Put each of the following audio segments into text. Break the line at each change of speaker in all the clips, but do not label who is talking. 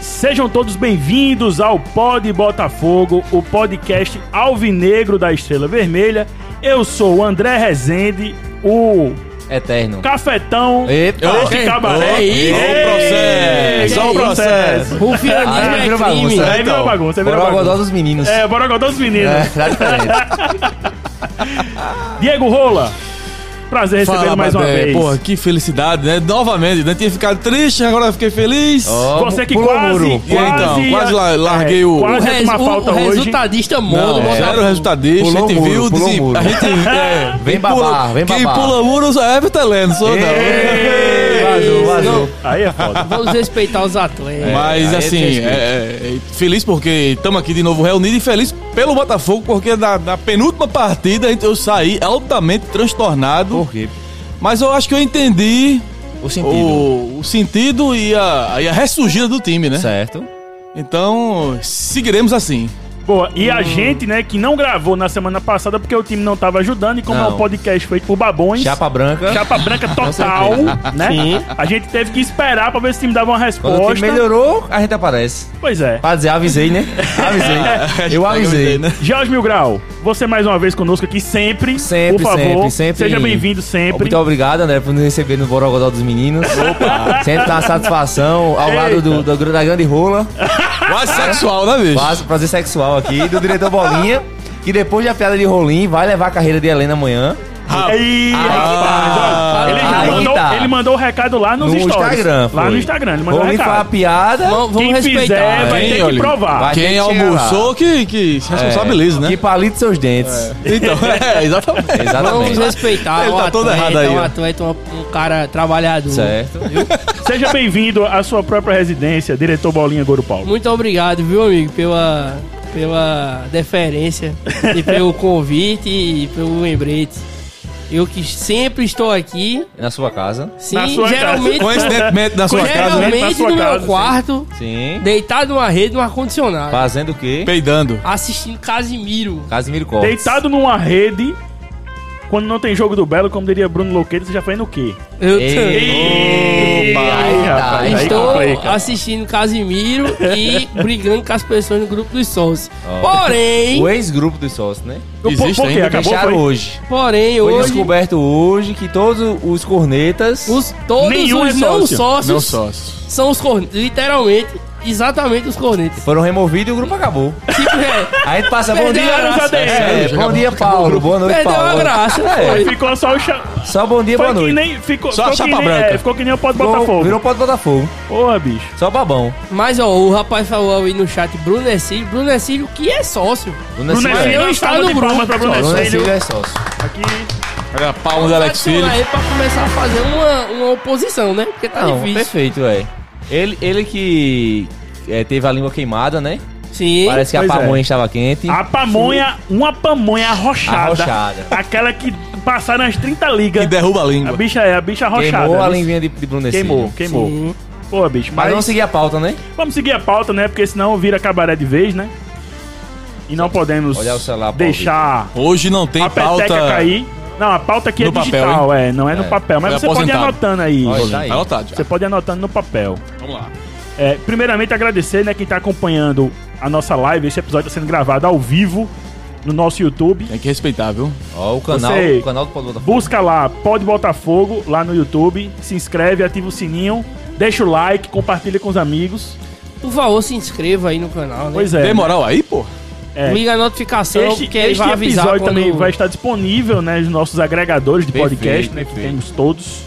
Sejam todos bem-vindos ao Pod Botafogo, o podcast alvinegro da Estrela Vermelha. Eu sou o André Rezende, o
Eterno.
cafetão
Eita,
deste
ok.
cabaré.
Ok, isso.
Ei,
Só
que
o processo, só o
isso.
processo.
Rufianismo
Ah,
é
virou
crime.
bagunça.
Aí
Então,
virou bagunça, aí virou
Borogodó
bagunça.
dos meninos.
É, Borogodó dos meninos.
É, tá diferente.
Diego Rola, prazer recebê-lo
Fala,
mais uma
Babé.
vez.
Porra, que felicidade, né? Novamente, né? Tinha ficado triste, agora eu fiquei fez.
Ó,
Você que
pulou o
quase,
muro.
E aí, então,
quase,
quase la- larguei o-
Quase ia
Res-
tomar falta
o
hoje.
resultadista mono,
é.
Era o resultadista, a
Pulou
gente
o muro,
viu,
pulou
disse-
o muro.
a gente é,
Vem
pula-
babar, vem
Quem
babar.
pula muro só é Vitaleno, sou
Ei,
não.
Vazou, vazou.
Aí é foda.
Vamos respeitar os atletas.
Mas
aí
assim,
respeito.
é, é, feliz porque estamos aqui de novo reunidos e feliz pelo Botafogo, porque na, na penúltima partida eu saí altamente transtornado.
Por quê?
Mas eu acho que eu entendi
O sentido.
o, o sentido e a, e a ressurgida do time, né?
Certo.
Então, seguiremos assim.
Boa, e a gente, né, que não gravou na semana passada porque o time não tava ajudando e como é um
Não.
podcast feito por babões, chapa,
Chapa branca.
branca total, né? A gente teve que esperar pra ver se o time dava uma
Quando o time
resposta.
melhorou, a gente aparece.
Pois é.
Pra dizer, avisei, né? Avisei. Eu avisei.
né?
Jorge Mil Grau, você mais uma vez conosco aqui sempre.
Sempre,
por favor.
sempre, sempre.
Seja bem-vindo sempre.
Muito obrigado, André, por nos receber no Borogodó dos Meninos. Opa. Sempre tá uma satisfação ao lado do, do- da grande rola.
Quase sexual, né, bicho?
Faz- um prazer sexual aqui, do diretor Bolinha, que depois da piada de Rolim vai levar a carreira de Helena amanhã.
Aí, rapaz,
Ah,
ó, ele, já
aí
mandou,
tá.
ele mandou o recado lá nos
No
stories.
Instagram.
Lá
foi.
no Instagram, ele mandou o
Rolim faz a
recado.
piada.
Vamos,
Quem
vamos
fizer
respeitar.
vai
hein,
ter que
olha.
provar.
Vai ter
Quem
que
almoçou que, que se
chegar lá.
responsabiliza, né?
é, Que palite seus dentes.
Então, é, exatamente.
Vamos
Exatamente.
respeitar.
Ele
o
tá todo
atleta,
errado aí,
Um
ó.
atleta, um, um cara trabalhador.
Certo.
Seja bem-vindo à sua própria residência, diretor Bolinha Goro Paulo.
Muito obrigado, viu, amigo, pela, pela deferência e pelo convite e pelo lembrete. Eu que sempre estou aqui.
Na sua casa.
Sim,
Na sua casa.
geralmente,
Coincidentemente na sua casa, né?
Geralmente na
geralmente
sua
no
casa,
meu
sim.
quarto,
Sim.
deitado numa rede, num ar-condicionado,
Fazendo o quê?
Peidando.
assistindo Casimiro.
Casimiro Cortes.
Deitado numa rede, quando não tem jogo do Belo, como diria Bruno Loqueiro, você já faz no quê?
Eu
Ei.
Ih, aí, rapaz, aí
Estou assim,
complica.
assistindo Casimiro e brigando com as pessoas no grupo dos sócios.
Ó.
Porém,
O ex-grupo dos sócios, né?
Por-
Existe
por quê?
ainda,
Acabou
Fecharam
foi?
hoje.
porém,
Foi
hoje
descoberto hoje que todos os cornetas.
os, todos
Nenhum é
os não
sócio.
sócios
Não sócios.
são os cornetas. Literalmente, exatamente os cornetas.
Foram removidos e o grupo acabou.
Tipo, é,
Aí tu passa bom
Perdeu
dia.
a graça.
É,
Acabou,
bom dia,
acabou o
Paulo.
grupo.
Boa noite,
Perdeu
Paulo.
a graça,
É,
Ficou só o chá.
só bom dia, boa
Foi que
noite.
nem. Ficou,
Só
ficou
a chapa
que nem,
branca.
é, ficou que nem o pó de
Ficou-
Botafogo.
Virou pó do Botafogo.
Porra, bicho.
Só babão.
mas ó, o rapaz falou aí no chat, Bruno Ercílio, Bruno Ercílio que é sócio.
Bruno
Bruno
Silva-
Ercílio,
eu
uma
estava
salva
no
de
grupo.
palmas pra Bruno
Bruno Silva
Ercílio.
é sócio.
Aqui.
Olha a palma do Alex
um
Filho.
Tá Aí pra começar a fazer uma, uma oposição, né? Porque tá
Não,
difícil.
perfeito, é. Ele, ele que é, teve a língua queimada, né?
Sim.
Parece que a
Pois é.
pamonha estava quente.
A pamonha, uma pamonha arrochada.
Arrochada.
Aquela que passaram as 30
Que
ligas.
derruba a
A
língua.
bicha é, a bicha arrochada.
Queimou a
Bicho-
linguinha de, de Bruno Silva.
Queimou, queimou.
Sim.
Pô, bicho,
Mas
mas,
vamos seguir a pauta, né?
vamos seguir a pauta, né? Porque senão vira cabaré de vez, né? E não podemos
Olhar o celular, Paulo
deixar
Hoje não tem
a peteca
pauta.
cair. Não, a pauta aqui é
No papel,
digital, é, não é no
É.
papel. Mas
Foi
você pode ir
aposentado.
anotando aí.
Olha,
Rolim.
tá aí.
Tá lotado já.
Você pode ir anotando no papel.
Vamos lá.
É, primeiramente, agradecer, né, quem tá acompanhando a nossa live. Esse episódio tá sendo gravado ao vivo no nosso YouTube.
Tem que respeitar, viu?
Ó, o canal,
Você-
o canal do Paulo Botafogo.
Busca lá, Pode Botafogo, lá no YouTube. Se inscreve, ativa o sininho, deixa o like, compartilha com os amigos.
Por favor, se inscreva aí no canal, né?
Pois é.
Tem moral aí, pô?
É.
Liga a notificação,
Este,
porque ele
este
vai avisar
episódio
quando...
também vai estar disponível né, nos nossos agregadores de
Perfeito,
podcast, né, que
perfeito.
temos todos.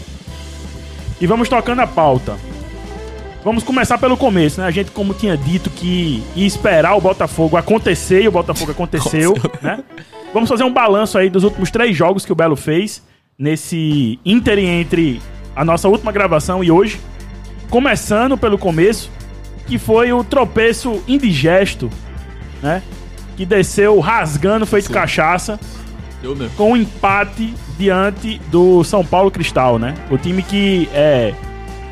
E vamos tocando a pauta. Vamos começar pelo começo, né? A gente, como tinha dito, que ia esperar o Botafogo acontecer, e o Botafogo aconteceu, né? Vamos fazer um balanço aí dos últimos três jogos que o Belo fez, nesse ínterim entre a nossa última gravação e hoje. Começando pelo começo, que foi o tropeço indigesto, né? Que desceu rasgando, feito cachaça,
Deu mesmo.
com um empate diante do São Paulo Cristal, né? O time que é.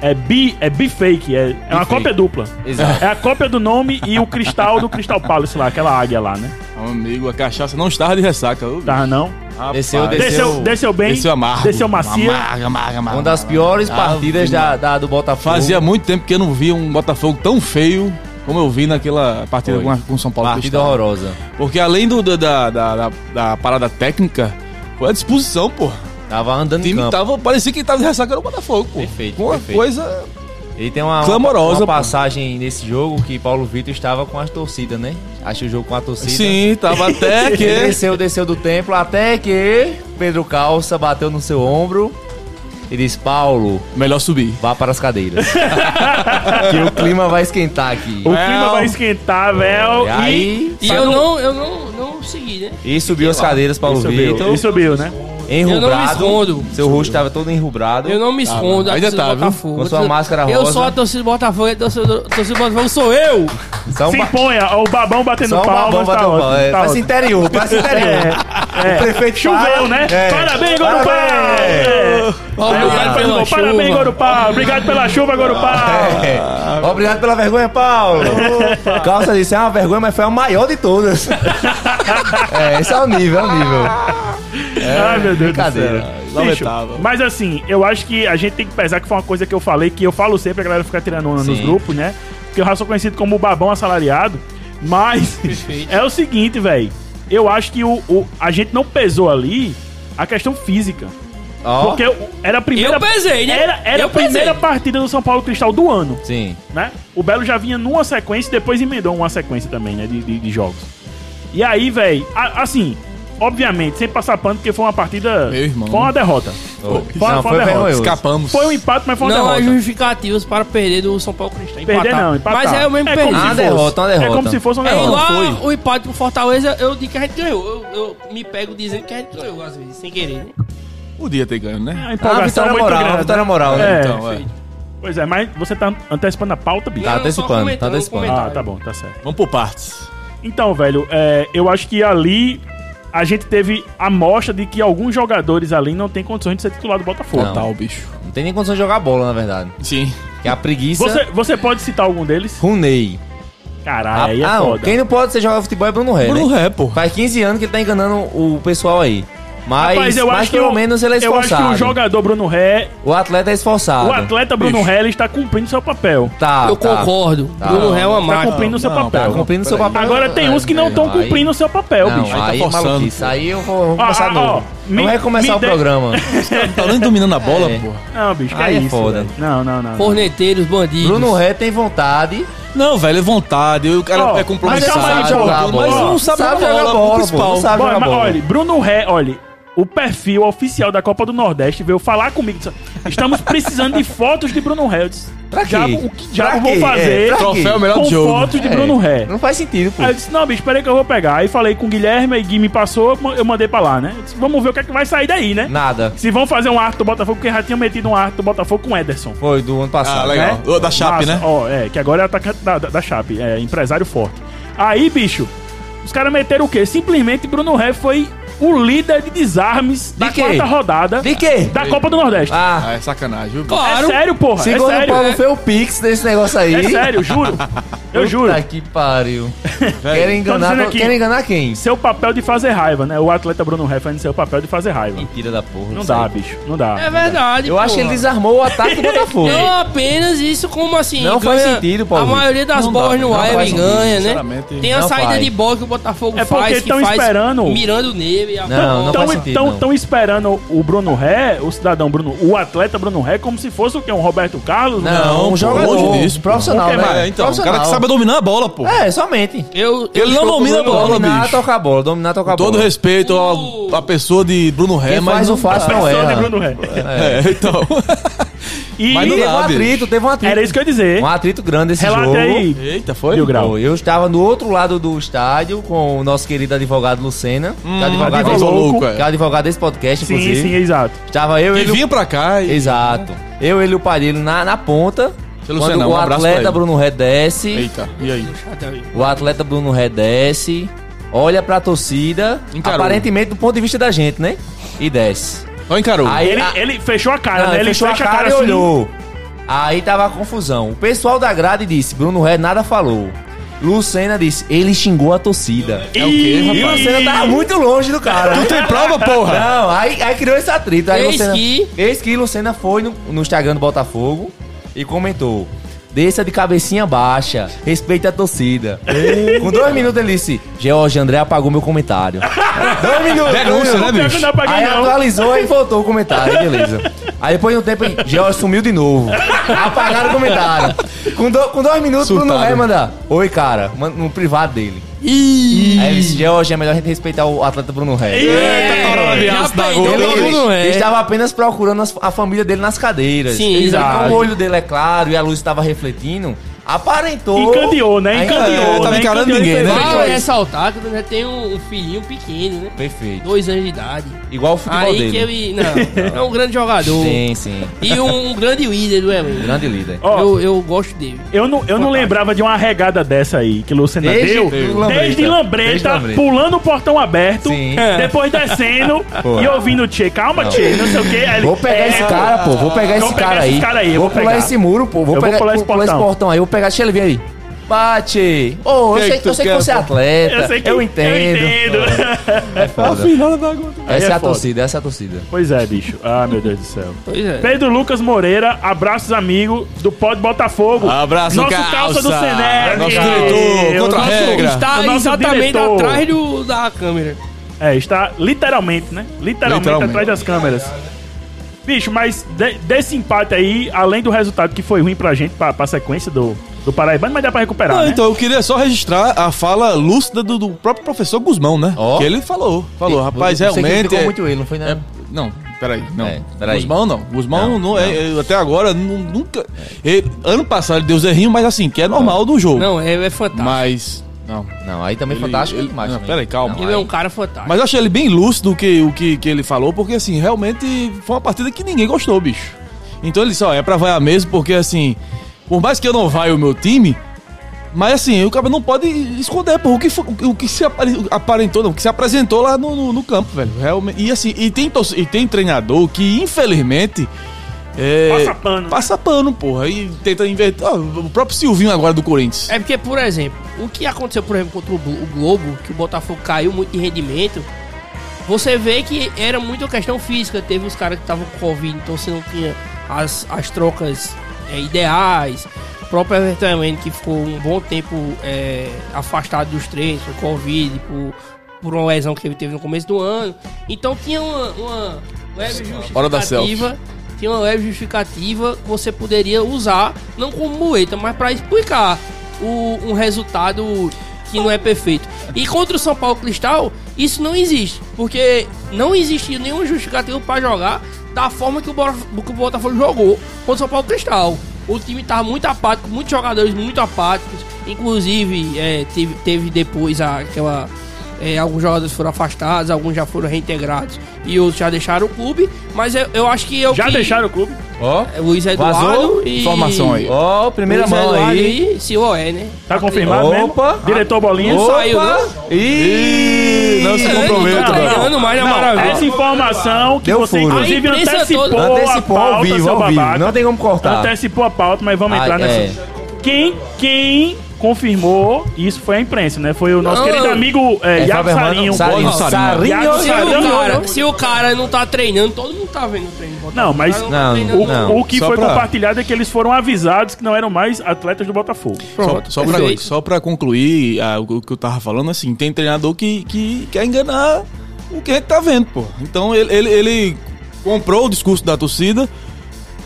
É bi, é bi-fake, é, é uma
Bi-fake.
cópia dupla.
Exato.
É a cópia do nome e o cristal do Crystal Palace lá, aquela águia lá, né?
Amigo, a cachaça não estava de ressaca. viu, bicho?
Tá, não?
Rapaz.
Desceu,
Desceu, desceu,
Desceu-
bem.
Desceu é amargo.
Desceu macia.
Amargo, amargo, amargo.
Uma das piores
Ave
partidas da, da- do Botafogo.
Fazia muito tempo que eu não via um Botafogo tão feio Como eu vi naquela partida
Foi.
com, a- com o São Paulo.
Partida
Cristal.
horrorosa.
Porque além do, da, da, da, da- da parada técnica, foi a disposição, pô.
Tava
O
andando em
time tá
campo.
tava. Parecia que tava de ressaca era o Botafogo, pô.
Perfeito,
Uma
perfeito.
coisa.
Ele tem uma,
Clamorosa,
uma,
pô.
passagem nesse jogo que Paulo Vitor estava com as torcidas, né? Achei o jogo com a torcida.
Sim, tava até
Ele
que.
desceu, desceu do templo até que Pedro Calça bateu no seu ombro e disse: Paulo,
Melhor subir.
vá para as cadeiras. que o clima vai esquentar aqui.
O clima vai esquentar, velho.
E
E,
aí. um-
E eu não, eu não, não segui, né?
E subiu as cadeiras, Paulo
subiu,
Vitor.
e subiu, né?
Enrubrado.
Eu não me escondo.
Seu rosto estava todo enrubrado.
Eu não me escondo,
ainda
a torcida
tá,
do
viu?
Botafogo.
Com sua máscara
Eu
rosa.
sou a torcida do Botafogo, a torcida do, a torcida do Botafogo sou eu!
Só
Se
É um ba-
imponha, o babão batendo
só um
palmas,
babão
tá
bateu
ótimo,
pau. É,
tá
Parece
ótimo.
interior, parece interior.
É.
O prefeito
Choveu,
fala-
né?
É.
Parabéns, Gorupá!
Parabéns.
É. Aí o cara
Obrigado
falou,
pela chuva.
Parabéns, Gorupá! Obrigado pela chuva, Gorupá!
É. Obrigado pela vergonha, Paulo. Calça disse, é uma vergonha, mas foi a maior de todas. é, esse é o nível, é o nível.
É,
Ai, meu Deus do
brincadeira.
céu. Bicho,
Lamentável.
mas assim, eu acho que a gente tem que pesar que foi uma coisa que eu falei, que eu falo sempre, a galera fica tirando onda nos
Sim.
grupos, né? Porque eu já sou conhecido como o babão assalariado. Mas é o seguinte, velho. Eu acho que o, o- a gente não pesou ali a questão física.
Ó,
Porque o- era a primeira.
Eu pesei, né?
Era, era
Eu
a primeira
pesei.
partida do São Paulo Cristal do ano,
Sim.
né? O Belo já vinha numa sequência e depois emendou uma sequência também, né? De, de- de jogos. E aí, velho, assim, obviamente, sem passar pano, porque foi uma partida.
Meu irmão.
Foi uma derrota.
Foi.
Foi-
não,
foi
foi
derrota.
vergonhoso.
É, Escapamos.
Foi um empate, mas foi uma
Não há
é
derrota.
justificativos para perder do São Paulo Cristão.
Perder
empatar.
não, empatar.
Mas é o mesmo
como
perdi.
se
Ah,
fosse-
derrota, uma
É
derrota.
como se fosse uma
É
derrota.
igual
foi.
o empate com o Fortaleza, eu digo que a gente ganhou. Eu, eu me pego dizendo que a gente ganhou às vezes, sem querer. né?
Tá
Podia ter ganho,
É
né?
uma
Ah,
empolgação
vitória
muito
moral,
grande.
vitória moral, né?
É.
Então, é.
Pois é, mas você tá antecipando a pauta, bicho?
Tá
Não,
antecipando,
só
tá
comentando,
antecipando.
Ah,
comentário.
tá bom, tá certo.
Vamos por partes.
Então, velho, é, eu acho que ali a gente teve a mostra de que alguns jogadores ali não têm condições de ser titular do Botafogo.
Não.
Tal, bicho.
Não tem nem condição de jogar bola, na verdade.
Sim.
Que a preguiça...
Você, você pode citar algum deles?
Runei.
Caralho, aí é
ah, não,
foda.
quem não pode ser jogar futebol é Bruno Ré,
Bruno
né?
Ré, pô.
Faz 15 anos que ele tá enganando o pessoal aí. Mas,
Rapaz, eu
mas
acho que
pelo
o-
menos ele é
Eu acho que
esforçado.
o jogador Bruno Ré,
O atleta é esforçado.
o atleta Bruno
Bicho.
Ré, ele está cumprindo seu papel.
Tá,
eu
tá.
concordo.
Tá.
Bruno Ré é uma
Tá
máquina.
cumprindo seu
não,
papel.
tá
Cumprindo seu papel. É,
Agora tem uns que não estão
Aí-
cumprindo seu papel,
Não,
bicho.
aí,
Aí tá forçando,
maluquice.
pô.
Aí eu vou, vou
Ah,
começar
ah,
novo.
ó, me-
Vamos recomeçar
me
o
dê-
programa.
Tá nem dominando a bola,
É.
pô.
Não, bicho, que
Aí
é
é
isso.
foda.
velho. Não, não, não. não.
Corneteiros, bandidos.
Bruno Ré tem vontade.
Não, velho, é vontade. O cara
Ó,
é
mas
compromissado.
calma aí, pô.
jogar a bola.
Mas
não sabe, jogar bola,
pô,
bola
não
principal.
sabe
Bora,
jogar
mas
bola.
olha, Bruno Ré, olha, o perfil oficial da Copa do Nordeste veio falar comigo. disse, Estamos precisando de fotos de Bruno Ré. Eu disse,
Pra quê?
"Diabo, o que
Pra
diabo vou
quê?
fazer
É, pra
com
quê?
Troféu melhor do jogo.
fotos de
É,
Bruno Ré?
Não faz sentido, pô.
Aí eu disse, não, bicho, peraí que eu vou pegar. Aí falei com o Guilherme, aí Gui me passou, ma- eu mandei pra lá, né? Eu disse, Vamos ver o que é que vai sair daí, né?
Nada.
Se vão fazer um arte do Botafogo, porque já tinha metido um arte do Botafogo com o Ederson.
Foi do ano passado.
Ah, legal.
né?
Ô, Da Chape,
Massa,
né?
Ó, é, que agora é atacante da, da, da Chape, é empresário forte. Aí, bicho, os caras meteram o quê? Simplesmente Bruno Ré foi o líder de desarmes da
quê?
quarta rodada
De quê?
da Copa do Nordeste.
Ah,
Ah, é sacanagem, viu? bicho?
é
Claro.
sério, porra, é
segundo o
sério.
Paulo foi o Pix desse negócio aí.
É sério, juro. Eu
Puta
juro.
que pariu. Querem enganar,
dizendo aqui.
querem enganar quem?
Seu papel de fazer raiva, né? O atleta Bruno Ré fazendo seu papel de fazer raiva.
Mentira da porra.
Não
sei.
dá, bicho. Não dá.
É verdade,
Eu acho que ele
porra.
desarmou o ataque do Botafogo.
Não apenas isso, como assim?
Não faz sentido, Paulo
A maioria das
Não dá,
bolas no
não
ar
faz
ele
sentido,
ganha, né?
sinceramente.
Tem a
Não
saída
faz.
de bola que o Botafogo
É porque
faz, que
tão
faz
esperando-
mirando nele. A
Não, não
bola.
faz
Então,
sentido,
então,
não.
tão esperando o Bruno Ré, o cidadão Bruno, o atleta Bruno Ré, como se fosse o quê? Um Roberto Carlos?
Não,
pô,
um jogador.
longe disso, pô.
profissional,
Porque,
né?
mas,
É, então, o cara
Profissional.
que sabe dominar a bola, pô.
É, somente.
Eu, eu
Ele não
estou
domina a
com-
bola,
dominar,
bicho.
tocar a bola. né? Dominar, tocar a bola.
Todo respeito
Uh.
à, à pessoa de Bruno Ré,
tá Quem
mas.
faz o
não
fácil
dá.
não
Só de
erra.
Bruno Ré.
É, então.
E
Mas não
Teve um
dá, bicho.
atrito, teve um atrito.
era isso que eu ia dizer.
Um atrito grande esse
Relata
jogo.
aí.
Eita, foi?
Mil graus.
Bom, Eu estava no outro lado do estádio com o nosso querido advogado Lucena.
Hum,
que é advogado
advogado
desse-
louco.
que é advogado desse podcast,
Sim,
inclusive.
sim, exato.
Estava eu,
E
ele,
vinha pra cá e.
Exato. Eu, ele e o Palheiro na, na ponta.
Seu Luciano,
quando
um
o
abraço pra
atleta
ele.
Bruno Ré desce,
Eita, e aí?
o atleta Bruno Ré desce, olha pra torcida,
Encarou.
aparentemente do ponto de vista da gente, né? E desce.
Só encarou.
Aí
Ele,
a-
ele fechou a cara,
Não,
né? Ele
fechou a
fecha
cara, e olhou. Aí tava a confusão. O pessoal da grade disse, Bruno Ré nada falou. Lucena disse, ele xingou a torcida.
É
o quê,
E o Lucena tava muito longe do cara.
Tu tem prova, porra?
Não, aí, aí criou esse atrito. Aí
Eis
Lucena,
que-
Eis que Lucena foi no, no Instagram do Botafogo e comentou. Desça de cabecinha baixa. Respeita a torcida. Com dois minutos ele disse: George André apagou meu comentário. dois minutos.
Denúncia,
Pior
né,
que eu não
bicho?
apaguei,
Aí
não.
atualizou e voltou o comentário, aí beleza. Aí depois de um tempo, ele- George sumiu de novo. Apagaram o comentário. Com, do- com dois minutos, o Bruno
Surtado.
Ré manda. Oi, cara. Man- No privado dele.
Ih!
Aí ele disse, George, é melhor a gente respeitar o atleta Bruno
É,
Ré.
Eita,
Toro de aço da Globo.
Ele, ele-
Bruno
é.
Ré.
ele estava apenas procurando as- a família dele nas cadeiras.
é. Sim,
Ele-
exato.
Como o olho dele é claro e a luz estava refletindo, aparentou...
Encandeou, né?
Aí-
Encandeou.
é, tava
né?
encarando
Encandeou,
ninguém, né?
encandeou.
Vale
Dois.
ressaltar que o André tem um, um filhinho pequeno, né?
Perfeito.
Dois anos de idade.
Igual o futebol
Aí
dele.
que ele. Não, é um grande jogador.
Sim, sim.
E um, um grande líder do elenco.
Grande líder.
Ó,
Eu, eu gosto dele.
Eu não, eu não lembrava de uma regada dessa aí que Lucena
Desde
deu.
Lambreta.
Desde Lambreta,
Desde Lambreta.
pulando o portão aberto,
Sim.
depois descendo
Pô.
e ouvindo o Tchê. Calma, Tchê, não sei o que.
Vou pegar esse cara, pô. Vou pegar esse
Vou é, pegar
cara
esse
aí.
cara aí, eu
Vou
vou
pular
pegar.
esse muro, pô. Vou
Eu vou
pegar
pular esse portão.
aí. Eu vou pegar. Deixa ele vir aí. Bate! Ô, eu,
Que
sei,
que tu
eu sei que
quer,
você é
pô?
atleta.
Eu sei que
entendo.
Eu entendo.
É foda. Essa é,
Aí é
a
foda.
torcida, essa é a torcida.
pois é, bicho. Ah, meu Deus do céu.
Pois é.
Pedro Lucas Moreira, abraços, amigo do Pod Botafogo.
Abraço,
Nosso
calça.
calça do Senec.
Nosso diretor,
Eu-
contra a
nosso-
regra.
Está
O nosso
exatamente
diretor.
atrás do, da câmera.
É, está literalmente, né? Literalmente,
Literalmente.
atrás das câmeras. Bicho, mas de- desse empate aí, além do resultado que foi ruim pra gente, pra, pra sequência do, do Paraibano, mas dá pra recuperar,
Não,
né?
então eu queria só registrar a fala lúcida do, do próprio professor Guzmão, né?
Ó.
Que ele falou. Falou, rapaz,
Você
realmente.
criticou
é-
muito ele, não foi
É,
nada.
não, peraí, não.
É, peraí.
Guzmão não. Guzmão
Não,
não, é- é, até agora nu- nunca. ele- ano passado ele deu zerrinho, mas assim, que é normal do jogo.
Não, é, é fantástico.
Mas. Não.
Não, aí também é
Ele-
fantástico
ele-
demais.
não,
também.
peraí, calma.
Ele é um cara fantástico.
Mas eu achei ele bem lúcido o que, o que, que ele falou, porque assim, realmente foi uma partida que ninguém gostou, bicho. Então ele disse, ó, é pra vaiar mesmo, porque assim, por mais que eu não vaie o meu time, mas assim, o cara não pode esconder, pô, o que, foi- o que se apare- aparentou, não, o que se apresentou lá no, no- no campo, velho. Realmente, e assim, e tem, torce- e tem treinador que, infelizmente. é,
Passa pano.
Passa pano, porra. E tenta inverter. Ó, o próprio Silvinho agora do Corinthians.
É porque, por exemplo, o que aconteceu, por exemplo, contra o Blo- o Globo, que o Botafogo caiu muito de rendimento, você vê que era muito questão física. Teve os caras que estavam com Covid, então você não tinha as, as trocas é, ideais. O próprio Everton Herman, que ficou um bom tempo é, afastado dos treinos por Covid, por, por uma lesão que ele teve no começo do ano. Então tinha uma, uma leve
Hora da
justificativa. Tinha uma leve justificativa que você poderia usar, não como moeta, mas para explicar o, um resultado que não é perfeito. E contra o São Paulo Cristal, isso não existe, porque não existia nenhum justificativo para jogar da forma que o, Bora- que o Botafogo jogou contra o São Paulo Cristal. O time tava muito apático, muitos jogadores muito apáticos, inclusive é, teve, teve depois a- aquela é, alguns jogadores foram afastados, alguns já foram reintegrados e outros já deixaram o clube. Mas eu, eu acho que eu.
Já
que...
deixaram o clube?
Ó,
É, Luiz Eduardo
vazou.
e.
Informação aí.
ó, primeira
Luiz
mão
Eduardo
aí.
E Siloé, né?
Tá confirmado
Opa.
mesmo? Diretor Bolinha.
Opa. saiu,
né?
Ih,
não se comprometa,
Não,
não.
treinando mais na
Não,
maravilha.
essa informação que
Deu
você,
furo.
inclusive,
A imprensa
antecipou,
toda-
Antecipou
a pauta,
ao vivo,
seu
ao vivo.
babaca.
Não tem como cortar.
Antecipou a pauta, mas vamos
Ah,
entrar
é.
nessa. Quem, quem confirmou isso foi a imprensa, né? Foi o nosso
Não.
querido amigo é,
É,
Iago
Fábio
Sarinho.
Hermano, Sarinho,
Pô,
Sarinho.
Iago
Se
Sarinho.
o, cara,
não.
se o cara não tá treinando, todo mundo tá vendo o treino. do Botafogo.
Não, mas-
O cara
Não,
O,
Não,
o que
só
foi
pra-
compartilhado é que eles foram avisados que não eram mais atletas do Botafogo.
Só,
Pronto,
só, pra,
perfeito.
só pra concluir ah, o que eu tava falando, assim, tem treinador que, que quer enganar o que a gente tá vendo, pô. Então ele, ele, ele comprou o discurso da torcida,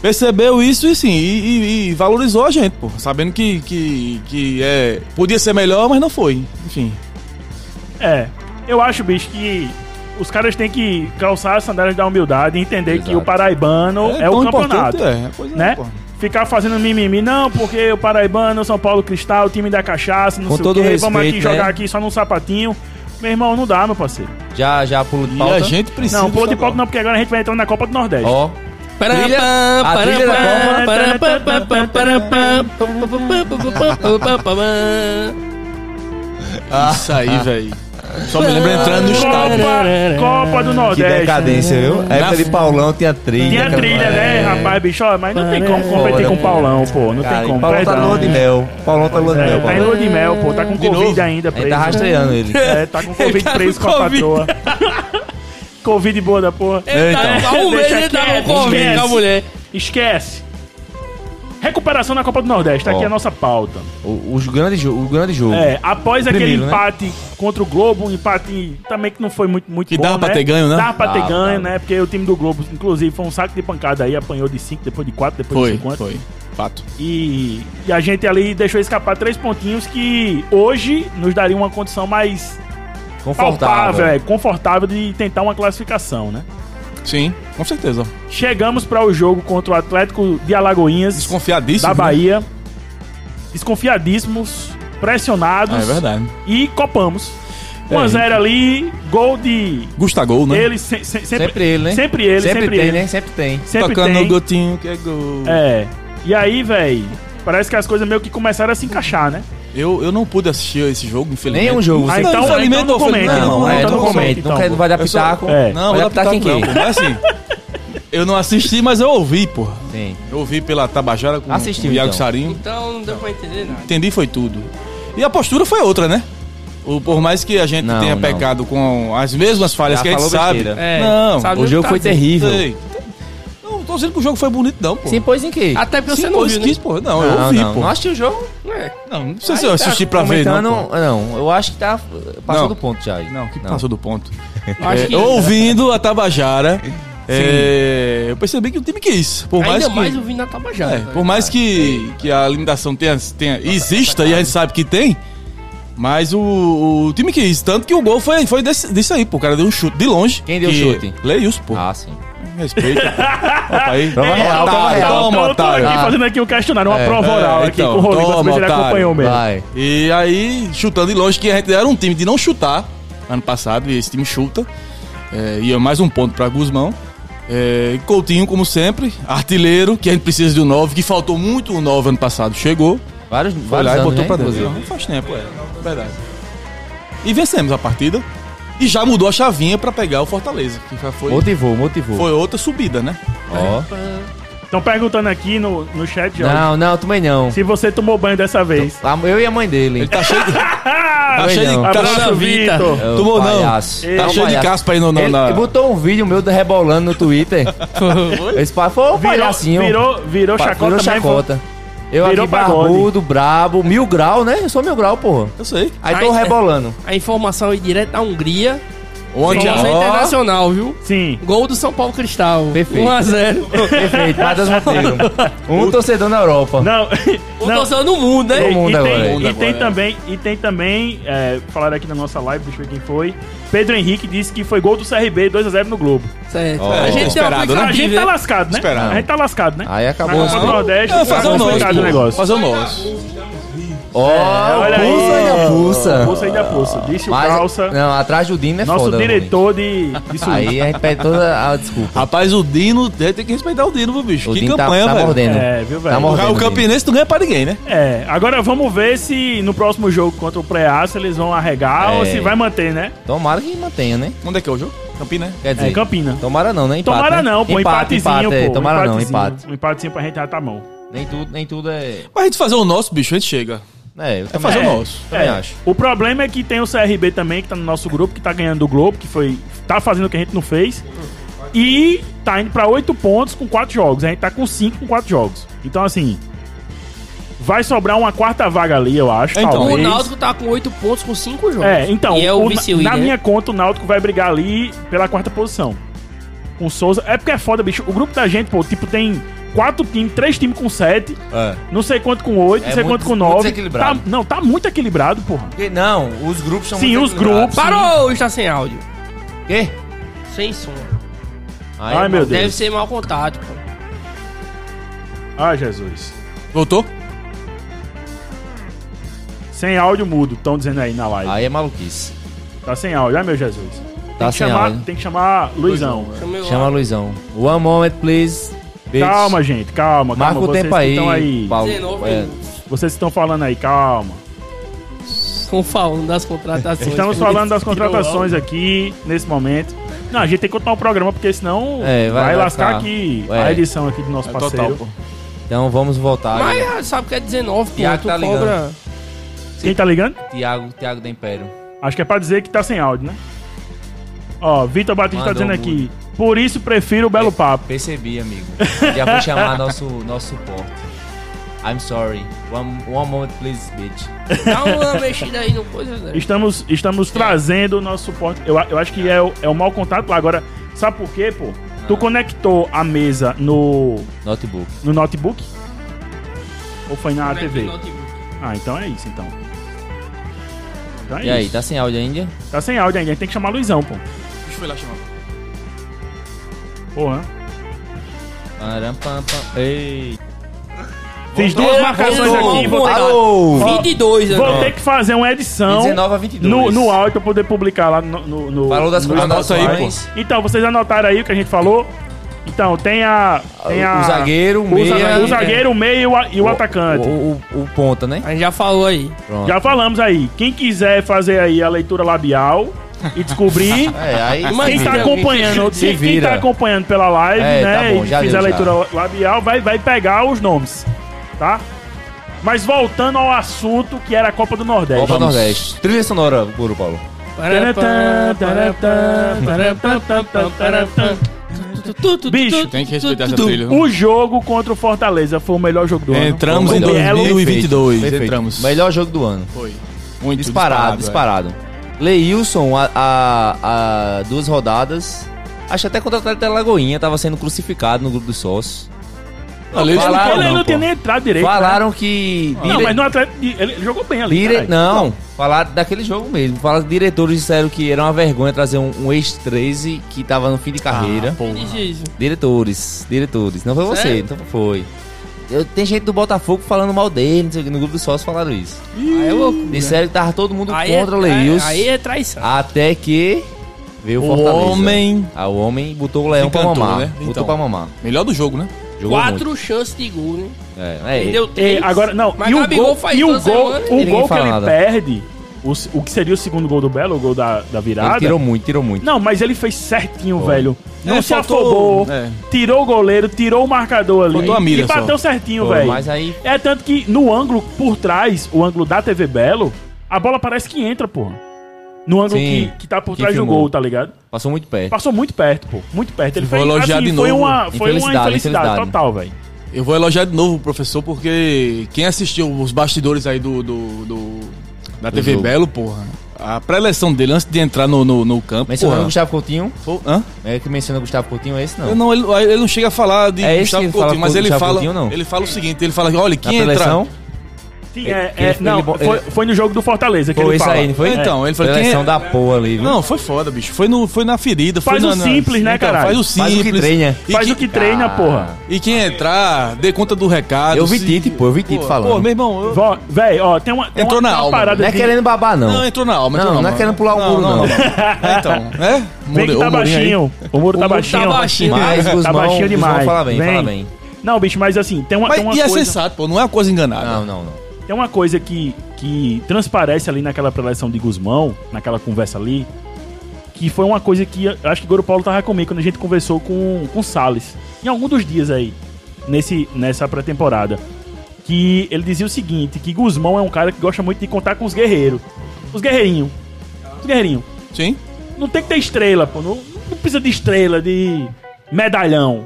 percebeu isso e sim, e, e- e valorizou a gente, pô. Sabendo que, que, que é, podia ser melhor, mas não foi. Enfim.
É. Eu acho, bicho, que os caras têm que calçar as sandálias da humildade e entender que
Exato.
o paraibano é, o
tão importante,
campeonato.
É, pois é,
Né?
pô.
Ficar fazendo mimimi, não, porque o Paraibano, São Paulo Cristal, o time da cachaça, não
Com
sei
todo
o quê,
respeito,
vamos aqui
né?
jogar aqui só num sapatinho. Meu irmão, não dá, meu parceiro.
Já, já pulo de
E
pauta.
a gente precisa.
não, pula de
saber.
palco não, porque agora a gente vai entrar na Copa do Nordeste.
Ó.
Pará,
Trilha-
pam,
a
pará,
trilha da
Copa.
pam, pará, pam, pam, pam, pará, pam, pam, pam, pam, pam, pam, pam, pam, pam, pam.
Isso aí, velho. Só me lembro entrando no estádio.
Copa, Copa do
Que
Nordeste.
né?
decadência, viu? A época
Na-
de Paulão tinha trilha.
Tinha
cara.
trilha, né,
É.
rapaz, bicho? Ó, Mas não tem como competir
Fora,
com o
pô.
Paulão, pô. Não
Cara,
tem
e
como.
É. Paulão tá
perdão.
no lua de mel. Paulão tá no lua de
É,
mel,
tá em
Paulão.
lua de mel, pô. Tá com
De
Covid
novo?
ainda, preso.
Ele tá rastreando ele.
É, tá com Covid
tá com
preso com a
Covid.
patroa. Covid boa
É.
da porra.
Ele tá- Há um mês
Deixa
ele tá
quieto,
com Covid
esquece.
com a mulher.
Esquece. Recuperação na Copa do Nordeste, tá
Ó.
aqui a nossa pauta.
O, o grande jogo. O grande jogo.
É, após
Primeiro,
aquele
né?
empate contra o Globo, um empate também que não foi muito, muito
Que
bom,
dava pra ter ganho, né?
Dava pra ter
Dava,
ganho,
dava.
né? Porque o time do Globo, inclusive, foi um saco de pancada aí, apanhou de 5, depois de 4, depois de
Foi,
50.
foi. Fato.
E, e a gente ali deixou escapar três pontinhos que hoje nos daria uma condição mais palpável,
Confortável.
é, confortável de tentar uma classificação, né?
Sim, com certeza.
Chegamos para o jogo contra o Atlético de Alagoinhas
Desconfiadíssimo.
da
né?
Bahia, desconfiadíssimos, pressionados
Ah, é verdade.
e copamos.
É,
1x0 ali, gol de
Gustagol, né?
ele, se- se- sempre,
Sempre ele, né?
Sempre ele, sempre,
Sempre tem,
ele.
né? Sempre tem.
Sempre
Tocando
tem.
no gotinho que é gol.
É. E aí, velho, parece que as coisas meio que começaram a se encaixar, né?
Eu, eu não pude assistir esse jogo, infelizmente.
Nenhum jogo,
Ah,
você-
então,
Não,
então
infelizmente
não
não,
comenta,
infelizmente
Não,
não,
é,
não,
não
não,
comenta.
então,
Não quer-
pô.
não vai dar
Eu sou-
pitaco.
É.
Não,
vai
vou
dar
dar
pitaco em
pitaco
quem?
não. Mas assim, eu não assisti, mas eu ouvi, porra.
Sim.
Eu ouvi pela Tabajara com,
Assistiu,
com o Iago
então.
Sarinho.
Então não deu pra entender nada.
Entendi, foi tudo. E a postura foi outra, né? O, por mais que a gente
Não,
tenha
não.
pecado com as mesmas falhas
Já
que a gente
falou
sabe.
besteira.
É,
não,
sabe
O
o
jogo
que
foi
tá dizendo.
terrível.
sei. Não, tô dizendo que o jogo foi bonito, não, pô.
Sim, pois em quê?
Até porque você
Sim,
não
pô,
viu,
esquis,
né?
porra. Não, eu
Não,
ouvi,
não.
pô.
Não assistiu o jogo?
É.
Não, não precisa eu assistir pra ver,
Comentando-
não. pô.
não, eu acho que tá. Passou
Não.
do ponto já. aí.
Não, que passou do ponto.
Eu acho
É,
que
Ouvindo a Tabajara, é, eu percebi que o time quis. Por mais
ainda
que,
mais ouvindo na Tabajara.
é,
velho.
por mais que, que a limitação tenha, tenha- exista, e a gente sabe que tem, mas o, o time quis. Tanto que o gol foi, foi desse- disso aí, pô. O cara deu um chute de longe.
Quem deu
que-
chute?
Leilson, pô.
Ah, sim.
Respeita. Opa, aí.
Prova real,
É, Otário,
prova real.
Toma,
Então, eu tô aqui
otário.
fazendo aqui um questionário, uma
É,
prova
é,
oral aqui
então,
com o Rodrigo,
toma,
mas ele
otário.
acompanhou mesmo.
Vai.
E aí, chutando de longe, que a gente era um time de não chutar ano passado, e esse time chuta. É, e é mais um ponto pra Guzmão. É, Coutinho, como sempre, artilheiro, que a gente precisa de um 9, que faltou muito um 9 ano passado, chegou,
Vários,
foi
vários
lá e
anos,
botou
né,
pra dentro.
inclusive.
Não, faz tempo, é, verdade. E vencemos a partida. E já mudou a chavinha pra pegar o Fortaleza, que já foi,
Motivou, motivou.
foi outra subida, né?
Ó.
Estão perguntando aqui no, no chat, Jorge,
Não, não, também não.
se você tomou banho dessa vez.
Ah, Eu e a mãe dele.
Tá cheio de.
Ah,
tá
Também
cheio de
não.
abraço,
caspa.
Vitor.
Vitor.
É o
Tomou não.
palhaço.
Tá
É um
cheio de
palhaço.
caspa aí no- no-
Ele-
na-
Ele botou um vídeo meu da rebolando no Twitter. Esse pai foi um
Virou,
palhacinho.
virou, virou
Pa-
chacota
virou
mesmo.
chacota. Eu
Virou
aqui
pagode.
barbudo, brabo, mil grau, né? Eu sou mil grau, porra.
Eu sei.
Aí tô
Ai,
rebolando.
A informação aí direto da Hungria.
Onde
Informação
Ó.
internacional, viu?
Sim.
Gol do São Paulo Cristal.
Perfeito.
1x0.
Perfeito, Matheus Monteiro. Um torcedor na Europa.
Não,
O
não.
torcedor no mundo,
E-
né?
Todo mundo
e,
agora,
tem,
todo
e
mundo
tem
agora.
também, e tem também, é, falaram aqui na nossa live, deixa eu ver quem foi. Pedro Henrique disse que foi gol do CRB 2x0 no Globo.
Certo.
Ó.
a gente tem uma
Esperado, né?
A gente tá
aplicativo, né?
lascado, né?
Esperado.
A gente tá lascado, né?
Aí
Na
acabou.
Copa do Nordeste,
É, fazer
tá
um
o nosso.
complicado o
pô.
negócio.
Fazer um o nosso.
Ó,
É, Olha aí.
pulsa aí, a pulsa.
Pulsa ainda pulsa. Disse o
Mas-
calça.
Não, atrás do Dino é
nosso
foda.
diretor de, de
mano.
suíte.
Aí a gente pede toda a desculpa.
Rapaz, o Dino tem tem que respeitar o Dino, viu, bicho?
O
Ah, que
Dino tá,
campanha,
tá
velho.
mordendo.
É, viu,
Tá
velho?
mordendo.
O Campinense não ganha pra ninguém, né?
É, agora vamos ver se no próximo jogo contra o Preaça eles vão arregar
É.
ou se vai manter, né?
Tomara que mantenha, né?
Onde é que é o jogo? Campina, né?
Quer
É,
dizer,
Campina.
tomara não, né? Empate,
Tomara
né?
não, pô,
empate,
empatezinho,
empate, é,
pô.
tomara não,
empatezinho.
empate.
Um empatezinho pra gente ratar a mão.
Nem tudo, nem tudo é...
Pra gente fazer o nosso, bicho, a gente chega.
É, eu
É
também
fazer
um
acho.
o nosso.
Também acho.
O problema é que tem o CRB também, que tá no nosso grupo, que tá ganhando do Globo, que foi. tá fazendo o que a gente não fez. E tá indo pra 8 pontos com 4 jogos. A gente tá com 5 com 4 jogos. Então, assim. Vai sobrar uma quarta vaga ali, eu acho.
Então,
O
talvez.
Náutico tá com 8 pontos com 5 jogos.
É, então,
E é o
o-
vice-líder.
na minha conta, o Náutico vai brigar ali pela quarta posição. Com o Souza. É porque é foda, bicho. O grupo da gente, pô, tipo, tem quatro times, três times com sete, não sei quanto com oito,
É
não sei
muito-
quanto com
muito
nove. Tá,
desequilibrado.
não, tá muito equilibrado, porra.
Porque Não, os grupos são
Sim,
muito
os
equilibrados.
grupos.
Parou, está sem áudio.
Quê?
Sem som.
Aí, é
Ai, meu
Deve
Deus.
ser mau contato, pô.
Ah, Jesus.
Voltou?
Sem áudio mudo, estão dizendo aí na live.
Aí é maluquice.
Tá sem áudio, ai meu Jesus. tem,
Tá
que
sem
chamar,
áudio.
tem que chamar Luizão.
Chamei
Chama a Luizão. One moment, please. Bitch.
Calma, gente, calma, calma.
Marca o
vocês
tempo
que
aí,
tão aí.
Paulo.
19
É.
minutos.
Vocês que estão falando aí, calma.
Estão falando das contratações.
Estamos
é.
falando das contratações aqui, nesse momento. Não, a gente tem que contar o programa, porque senão
É,
vai,
vai
lascar
lascar.
aqui
É.
a edição aqui do nosso
É
parceiro.
total, pô.
Então vamos voltar.
Mas ah, sabe que é 19, pô.
Tiago
Tu
tá ligando.
cobra...
Quem tá ligando?
Tiago, Tiago da Império.
Acho que é pra dizer que tá sem áudio, né? Ó, Vitor Batista tá
Mandou É.
dizendo aqui. Por isso prefiro o Belo Papo.
Percebi, amigo. Já vou chamar nosso, nosso suporte. I'm sorry. One, one moment, please, bitch.
Dá uma mexida aí no coisa, né?
Estamos,
É.
estamos trazendo o nosso suporte. Eu, a- eu acho que é o, é o mau contato lá. Agora, sabe por quê, pô? Tu
Ah.
conectou a mesa no,
Notebook.
no notebook? Ou foi na TV?
Notebook.
Ah, então é isso, então. Então é
E aí,
isso.
tá sem áudio ainda?
Tá sem áudio ainda, a gente tem que chamar Luizão, pô.
Deixa eu ir lá chamar.
Porra.
Param, pam, pam. Ei.
Fiz duas
Voltou,
marcações
voltou.
aqui, vou,
Alô!
22, né?
vou ter que fazer uma edição
19 a 22.
no, no áudio pra poder publicar lá no. no, no-
Falou das
no
contratações.
Spotify. Então, vocês anotaram aí o que a gente falou? Então, tem a. Tem a
O zagueiro, o
o zagueiro,
meia.
o, zagueiro, o meio e o a- e o, atacante.
O, o- o ponta, né?
A gente já falou aí.
Pronto.
Já falamos aí. Quem quiser fazer aí a leitura labial e descobrir.
É, aí.
Mas-
Quem
Se
tá
vira.
acompanhando,
Se
quem- quem
vira.
tá acompanhando pela live,
É,
né?
tá bom, já
e fizer
deu,
a
já.
leitura labial, vai, vai pegar os nomes, tá? Mas voltando ao assunto que era a Copa do Nordeste.
Copa
Vamos.
Nordeste. Trilha sonora, Guru Paulo.
Bicho,
Tem que respeitar essa trilha.
O jogo contra o Fortaleza foi o melhor jogo do
Entramos
ano.
em
Foi um duelo.
2022.
Perfeito.
Entramos.
Melhor jogo do ano.
Foi. Muito
Disparado,
disparado.
disparado. Leilson, a, a- a duas rodadas. Acho até contratado até Lagoinha, tava sendo crucificado no grupo dos sócios.
Não, Leilson não
Falaram,
Ele não,
não,
tinha
pô.
nem entrado direito. né?
Falaram que.
Não, mas no Atlético ele jogou bem ali.
Dire...
caralho.
Não, falar daquele jogo mesmo. Falar que diretores disseram que era uma vergonha trazer um, um ex-13 que tava no fim de carreira. diretores, diretores. Não foi você,
Sério?
então foi. Eu, tem gente do Botafogo falando mal dele, não sei o que, no grupo dos sócios falaram isso.
Aí é louco.
Disseram que tava todo mundo
Aí é,
contra o Leilson.
aí é traição.
Ah,
Até que veio o
O
Fortaleza.
homem-
Ah, o homem botou o leão
Encantou,
pra mamar.
né?
Botou
Então.
pra mamar.
Melhor do jogo, né?
Jogou
Quatro chances de gol, né?
muito. É, é.
Perdeu
E
três.
agora, não,
Mas
e o
Gabigol
gol,
faz um,
e o
duas
gol,
semanas. né?
o
Ninguém
gol que
fala
ele
nada.
perde, o, se- o que seria o segundo gol do Belo, o gol da, da virada.
Ele tirou muito, tirou muito.
Não, mas ele fez certinho,
Foi.
velho. Não
É,
se
faltou-
afobou,
é.
tirou o goleiro, tirou o marcador ali.
Faltou a mira
e bateu certinho,
Pô,
velho.
Mas aí
É tanto que no ângulo por trás, o ângulo da TV Belo, a bola parece que entra, porra. No ângulo
Sim,
que, que tá por
que
trás do
filmou.
gol, tá ligado?
passou muito perto.
Passou muito perto, pô. Muito perto. Ele
Vou
fez, assim,
elogiar de
foi
novo.
uma, foi uma
Infelicidade,
infelicidade
infelicidade.
total, velho.
Eu vou elogiar de novo o professor, porque quem assistiu os bastidores aí do. do, do- da TV
jogo.
Belo, porra. A preleção dele antes de entrar no, no, no campo.
Mencionando o
porra,
Gustavo Coutinho.
foi- hã?
É que menciona o Gustavo Coutinho, é esse não.
Eu Não, ele, ele não chega a falar de
É esse
Gustavo
que ele fala
Coutinho, mas
com o
ele
Gustavo
fala,
Coutinho, não.
ele fala o seguinte, ele fala, olha,
Na
quem entrar...
preleção,
Sim,
Ele-
é,
que
é,
ele-
não,
ele-
foi,
ele-
foi no jogo do Fortaleza que
foi
ele
isso
fala.
aí, não foi?
Então, ele falou,
Preleção
quem é-
da porra ali, viu?
Não, foi foda, bicho. Foi, no, foi na ferida.
Faz
foi
o
na- na-
simples, né, caralho?
Faz o
Faz
simples.
o que treina.
E,
Faz
que-
o que treina,
Ah.
porra.
e quem entrar, dê conta do recado.
Eu vi
se-
Tite, pô, eu vi Tite
Pô,
falando.
Pô, meu irmão, eu-
Vó, Véi, ó, tem uma, tem uma,
Entrou na
tem uma
alma,
parada
Não é
de-
querendo babar, não.
Não, entrou na alma.
Não,
entrou na
não é
alma.
querendo pular o muro, não.
Então, né?
Vem que tá
Mure- o Mourinho aí.
baixinho. O muro tá
O muro tá
baixinho.
baixinho.
Mas
Tá
Guzmão,
baixinho
Guzmão
demais.
fala bem,
Vem.
fala bem.
Não, bicho, mas assim, tem uma,
Mas
tem uma
e é
coisa...
sensato, pô, não é uma coisa enganada.
Não, não, não.
Tem uma coisa que, que transparece ali naquela preleção de Guzmão, naquela conversa ali, que foi uma coisa que eu acho que o Goro Paulo tava comigo quando a gente conversou com, com o Salles. Em algum dos dias aí, nesse, nessa pré-temporada. Que ele dizia o seguinte, que Guzmão é um cara que gosta muito de contar com os guerreiros. Os guerreirinhos. Os guerreirinhos.
Sim?
Não tem que ter estrela, pô. Não, não precisa de estrela, de medalhão.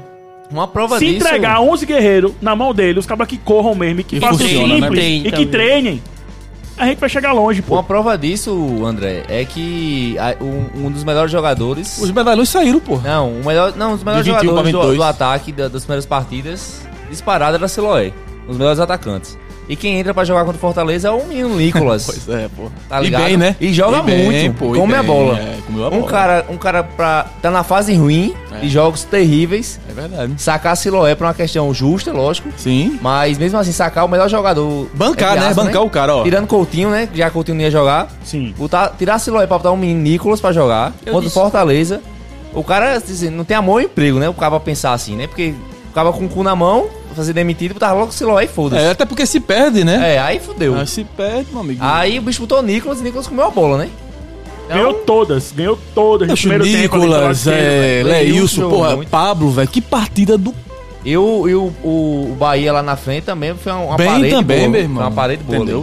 Uma prova
Se
disso...
entregar 11 guerreiros na mão dele, os cabas que corram mesmo e que
E
façam
funciona,
simples
né?
e que treinem, a gente vai chegar longe, pô.
Uma prova disso, André, é que a- um, um dos melhores jogadores...
Os medalhões saíram, pô.
Não, o melhor, não, os melhores
De 21 pra
jogadores do,
22.
do ataque da- das primeiras partidas, disparado era Siloé, um dos melhores atacantes. E quem entra pra jogar contra o Fortaleza é o menino Nicolas.
Pois é, pô.
Tá
e
ligado?
bem, né?
E joga
E bem,
muito,
pô, e
come a
bem,
bola.
é, comeu a
um
bola.
cara, um cara pra tá na fase ruim
É.
de jogos terríveis,
É verdade.
sacar Siloé pra uma questão justa, lógico.
Sim.
Mas mesmo assim, sacar o melhor jogador.
Bancar,
entre
né?
aspas,
Bancar o cara, ó.
Tirando Coutinho, né? Já Coutinho não ia jogar.
Sim.
Botar, tirar Siloé pra botar um menino Nicolas pra jogar
Eu
contra o
disse.
Fortaleza. O cara assim, não tem amor ao emprego, né? O cara pensar assim, né? Porque o cara com o cu na mão, fazer demitido, botar logo Siloé e
É,
foda-se.
até porque se perde, né?
É. aí fodeu.
Ah, se perde, meu amigo.
Aí o bicho botou Nicolas e Nicolas comeu a bola, né?
Ganhou todas, ganhou todas no
Poxa,
primeiro tempo. ali,
Nicolas,
pela esquerda,
é,
velho.
Leilson
Leilson,
jogou
porra,
muito.
Pablo, velho, que partida do...
E o, e o, o, o Bahia lá na frente também foi uma, uma
bem
parede
também,
boa.
meu
foi
irmão.
Uma parede boa.
Entendeu?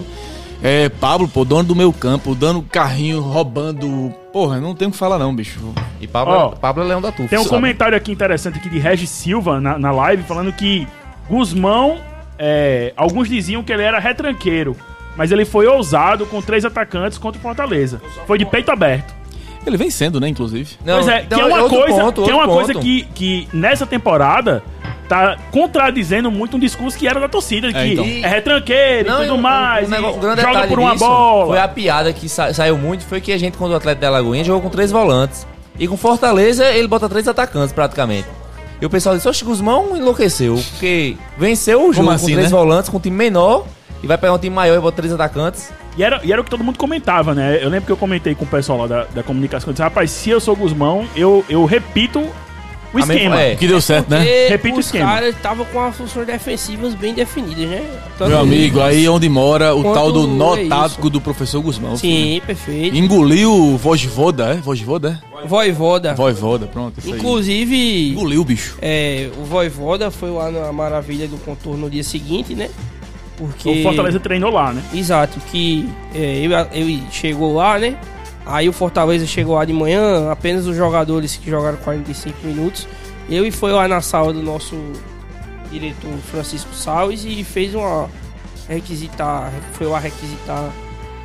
ali.
É, Pablo, pô, dono do meu campo, dando carrinho, roubando... Porra, não tem o que falar não, bicho.
E Pablo,
Ó,
Pablo é leão da turfa.
Tem um
sabe?
comentário aqui interessante aqui de Regis Silva na, na live falando que Guzmão é, alguns diziam que ele era retranqueiro, mas ele foi ousado com três atacantes contra o Fortaleza. Foi de peito aberto.
Ele vem sendo, né, inclusive.
Não,
pois é,
então,
que é uma
outro
coisa,
ponto,
que, é
outro
uma coisa
ponto.
que, que nessa temporada tá contradizendo muito um discurso que era da torcida, de que
É,
é,
então.
retranqueiro e
e um-
tudo mais,
um negócio-
e
um grande
joga
detalhe
por uma
disso Foi
bola.
a piada que sa- saiu muito, foi que a gente, quando o Atlético da Lagoinha, jogou com três volantes. E com Fortaleza, ele bota três atacantes, praticamente. E o pessoal disse, oxe, Guzmão enlouqueceu, porque venceu o jogo
assim,
com três
né?
volantes, com um time menor, e vai pegar um time maior e bota três atacantes.
E era, e era o que todo mundo comentava, né? Eu lembro que eu comentei com o pessoal lá da, da comunicação, eu disse, rapaz, se eu sou Guzmão, eu, eu repito o
mesma-
esquema.
é.
Que deu certo, né?
Porque
Repita o
os
esquema.
caras estavam com as funções defensivas bem definidas, né? Tanto-
é.
Meu amigo, aí onde mora o
Quanto
tal do nó
é isso?
tático do professor Guzmão. filho.
Sim, perfeito.
Engoliu o Vojvoda, é? Vojvoda? é?
Voivoda.
Vojvoda, pronto. isso aí.
Inclusive,
Engoliu o bicho.
é, o Voivoda foi lá na Maravilha do Contorno no dia seguinte, né? Porque...
O Fortaleza treinou lá, né?
Exato, que é, ele, ele chegou lá, né? Aí o Fortaleza chegou lá de manhã, apenas os jogadores que jogaram 45 minutos. Eu e foi lá na sala do nosso diretor Francisco Salles e fez uma requisitar, foi lá requisitar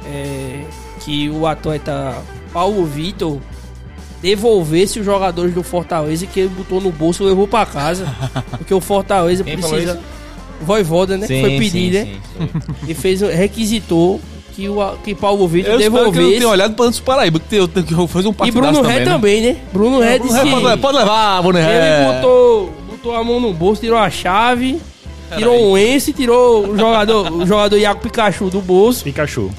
é, que o atleta Paulo Vitor devolvesse os jogadores do Fortaleza que ele botou no bolso e levou pra casa. porque o Fortaleza
Quem falou
precisa. Voivoda, né? foi pedir, né?
sim.
e fez requisitou que o que Paulo Vitor
Eu espero que eu
devolvesse
tenha olhado para antes do Paraíba, que eu tenho que fazer um
e
partidaço
Bruno
também,
Ré
né?
também, né? Bruno Ré
Bruno
disse
Ré,
que
pode, É. pode levar, Bruno Ré.
ele botou, botou a mão no bolso, tirou a chave, tirou um ence, tirou o jogador, o jogador Iago Pikachu do bolso
Pikachu.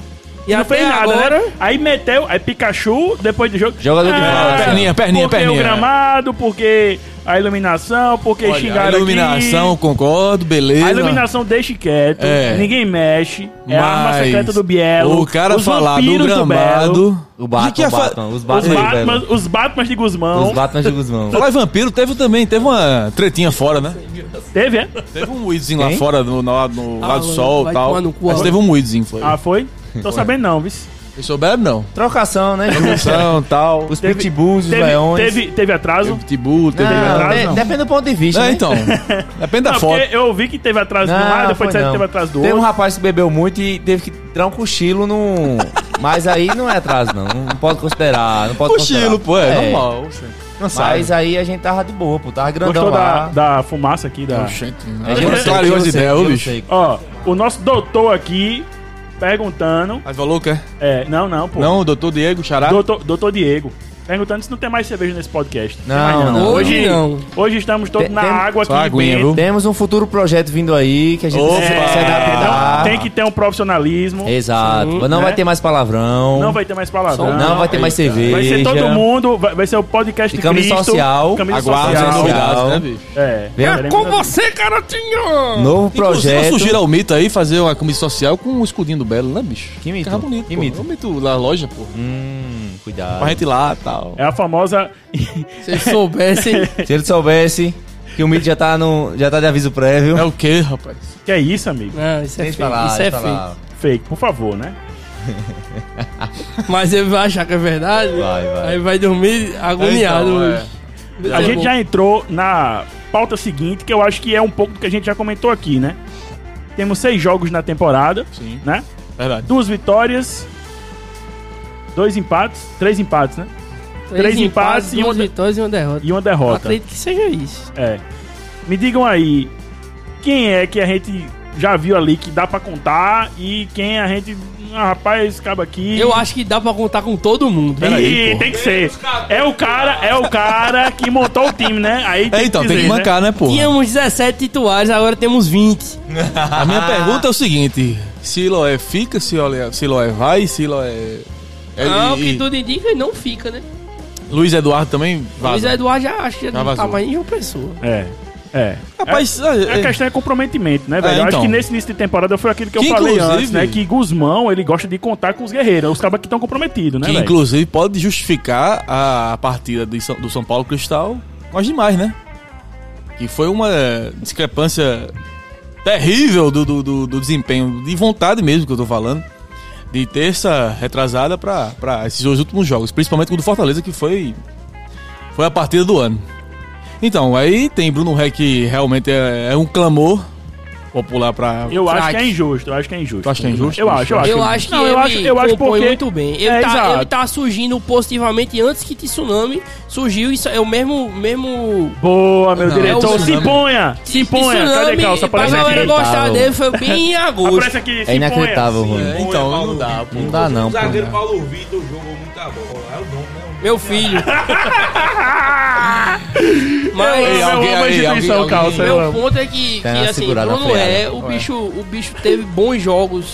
e
não
até
fez nada,
agora
né? Aí meteu, aí Pikachu, depois do jogo.
Jogador de bola,
pera-
perninha, perninha,
porque
perninha.
o gramado, porque a iluminação, porque
Olha,
xingaram
a iluminação,
aqui.
concordo, beleza.
A iluminação deixa quieto,
É.
ninguém mexe, é a arma
Mas
secreta do Bielo.
O cara
os
falar do
vampiros Belo,
gramado.
O Batman,
E que ia
o
fa-
Batman, os
os,
Batman.
Batman,
velho.
os Batman de Guzmão.
Os Batman de Guzmão.
Falar em vampiro, teve também, teve uma tretinha fora, né?
Teve, é?
Teve um moídozinho lá
Quem?
fora, no, no, no
Ah,
lado do sol e
vai
tal.
tomar no cu,
Mas
ó.
teve um moídozinho, foi.
Ah, foi? Tô sabendo não, vice.
Vocês souberam, não.
Trocação, né?
São, tal.
os
Teve-
pitbulls, os
Teve,
leões.
teve, teve atraso?
Teve Pitbull, teve...
Não,
atraso,
de-
não.
depende do ponto de vista,
É,
né?
então. Depende da
Não,
foto.
porque eu ouvi que teve atraso de um lado, depois
foi
disseram que
não.
teve atraso do
Teve um
outro.
rapaz que bebeu muito e teve que dar um cochilo num. Mas aí não é atraso, não. Não pode considerar. Não pode
Cochilo,
considerar.
pô, é, normal. Cansado.
Mas aí a gente tava de boa, pô. Tava grandão
Gostou da,
lá. um
da fumaça aqui da.
A gente
Agora
sei,
é clareou
eu
as
sei, é,
ideias,
eu
ô, bicho.
sei.
Ó, o nosso doutor aqui perguntando.
Mas falou que é?
É, não, não, pô.
Não, o doutor Diego,
tá?
xará.
Doutor, doutor Diego. Perguntando se não tem mais cerveja nesse podcast.
Não,
Tem mais
não,
Hoje,
não.
hoje estamos todos
Tem-
na
tem-
água
Só
aqui
aguinha,
dentro.
viu?
Temos um futuro projeto vindo aí que a gente
Opa!
precisa se adaptar.
Então, tem que ter um profissionalismo.
Exato. Mas não
né?
vai ter mais palavrão.
Não vai ter mais palavrão.
Não vai ter mais cerveja.
Vai ser todo mundo. Vai, vai ser o podcast
E camisa social.
Camisa
Aguarda as
social.
Ah, novidades, né, bicho?
É.
Vem
Teremos
com
novidades.
você, garotinho!
Novo
Inclusive, eu
projeto.
sugiro ao Mito aí fazer uma comida social com o escudinho do Belo, né, bicho?
Que mito?
Ficava bonito,
Que
pô.
mito?
O mito da loja, pô.
Hum, cuidado.
Pra gente ir lá e tal.
É a famosa.
Se eles soubessem,
Se ele soubesse que o Mito já tá, no, já tá de aviso prévio.
É o quê, rapaz?
que é isso, amigo?
não, isso é
Deixa pra
feio,
lá,
isso é
deixa pra lá.
feio.
Fake, por favor, né?
Mas ele vai achar que é verdade,
Vai, vai.
aí vai dormir agoniado.
Então, é.
hoje.
A
Tá
gente
bom.
já entrou na pauta seguinte, que eu acho que é um pouco do que a gente já comentou aqui, né? Temos seis jogos na temporada,
Sim.
né?
Verdade.
Duas vitórias, dois empates, três empates, né? três empates e
duas
uma-
vitórias e uma derrota.
E uma derrota.
Acredito que seja isso.
É. Me digam aí, quem é que a gente já viu ali que dá pra contar e quem a gente. Ah, rapaz, acaba aqui.
Eu acho que dá pra contar com todo mundo.
Ih,
Peraí, pô.
tem que ser. É o cara, é o cara que montou o time, né? Aí
É, então, tem que
dizer, né?
mancar, né, pô?
Tínhamos 17 titulares, agora temos 20.
A minha pergunta é o seguinte: Siloé fica, Siloé Siloé vai, Siloé. é-
Não,
e-
que tudo indica, ele não fica, né?
Luiz Eduardo também vaza.
Luiz Eduardo já acha que
Já
não tá
vazou.
mais em João Pessoa.
É. É.
Rapaz,
A questão é comprometimento, né, velho?
É,
Eu acho
então.
que nesse início de temporada foi aquilo que eu
Que,
falei
inclusive-
antes, né? Que Guzmão, ele gosta de contar com os guerreiros, os cabas que estão comprometidos, né,
que
velho?
inclusive pode justificar a partida de São- do São Paulo Cristal com as demais, né? Que foi uma discrepância terrível do, do, do- do desempenho, de vontade mesmo que eu tô falando, de terça retrasada pra- pra esses dois últimos jogos, principalmente com o do Fortaleza, que foi, foi a partida do ano. Então, aí tem Bruno Ré que realmente é, é um clamor, popular pra.
Eu acho
Craque.
que é injusto, eu acho que é injusto.
Tu acha que é injusto?
Eu acho, eu acho.
Eu acho que
Não, eu
ele
acho- eu acho
compõe
porque-
muito bem. Ele,
É,
tá,
exato.
ele tá surgindo positivamente antes que Tsunami surgiu. Isso é o mesmo... mesmo...
Boa, meu
Não,
diretor.
é o
se
tsunami.
imponha, se imponha. Cadê calça?
pra
Aparece
galera
aqui.
gostar dele, foi bem em agosto.
tá. Aparece aqui, se
É inacreditável,
imponha.
Rony.
É, então, não dá, pô.
Não dá não,
O
pô.
zagueiro Paulo Vitor jogou muita bola. É o nome, né?
Meu filho.
Eu
Mas...
amo
alguém
a
aí,
instituição,
alguém-
calça, eu
Meu
Então,
amo.
ponto é que, que
Tá uma
assim,
segurada
Bruno é,
freada.
o bicho, o bicho teve bons jogos,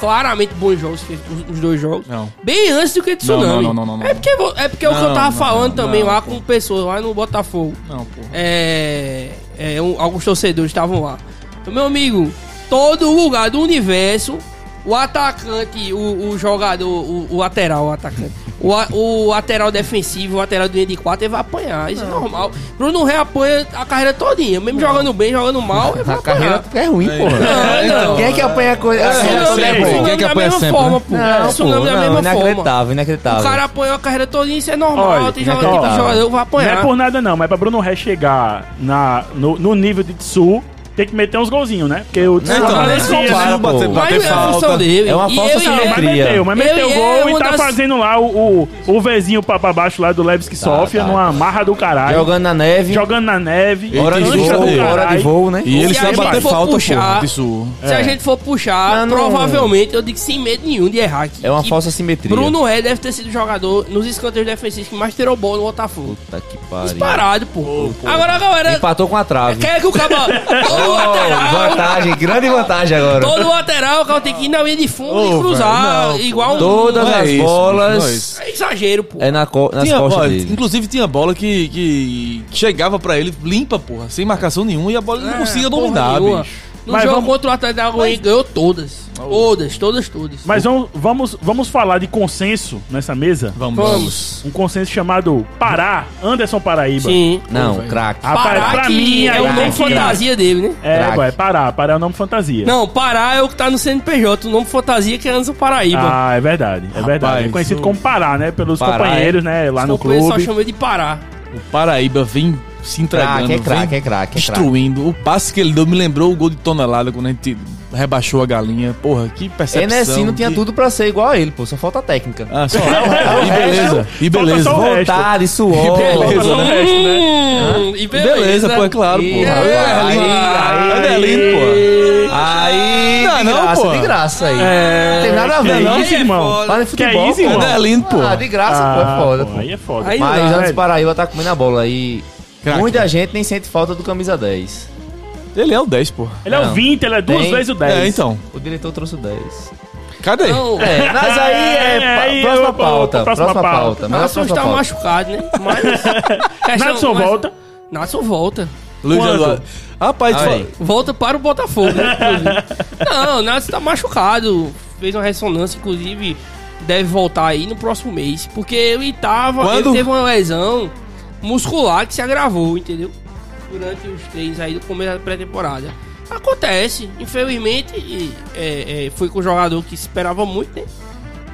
claramente bons jogos, fez os, os dois jogos.
Não.
Bem antes do que Tsunami.
Não, não, não, não, não,
É porque, vo- é porque é o que eu
Não,
tava
não,
falando
não,
também
não,
lá
pô.
com pessoas lá no Botafogo.
Não, porra.
É, é, um- alguns torcedores estavam lá. Então, meu amigo, todo lugar do universo, o atacante, o, o jogador, o, o lateral, o atacante, o, a- o lateral defensivo, o lateral do linha de 4, ele vai apanhar. Isso é normal. Bruno Ré apanha a carreira todinha, mesmo jogando bem, jogando mal, ele vai
A
apanhar.
carreira é ruim, porra.
Não, não.
Quem é que apanha a coisa?
Tsunami-
assim,
é
assim,
sempre,
pô?
Tsunami
quem é que
da
apanha
mesma
sempre,
forma,
né?
pô.
Não, pô,
Tsunami é da
não,
mesma forma.
inacreditável,
O
inacreditável.
cara apanhou a carreira todinha, isso é normal.
Olha,
tem
então,
jogador que
ó,
jogador vai
Não é
apanhar.
por nada não, mas pra Bruno Ré chegar na, no, no nível de Tsu, tem que meter uns golzinhos, né? Porque o Tsu
Não, então,
merecia,
não
né?
compara,
Não bater-
pô.
Mas é a função
falta.
dele.
É uma
E
falsa
eu- e eu-
Mas
simetria.
meteu, mas
Eu
meteu o
e
gol
é
e
uma
tá
das-
fazendo lá o, o, o Vzinho pra, pra baixo lá do Levski Sofia,
tá,
numa marra do caralho. Jogando,
Jogando na neve,
na neve.
hora de
cancha
Eita,
do
voo,
jogo,
hora de
caralho.
voo, né?
E ele
Se a
sabe
gente
bater
for
falta,
puxar-
porra. Isso.
Se a gente for puxar,
É. Não, não.
provavelmente, eu digo sem medo nenhum de errar. Que,
É uma
que
falsa simetria.
Bruno Ré deve ter sido o jogador nos escanteios defensivos que mais tirou bola no Botafogo.
Puta que pariu.
Disparado, pô. Agora a galera
Empatou com a trave.
quer É que o cabo... todo
Oh,
lateral,
vantagem, grande vantagem agora.
todo lateral, o cara tem que ir na linha de fundo
Ô,
e cruzar.
velho, não,
igual um...
Todas
Não é
as
isso, não é
bolas
isso.
É exagero, pô.
é, na co- nas
Tinha-
costas
ó,
dele.
Inclusive tinha bola que, que chegava pra ele limpa, porra, sem marcação nenhuma e a bola ele não
Ah,
conseguia
porra
dominar,
nenhuma.
bicho.
No
Mas
jogo
vamos-
contra o Atlético da Goiânia, ganhou todas. Todas, todas, todas.
Mas vamos, vamos, vamos falar de consenso nessa mesa?
Vamos.
Vamos.
Um consenso chamado Pará, Anderson Paraíba.
Sim.
Não, craque.
Rapaz,
Pará
pra
que
mim
é
aí
o
tem
nome
que-
fantasia dele, né?
É,
Craque.
ué, Pará. Pará é o nome fantasia.
Não, Pará é o que tá no CNPJ, o nome fantasia que é Anderson Paraíba.
Ah, é verdade, é verdade. É conhecido como Pará, né? Pelos
Pará,
companheiros, né? Lá no
O pessoal
clube.
chama ele de Pará.
O Paraíba vem se entregando,
Craque, é
vem
craque, é craque. é craque.
destruindo. O passe que ele deu me lembrou o gol de tonelada quando a gente rebaixou a galinha. Porra, que percepção.
Enesino é assim, tinha
que-
tudo pra ser igual a ele, pô. Só falta técnica.
Ah, só. e beleza, e beleza.
Falta só o resto.
Vontade, suor.
Beleza, né?
Hum, E
Beleza, pô, é claro,
Ih,
pô.
rapaz, aí,
É,
aí,
é lindo, pô.
Aí,
Não,
de
não,
graça,
pô.
de graça aí. Não tem nada a
que
ver, não.
isso, irmão?
Fala em
Que é
futebol,
isso,
pô.
irmão?
É lindo, pô.
Ah, de graça, pô,
Ah,
é foda, pô.
Aí é foda.
Aí-
Mas
dá,
Anderson
velho.
Paraíba tá comendo a bola e
Craque.
muita gente nem sente falta do camisa 10.
Ele é o 10, pô.
Ele é o
Não.
20, ele é duas
Tem-
vezes o 10.
É, então.
O diretor trouxe o 10.
Cadê?
Não,
É, mas aí é, pa-
aí,
próxima,
opa, opa,
pauta,
próxima
próxima pauta.
pauta.
melhor
Natson
próxima
está
pauta.
machucado, né? Mas. questão-
Natson
mas-
volta.
Natson volta.
Luiz
Quando?
Eduardo. Rapaz, tu
Aí.
fala-
Volta para o Botafogo, né? inclusive. Não, o Natson tá machucado. Fez uma ressonância, inclusive, deve voltar aí no próximo mês. Porque ele tava.
Quando?
Ele teve uma lesão muscular que se agravou, entendeu? Durante os três aí do começo da pré-temporada. Acontece, infelizmente, e, é, é, foi com o jogador que se esperava muito, né?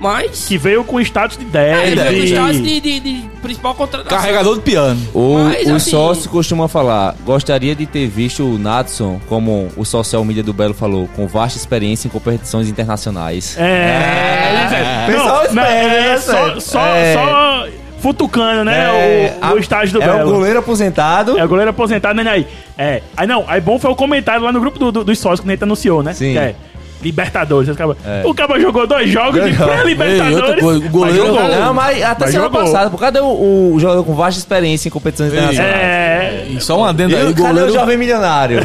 Mas.
Que veio com status de 10.
é, ele foi com
de-
status de, de, de principal contratação.
carregador de piano.
O,
Mas,
o
assim-
sócio costuma falar, gostaria de ter visto o Natson, como o social media do Belo falou, com vasta experiência em competições internacionais.
É, ele é.
Pessoal
Não, não, é,
espera,
só,
né?
só,
É.
só futucando, né?
É,
o, o estágio do
é
Belo.
o goleiro aposentado.
É o goleiro aposentado, né? Aí, é, aí não, aí bom foi o comentário lá no grupo do, do, dos sócios que a gente anunciou, né?
Sim.
Que é, Libertadores. os Acaba,
É.
O Cabo jogou dois jogos
Dois
de
jogos.
Ei, outra
pré-Libertadores.
coisa, o
mas
goleiro-
jogou.
Não, mas até
Mas
semana
jogou.
passada, pô, cadê o, o jogador com vasta experiência em competições internacionais?
É.
E só um adendo aí,
E
o
o cadê o
goleiro.
jovem milionário?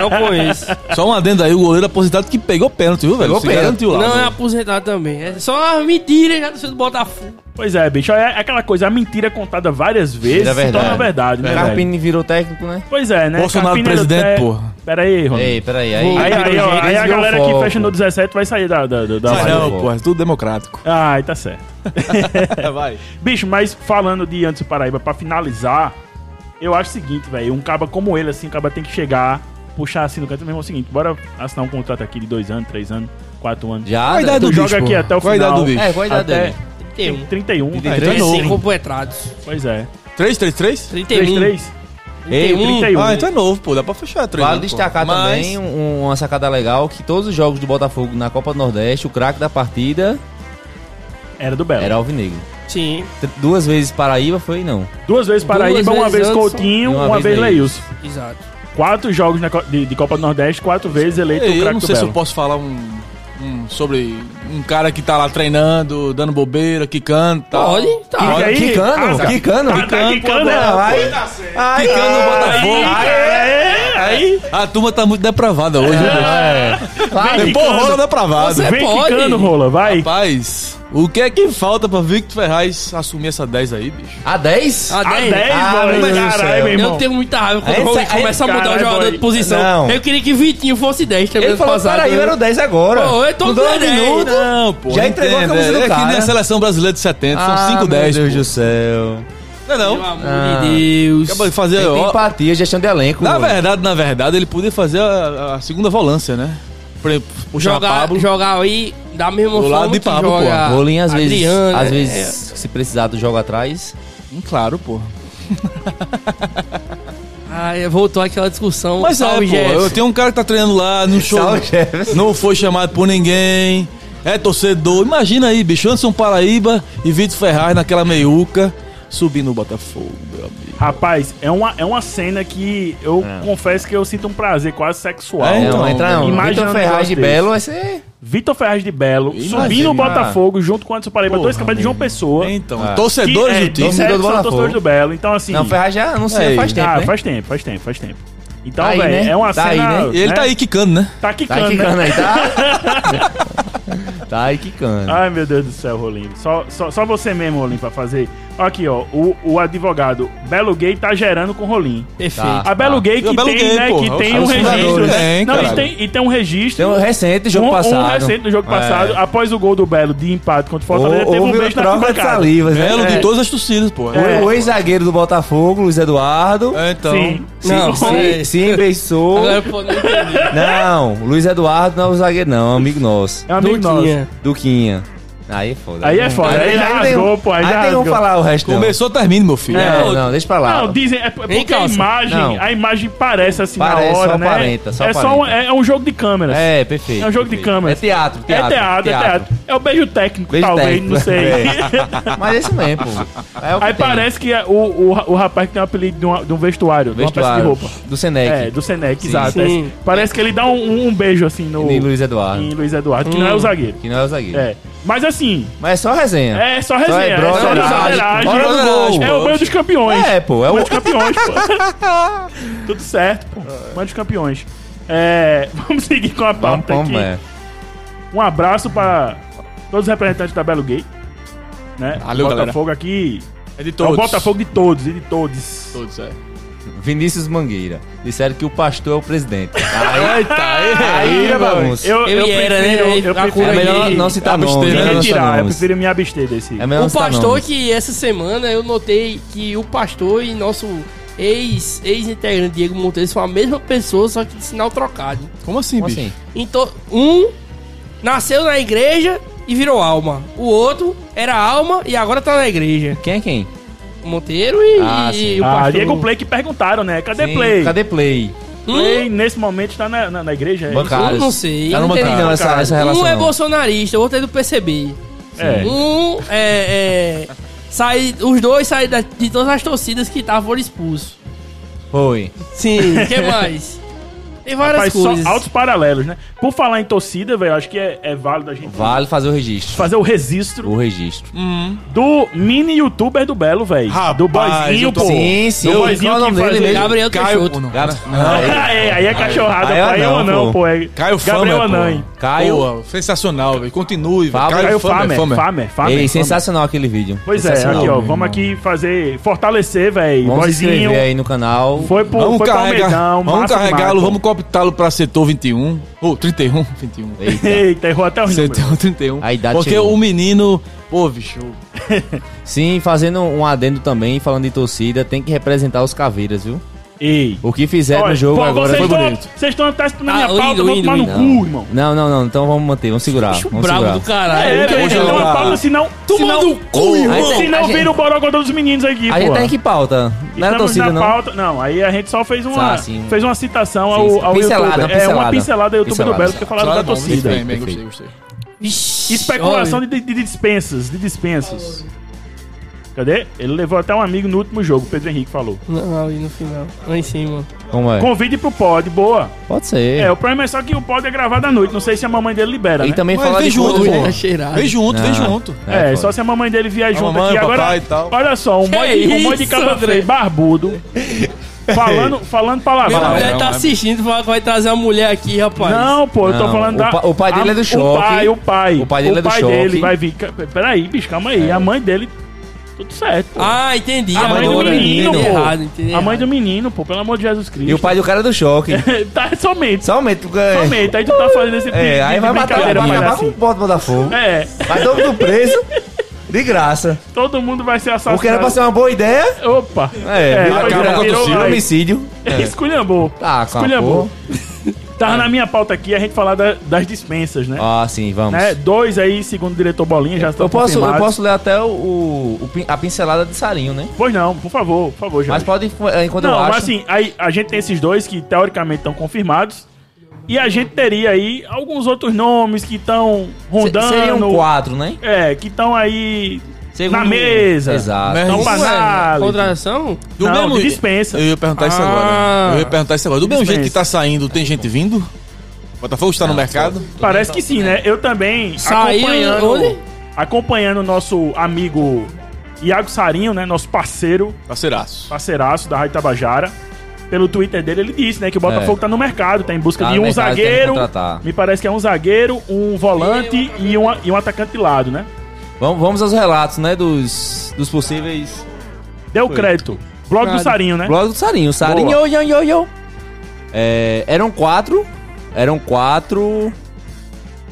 Não conheço.
Só um adendo aí, o goleiro aposentado que pegou pênalti, viu, velho?
Pegou
Se
pênalti.
garantiu lá.
Não é
velho.
aposentado também. É só uma mentira já do seu Botafogo.
Pois é, bicho. É aquela coisa, a mentira contada várias vezes
Vira
se torna
é verdade.
verdade, né? velho?
Carpini virou técnico, né?
Pois é, né?
Bolsonaro
Carpini
presidente,
até-
porra.
Pera aí, Rony.
Ei, peraí, aí.
Aí, aí,
virou
ó,
gerente,
aí a
virou
galera que
foco.
fecha no 17 vai sair da. da, da, da
Sai
Vai,
não,
pô.
porra, é tudo democrático.
Ai, tá certo.
vai.
Bicho, mas falando de antes do Paraíba, pra finalizar, eu acho o seguinte, velho. Um caba como ele, assim, o caba tem que chegar, puxar assim no canto. Meu irmão, é o seguinte, bora assinar um contrato aqui de dois anos, três anos, quatro anos.
Já,
Qual a
né?
idade do
Tu joga
bicho,
aqui
porra?
até o
Qual a
final.
idade do bicho?
É, qual a idade
Até-
dele?
31.
31.
De
Ah,
três?
então é novo.
Recompoetrados.
Pois é.
Três, três, três?
31.
3-3?
Ei,
31.
Ah, então é novo, pô. é Dá pra fechar a treino.
Vale destacar também um- uma sacada legal que todos os jogos do Botafogo na Copa do Nordeste, o craque da partida
Era do Belo.
era Alvinegro.
Sim.
Tr- Duas vezes Paraíba foi não.
Duas vezes Paraíba,
Duas
uma
vezes
vez
Anderson,
Coutinho, uma, vez Leilson.
Exato.
Quatro jogos na Co- de, de Copa do Nordeste, quatro vezes eleito
Ei,
o
eu
craque
não
do
sei se eu
Belo.
posso falar um, um- sobre um cara que tá lá treinando, dando bobeira, quicando e tal.
Pode, tá.
Fica aí.
Quicando,
Ah, tá.
quicando,
Tá, tá
quicando,
quicando,
pô,
é.
agora vai. Ai,
Quicando no
Aí,
Botafogo.
é, aí,
A turma tá muito depravada hoje.
É.
vem
É. Pô, rola
quicando,
depravada.
Você
vem
pode.
quicando, rola, vai.
Rapaz, o que é que falta pra Victor Ferraz assumir essa 10 aí, bicho?
A 10?
A
A
10.
10,
Ah,
mano,
meu Deus do
caralho,
céu.
meu irmão.
Eu tenho muita raiva quando
Aí
come-
sai- aí-
começa a mudar o
caralho,
jogador
boy.
de posição.
Não.
Eu queria que Vitinho fosse 10 também
Ele falou que Paraíba era o 10 agora.
Pô, eu tô
Mudou
com
um
10,
minuto.
Não, pô.
Já entregou a camisa do
é
cara.
que nem a seleção brasileira de 70,
Ah,
são 5, 10.
Meu Deus
pô.
do céu.
Não é
Pelo
não.
amor
Ah.
de Deus.
Acaba de fazer...
Tem
ó,
empatia, gestão de elenco.
na
mano.
verdade, na verdade, ele podia fazer a, a segunda volância, né? Pra puxar
Jogar,
Pablo.
jogar aí da mesma
Do
forma
lado de
que
Pablo, pô.
joga
Rolinho, às vezes,
Adriano,
às
é.
vezes se precisar do jogo atrás.
Hum, Claro, pô.
Ai, voltou aquela discussão.
Mas é,
Salve,
pô,
Jeff.
eu tenho um cara que tá treinando lá no show.
Salve, Jefferson.
Não foi chamado por ninguém. É torcedor. Imagina aí, bicho. Anderson Paraíba e Vitor Ferraz naquela meiuca subindo o Botafogo, meu amigo.
Rapaz, é uma, é uma cena que eu confesso que eu sinto um prazer quase sexual.
É,
Não,
então,
entra não.
imagina um
Vitor Ferraz
negócio
de
desse.
Belo vai ser...
Vitor Ferraz de Belo,
Imagina.
subindo o Botafogo junto com o Anderson Paraíba, dois
Porra,
campeões de João Pessoa.
Então,
Ah.
que,
torcedores
é,
do time.
de
Torcedor do
são
Botafogo.
torcedores do Belo. Então, assim.
Não, Ferraz já anuncia
Ei.
faz tempo,
ah,
né?
faz tempo, faz tempo, faz tempo. Então,
Tá aí,
velho,
né?
é uma
Tá aí,
cena.
né?
E ele
né?
tá aí quicando, né?
Tá quicando,
Tá
né?
quicando aí, tá? tá aí quicando.
Ai, meu Deus do céu, Rolim. Só, só, só você mesmo, Rolim, pra fazer. Aqui, ó. O, o advogado Belo Gay tá gerando com o Rolim.
Perfeito.
Tá.
A Ah, Belo Gay que
Belo
tem,
Gay,
né,
porra,
que
os
tem
caras
um
são
registro.
fundadores,
né?
né,
Não, e
caralho?
tem, e tem um registro.
Tem um recente jogo
um,
passado.
um recente do jogo
É.
passado. Após o gol do Belo de empate contra o Fortaleza,
Ou-
teve um
houve
beijo na
troca de
arquibancada.
salivas, né?
Belo
É.
de todas as torcidas, pô.
É.
O ex-zagueiro do Botafogo, Luiz Eduardo.
É, Então,
Sim.
Não,
Sim.
sim.
Se, se embeiçou.
Agora, pô, não entendi.
Não, Luiz Eduardo não é o zagueiro, não, é um amigo nosso.
É um amigo nosso.
Duquinha.
Duquinha. Aí é foda.
Aí é foda, aí rasgou,
tem- um-
pô, aí
Aí
já
tem como
rasgou.
falar o resto. não.
começou, termina, meu filho.
É.
Não, não, deixa pra lá.
Não, dizem, é p- é porque
Nem
a
calça.
imagem,
Não.
a imagem parece assim
Parece,
na hora,
só
né?
aparenta, só
é só um,
aparenta.
é um jogo de câmeras. É,
É, perfeito.
É um jogo de
perfeito.
câmera.
É teatro, teatro.
teatro, é teatro. É o beijo técnico,
Beijo
talvez,
técnico.
não sei.
É. Mas é isso mesmo, pô. É o que
Aí
tem.
parece que é o, o, ra- o rapaz que tem um apelido de, uma- de um vestuário, de uma peça de
Vestuário
roupa.
do Senec.
É, do Senec, exato.
sim.
É, Parece que ele dá um, um beijo assim no.
E Luiz Eduardo.
em Luiz Eduardo, que não é o zagueiro.
Que não é o zagueiro.
É. Mas assim,
Mas é só resenha.
é só resenha. É,
brother,
só
brother,
brasileiragem.
brother do gol.
É o banho dos campeões.
É, pô, é
Mãe
o.
dos campeões, pô. Tudo certo, pô. Mãe dos campeões. É, vamos seguir com a
Pam,
pauta
pam,
aqui.
é.
Um abraço pra todos os representantes da Belo Gay. Né?
Valeu,
Botafogo aqui.
É de
É o
todos.
Botafogo de todos e de todos.
Todos, é.
Vinícius Mangueira. Disseram que o pastor é o presidente. Aí,
Eita, aí,
aí é bagunça.
Eu,
Eu e era, né?
prefiro- Eu
Na
prefiro
cura
É melhor
aí.
não citar
Me
nomes.
abster,
né?
me
né?
Não citar
retirar. Eu
nomes.
prefiro me abster desse.
É melhor não
O
citar
pastor
nomes.
que essa semana eu notei que o pastor e nosso ex- ex-integrante Diego Monteiro são a mesma pessoa, só que de sinal trocado.
Como assim,
Como
bicho?
assim?
Então, um nasceu na igreja e virou alma. O outro era alma e agora tá na igreja.
Quem é quem?
O Monteiro e,
Ah, sim.
e o pastor.
Ah, Diego Play que perguntaram, né? Cadê
Sim,
Play?
Cadê Play?
Hum?
Play nesse momento tá na, na, na igreja? é isso?
Bancários.
Eu não sei,
Eu
eu
não
não
entendi
entendi,
não, essa,
cara.
essa relação.
Um é
não.
bolsonarista, o outro é do PCB.
É.
Um é. é sai, os dois saem da- de todas as torcidas que estavam foram expulsos.
Foi.
Sim. O que mais? Tem várias
Faz só
coisas.
altos paralelos, né? Por falar em torcida, velho, acho que é, é válido a gente
Vale fazer o registro.
fazer o registro
O registro.
Hum.
do mini youtuber do Belo, velho.
Rapaz,
Do boizinho,
eu tô-
pô.
Sim, sim.
Do
Qual é
boizinho
o nome
que
dele
fazia-
mesmo?
Gabriel Peixoto.
Caio, não.
Gabi- Não, é-
Ah, é, aí é cachorrada,
Aí é
pô. Aí eu
não,
não,
pô.
pô. É
Caio
Gabriel
Famer, pô.
Anãe.
Caio.
Boa, sensacional, velho. Continue, velho. é
Fábio-
Caio é Famer, Famer, Famer,
é Ei,
tá
Famer.
sensacional aquele vídeo.
Pois é,
Sensacional.
aqui, ó.
Vamos
Vamos aqui fazer, fortalecer, velho.
se
Boizinho.
inscrever aí no canal.
Foi pro,
Vamos
foi pro
carregar,
Almeidão,
vamos
massa
carregá-lo,
demais,
vamos cooptá-lo pra setor 21. Ou 31, 21.
pô.
Eita.
Eita, errou até o
um
número.
Setor 31.
A idade
Porque
chegou.
o menino, pô, bicho,
Sim, fazendo um adendo também, falando de torcida, tem que representar os caveiras, viu?
Ei.
O que fizeram
Olha,
no jogo
pô,
agora
vocês
foi
tão-
bonito.
Vocês estão antecipando a
Ah,
minha
o
pauta,
hino,
vão
hino,
tomar no
hino.
cu, irmão.
Não, não, não. Então vamos manter, vamos segurar.
Bicho
Vamos
brabo
segurar.
do caralho. né,
É, velho, então
jogar.
uma pauta, senão...
Tomando o cu,
Aí tem-
Se
a
não
gente-
vira o borogodó dos meninos aqui,
A gente
pô.
tá em que pauta? Não era
Estamos
torcida,
na
não.
pauta- Não, aí a gente só fez uma,
Ah, sim.
fez uma citação
Sim,
ao,
sim.
ao
Pincelada,
youtuber. É,
pincelada.
uma pincelada ao youtuber do
Pincelada,
Belo, porque falaram da
Bom,
torcida.
bem, bem,
Perfeito.
gostei, gostei.
Especulação de, de dispensas, de dispensas. Cadê? Ele levou até um amigo no último jogo, Pedro Henrique falou.
Não, ali no final. Lá em cima.
Como é?
Convide pro pod, boa.
Pode
É.
ser.
o problema é só que o pod é gravado à noite, não sei se a mamãe dele libera,
E
né?
também
Mas
falar
vem
de
junto,
coisa-
pô.
Tá cheirado.
Vem junto, vem
Não.
junto.
É,
foda.
só se a mamãe dele vier junto
mamãe,
aqui. Agora,
papai e tal.
olha só, um monte, um
isso,
monte de capa
André?
feio, barbudo, falando, falando
Meu
palavrão.
mulher
não,
tá
mas-
assistindo, fala que vai trazer uma mulher aqui, rapaz.
Não, pô, eu tô
Não,
falando
o
da.
pa- o pai dele é do
O
choque.
pai, o pai.
O pai dele é do
dele
choque. É.
vai vir. ca- Peraí, bicho, calma aí. A mãe dele. Tudo certo. pô.
Ah, entendi.
a mãe do
agora,
menino,
entendi
pô.
errado, entendi
a mãe
errado.
do menino, pô, pelo amor de Jesus Cristo.
E o pai do cara é do choque.
tá, somente.
Somente, porque.
Somente. Aí tu tá fazendo esse
É, aí vai matar, vai
mas
acabar com o
assim.
pote do Botafogo.
É,
Vai todo mundo preso. De graça.
todo mundo vai ser assassinado.
O que era pra ser uma boa ideia.
Opa.
É,
vai virar-
virou, virou,
virou- É.
virou
vai.
homicídio.
Esculhambou.
Tá, com a
Esculhambou.
porra.
Tava na minha pauta aqui a gente falar da- das dispensas, né?
Ah, sim, vamos.
Né? Dois aí, segundo o diretor Bolinha, já estão
Eu posso, eu
confirmados.
posso ler até o, o- o pin- a pincelada de Sarinho, né?
Pois não, por favor, por favor, já.
Mas pode, eh, enquanto eu
Não,
acho.
mas assim, aí a gente tem esses dois que teoricamente estão confirmados. E a gente teria aí alguns outros nomes que estão
se-
rondando.
seriam quatro, né?
É, que estão aí na
Segundo-
mesa.
um
Então,
Exato.
Merda.
Estão pra
Isso é
análise.
Contratação?
Do
Não,
mesmo
de dispensa.
Eu ia perguntar isso
Ah.
agora. Eu ia perguntar isso agora. Do mesmo
Dispensa.
jeito que tá saindo, tem gente vindo? O Botafogo está no mercado?
Parece que sim, né? Eu também,
Saiu onde?
acompanhando, acompanhando o nosso amigo Iago Sarinho, né? Nosso parceiro,
Parceiraço.
parceiraço da Rádio Tabajara. Pelo Twitter dele, ele disse, né? Que o Botafogo
É.
tá no mercado, tá em busca
Tá
de
no
um
mercado, tem que
zagueiro.
contratar.
Me parece que é um zagueiro, um volante e um, e um atacante de lado, né?
Então, Vamos, vamos aos relatos, né? Dos, dos possíveis.
Deu
Foi.
crédito. Blog do Sarinho, né?
Blog do Sarinho. Sarinho, yo, yo, yo, yo. É, eram quatro. Eram quatro.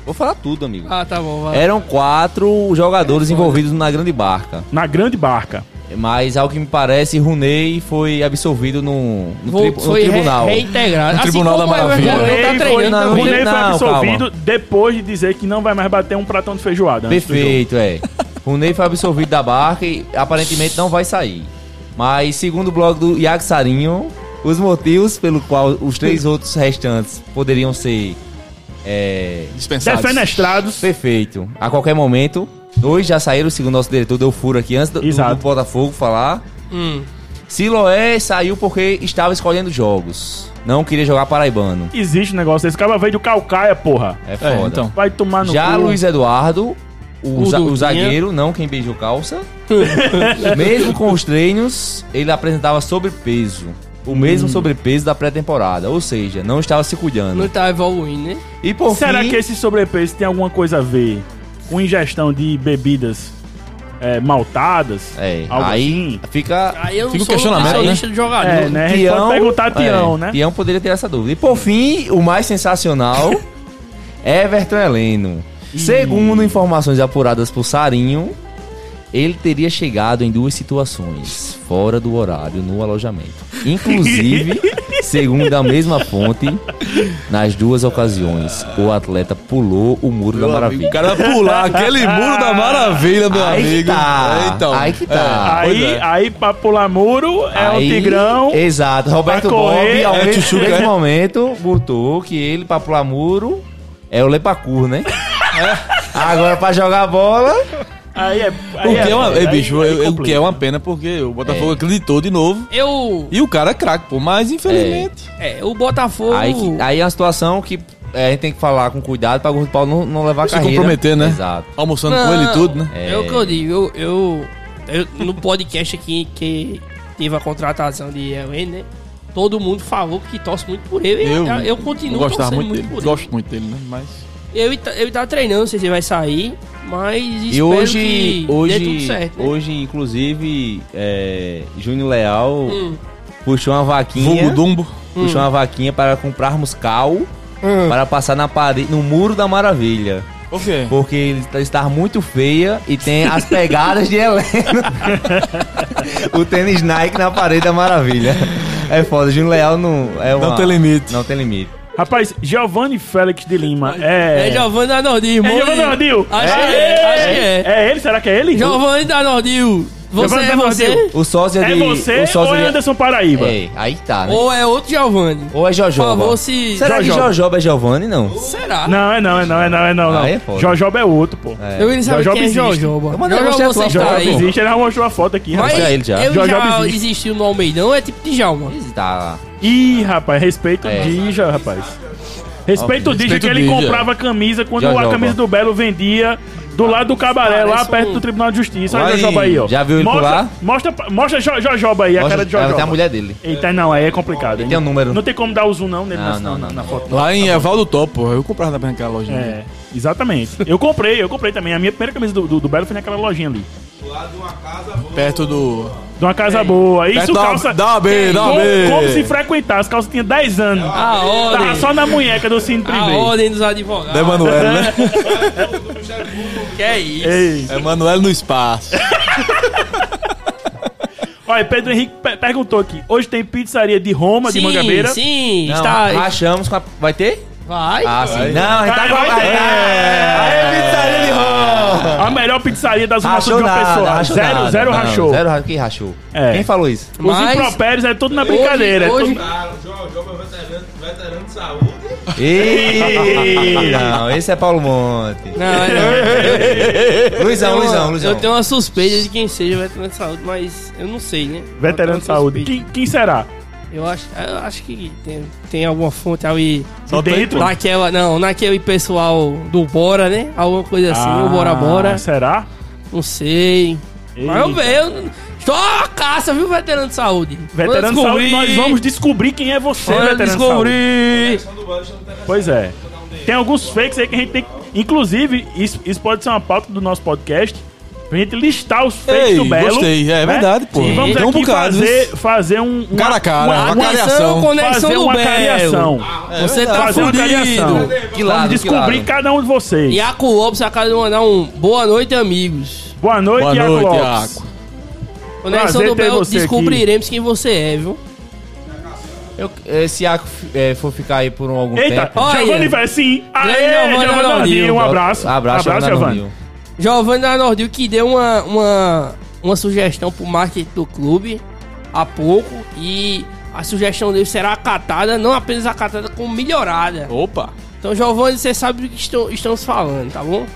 Vou falar tudo, amigo.
Ah, tá bom, vai.
Eram quatro jogadores envolvidos na grande barca.
Na grande barca.
Mas, ao que me parece, Runei foi absolvido no, no,
Vou-
tri- no
foi re-
tribunal.
reintegrado. Assim
No Tribunal da
como o
Maravilha.
Everton
Runei
tá
foi-
treinando
Não,
O
também.
Ney foi
não,
absolvido depois de dizer que não vai mais bater um pratão de feijoada. antes do jogo.
Perfeito, é. Runei foi absolvido da barca e aparentemente não vai sair. Mas, segundo o blog do Iago Sarinho, os motivos pelo qual os três outros restantes poderiam ser. É,
Dispensados.
Defenestrados.
Perfeito. A qualquer momento, dois já saíram, segundo nosso diretor, deu furo aqui antes do, do,
Exato.
do Botafogo falar.
Hum.
Siloé saiu porque estava escolhendo jogos. Não queria jogar paraibano.
Existe um negócio desse. Acaba veio do Calcaia, porra.
É foda.
É, então.
Vai tomar Tá no
Já
cu.
Luiz Eduardo, o,
O
za- o
Duquinha.
zagueiro, não quem beijou calça, mesmo com os treinos, ele apresentava sobrepeso. O mesmo
Hum.
sobrepeso da pré-temporada. Ou seja, não estava se
Não
cuidando.
tá evoluindo, né?
E por
Será
fim,
que esse sobrepeso tem alguma coisa a ver com ingestão de bebidas é, maltadas?
É,
Algo
aí
assim?
fica
Aí eu não
Fica o
sou
questionamento,
nutricionista do jogador.
É, né? A gente pode perguntar a Tião,
é,
né?
Tião poderia ter essa dúvida. E por fim, o mais sensacional, Everton Heleno. Segundo informações apuradas por Sarinho, ele teria chegado em duas situações, fora do horário, no alojamento. Inclusive, segundo a mesma fonte, nas duas ocasiões, o atleta pulou o muro da
Meu amigo, O
maravilha.
cara vai pular aquele muro da maravilha, meu
Aí que
amigo.
tá.
É, Então,
Aí que tá.
É, pois
Aí,
é.
aí pra pular muro, é o
Aí-
Tigrão.
Exato. Roberto
pra correr,
Bob, ao
é
mesmo,
Tchutchuca,
nesse
é.
momento, botou que ele, pra pular muro, é o Lepacur, né? Agora, pra jogar bola,
Aí é. Aí
O que é uma, é,
aí-
bicho,
aí
eu- eu- o que é
complica.
uma pena, porque o Botafogo acreditou de novo.
Eu.
E o cara é craque, pô. Mas, infelizmente...
É, o Botafogo.
aí, que- aí é uma situação que é, a gente tem que falar com cuidado pra Gordo Paulo não, não levar
Se
carreira.
comprometer, né?
Exato.
Almoçando com ele e tudo, né?
É o que eu digo. Eu, eu, eu- no podcast aqui que teve a contratação de Elwin, né? Todo mundo falou que torce muito por ele. Eu, É, eu, continuo
gostava
torcendo
muito
muito,
dele.
por ele.
Gosto muito dele, né? Mas...
Ele tá, ele tá treinando, não sei se ele vai sair, mas espero
E hoje,
que
hoje,
dê tudo certo. né?
hoje, inclusive, é, Júnior Leal
Hum.
puxou uma vaquinha.
Vulgo Dumbo.
Puxou uma vaquinha para comprarmos cal
Hum.
para passar na parede, no muro da maravilha.
O quê?
Porque ele tá- está muito feia e tem as pegadas de Helena. o tênis Nike na parede é maravilha. É foda, Júnior Leal não é uma-
Não tem limite.
Não tem limite.
Rapaz, Giovanni Félix de Lima é.
É Giovanni da Nordil,
É
irmão.
Giovanni Nardil?
Acho que é, acho que é.
É ele? Será que é ele?
Giovanni da Nordil. Você
Giovanni
é
da Nordil.
você?
O sósia
É
de.
você
o sósia
ou é
de-
Anderson Paraíba?
É, aí tá, né?
Ou é outro Giovanni?
Ou é Jojoba?
Por favor, se-
Será que
Jojoba.
Jojoba é Giovanni, não?
Será?
Não, é não, é não, é não, é não. não.
Ah, é foda.
Jojoba é outro, pô.
É.
Eu queria saber
Jojoba
quem é
existe.
Jojoba.
Eu mandei você
Jojoba, você
atualizar,
está
Jojoba
aí.
existe, ele já mostrou a foto aqui,
Mas
rapaz.
ele já.
eu
Jojoba
já
existe.
existiu no Almeidão, é tipo de Djalma.
Tá.
Ih, rapaz, respeita
É.
o Dija, rapaz. Respeita
Ó,
o Dija
respeita
que
o
ele
Dija.
comprava camisa quando a
Jojoba.
camisa do Belo vendia do lado do cabaré, lá
Parece
perto
um-
do Tribunal de Justiça.
Lá
Olha
em-
o Jojoba aí, ó.
já viu ele por
mostra,
lá?
Mostra, mostra Jo- Jojoba aí, a
Mostra-
cara de
ela tem
Jojoba.
a mulher dele.
Eita, não, aí é complicado. hein?
Tem um número.
Não tem como dar o zoom não nele
Não,
nessa-
não,
na-
não,
na foto.
Lá em Evaldo Topo, eu comprava na naquela loja. né?
É, exatamente. Eu comprei, eu comprei também. A minha primeira camisa do, do, do Belo foi naquela lojinha ali.
Lá de uma casa boa.
Perto do.
De uma
É.
casa boa. Isso
perto da-
calça.
Da AB, da
como,
AB.
como se frequentar? As calças tinham 10 anos.
Ah,
A
Tava
ordem.
só na munheca do Cine
A
Privé.
ordem dos advogados.
Da Emanuele, né?
Que é isso?
Ei.
Emanuele no espaço.
Olha, Pedro Henrique pe- perguntou aqui. Hoje tem pizzaria de Roma, de Mangabeira.
Sim,
Não,
está aí.
achamos com a... Vai ter?
Vai.
Ah, sim. Não, a gente
Vai,
tá com a...
vai ter.
É, pizzaria de Roma.
A melhor pizzaria da zona sul
Rachou
de uma
nada,
pessoa.
rachou
Zero,
nada.
zero
Não,
rachou.
Zero rachou. Quem rachou?
É.
Quem falou isso?
Os
Mas-
impropérios é tudo na brincadeira. é
hoje-
tudo-
Ah, o Jojoba é veterano, veterano de saúde.
Ih, não, esse é Paulo Monte.
Não, é não.
Luizão,
Eu-
Luizão, Luizão.
Eu tenho uma suspeita de quem seja veterano de saúde, mas eu não sei, né?
Veterano
Eu tenho uma
de saúde.
suspeita.
Quem, quem será?
Eu acho, eu acho que tem, tem alguma fonte aí.
Só
tem
dentro?
Naquela, não, naquele pessoal do Bora, né? Alguma coisa assim,
Ah,
o Bora Bora.
Será?
Não sei. Mas eu
Eita.
vejo. Estou a caça, viu, veterano de saúde?
Veterano de saúde,
Descobri.
nós vamos descobrir quem é você,
Vamos
veterano de saúde.
descobrir.
Pois é. Tem alguns fakes aí que a gente tem. que- Inclusive, isso, isso pode ser uma pauta do nosso podcast. Pra gente listar os fakes
Ei,
do Belo. né?
gostei. É verdade, pô.
E vamos
Tem um
aqui
bocado,
fazer, fazer um. uma-
Cara a cara,
uma-
uma
uma-
Cariação.
Conexão, conexão
fazer
do
uma cariação.
Belo.
Ah,
Você tá
Fazer uma cariação.
fudido.
Que
tá
Vamos descobrir cada um de vocês.
Iaco Lopes acaba de mandar um boa noite, amigos.
Boa noite,
Boa
Iago
noite,
Lopes.
Iaco.
Conexão
Prazer
do
ter
Belo,
você
descobriremos quem você é, viu?
Eu, eh, se Iaco eh, for ficar aí por um, algum
Eita,
tempo...
Olha.
Giovanni vai sim.
Grande
Aê,
Giovanni
Giovanni Nardinho, um
Nardinho.
abraço.
Abraço, Giovanni.
Giovanni da Nordil que deu uma, uma, uma sugestão pro marketing do clube há pouco e a sugestão dele será acatada, não apenas acatada, como melhorada.
Opa.
Então, Giovanni, você sabe do que estou- estamos falando, tá bom?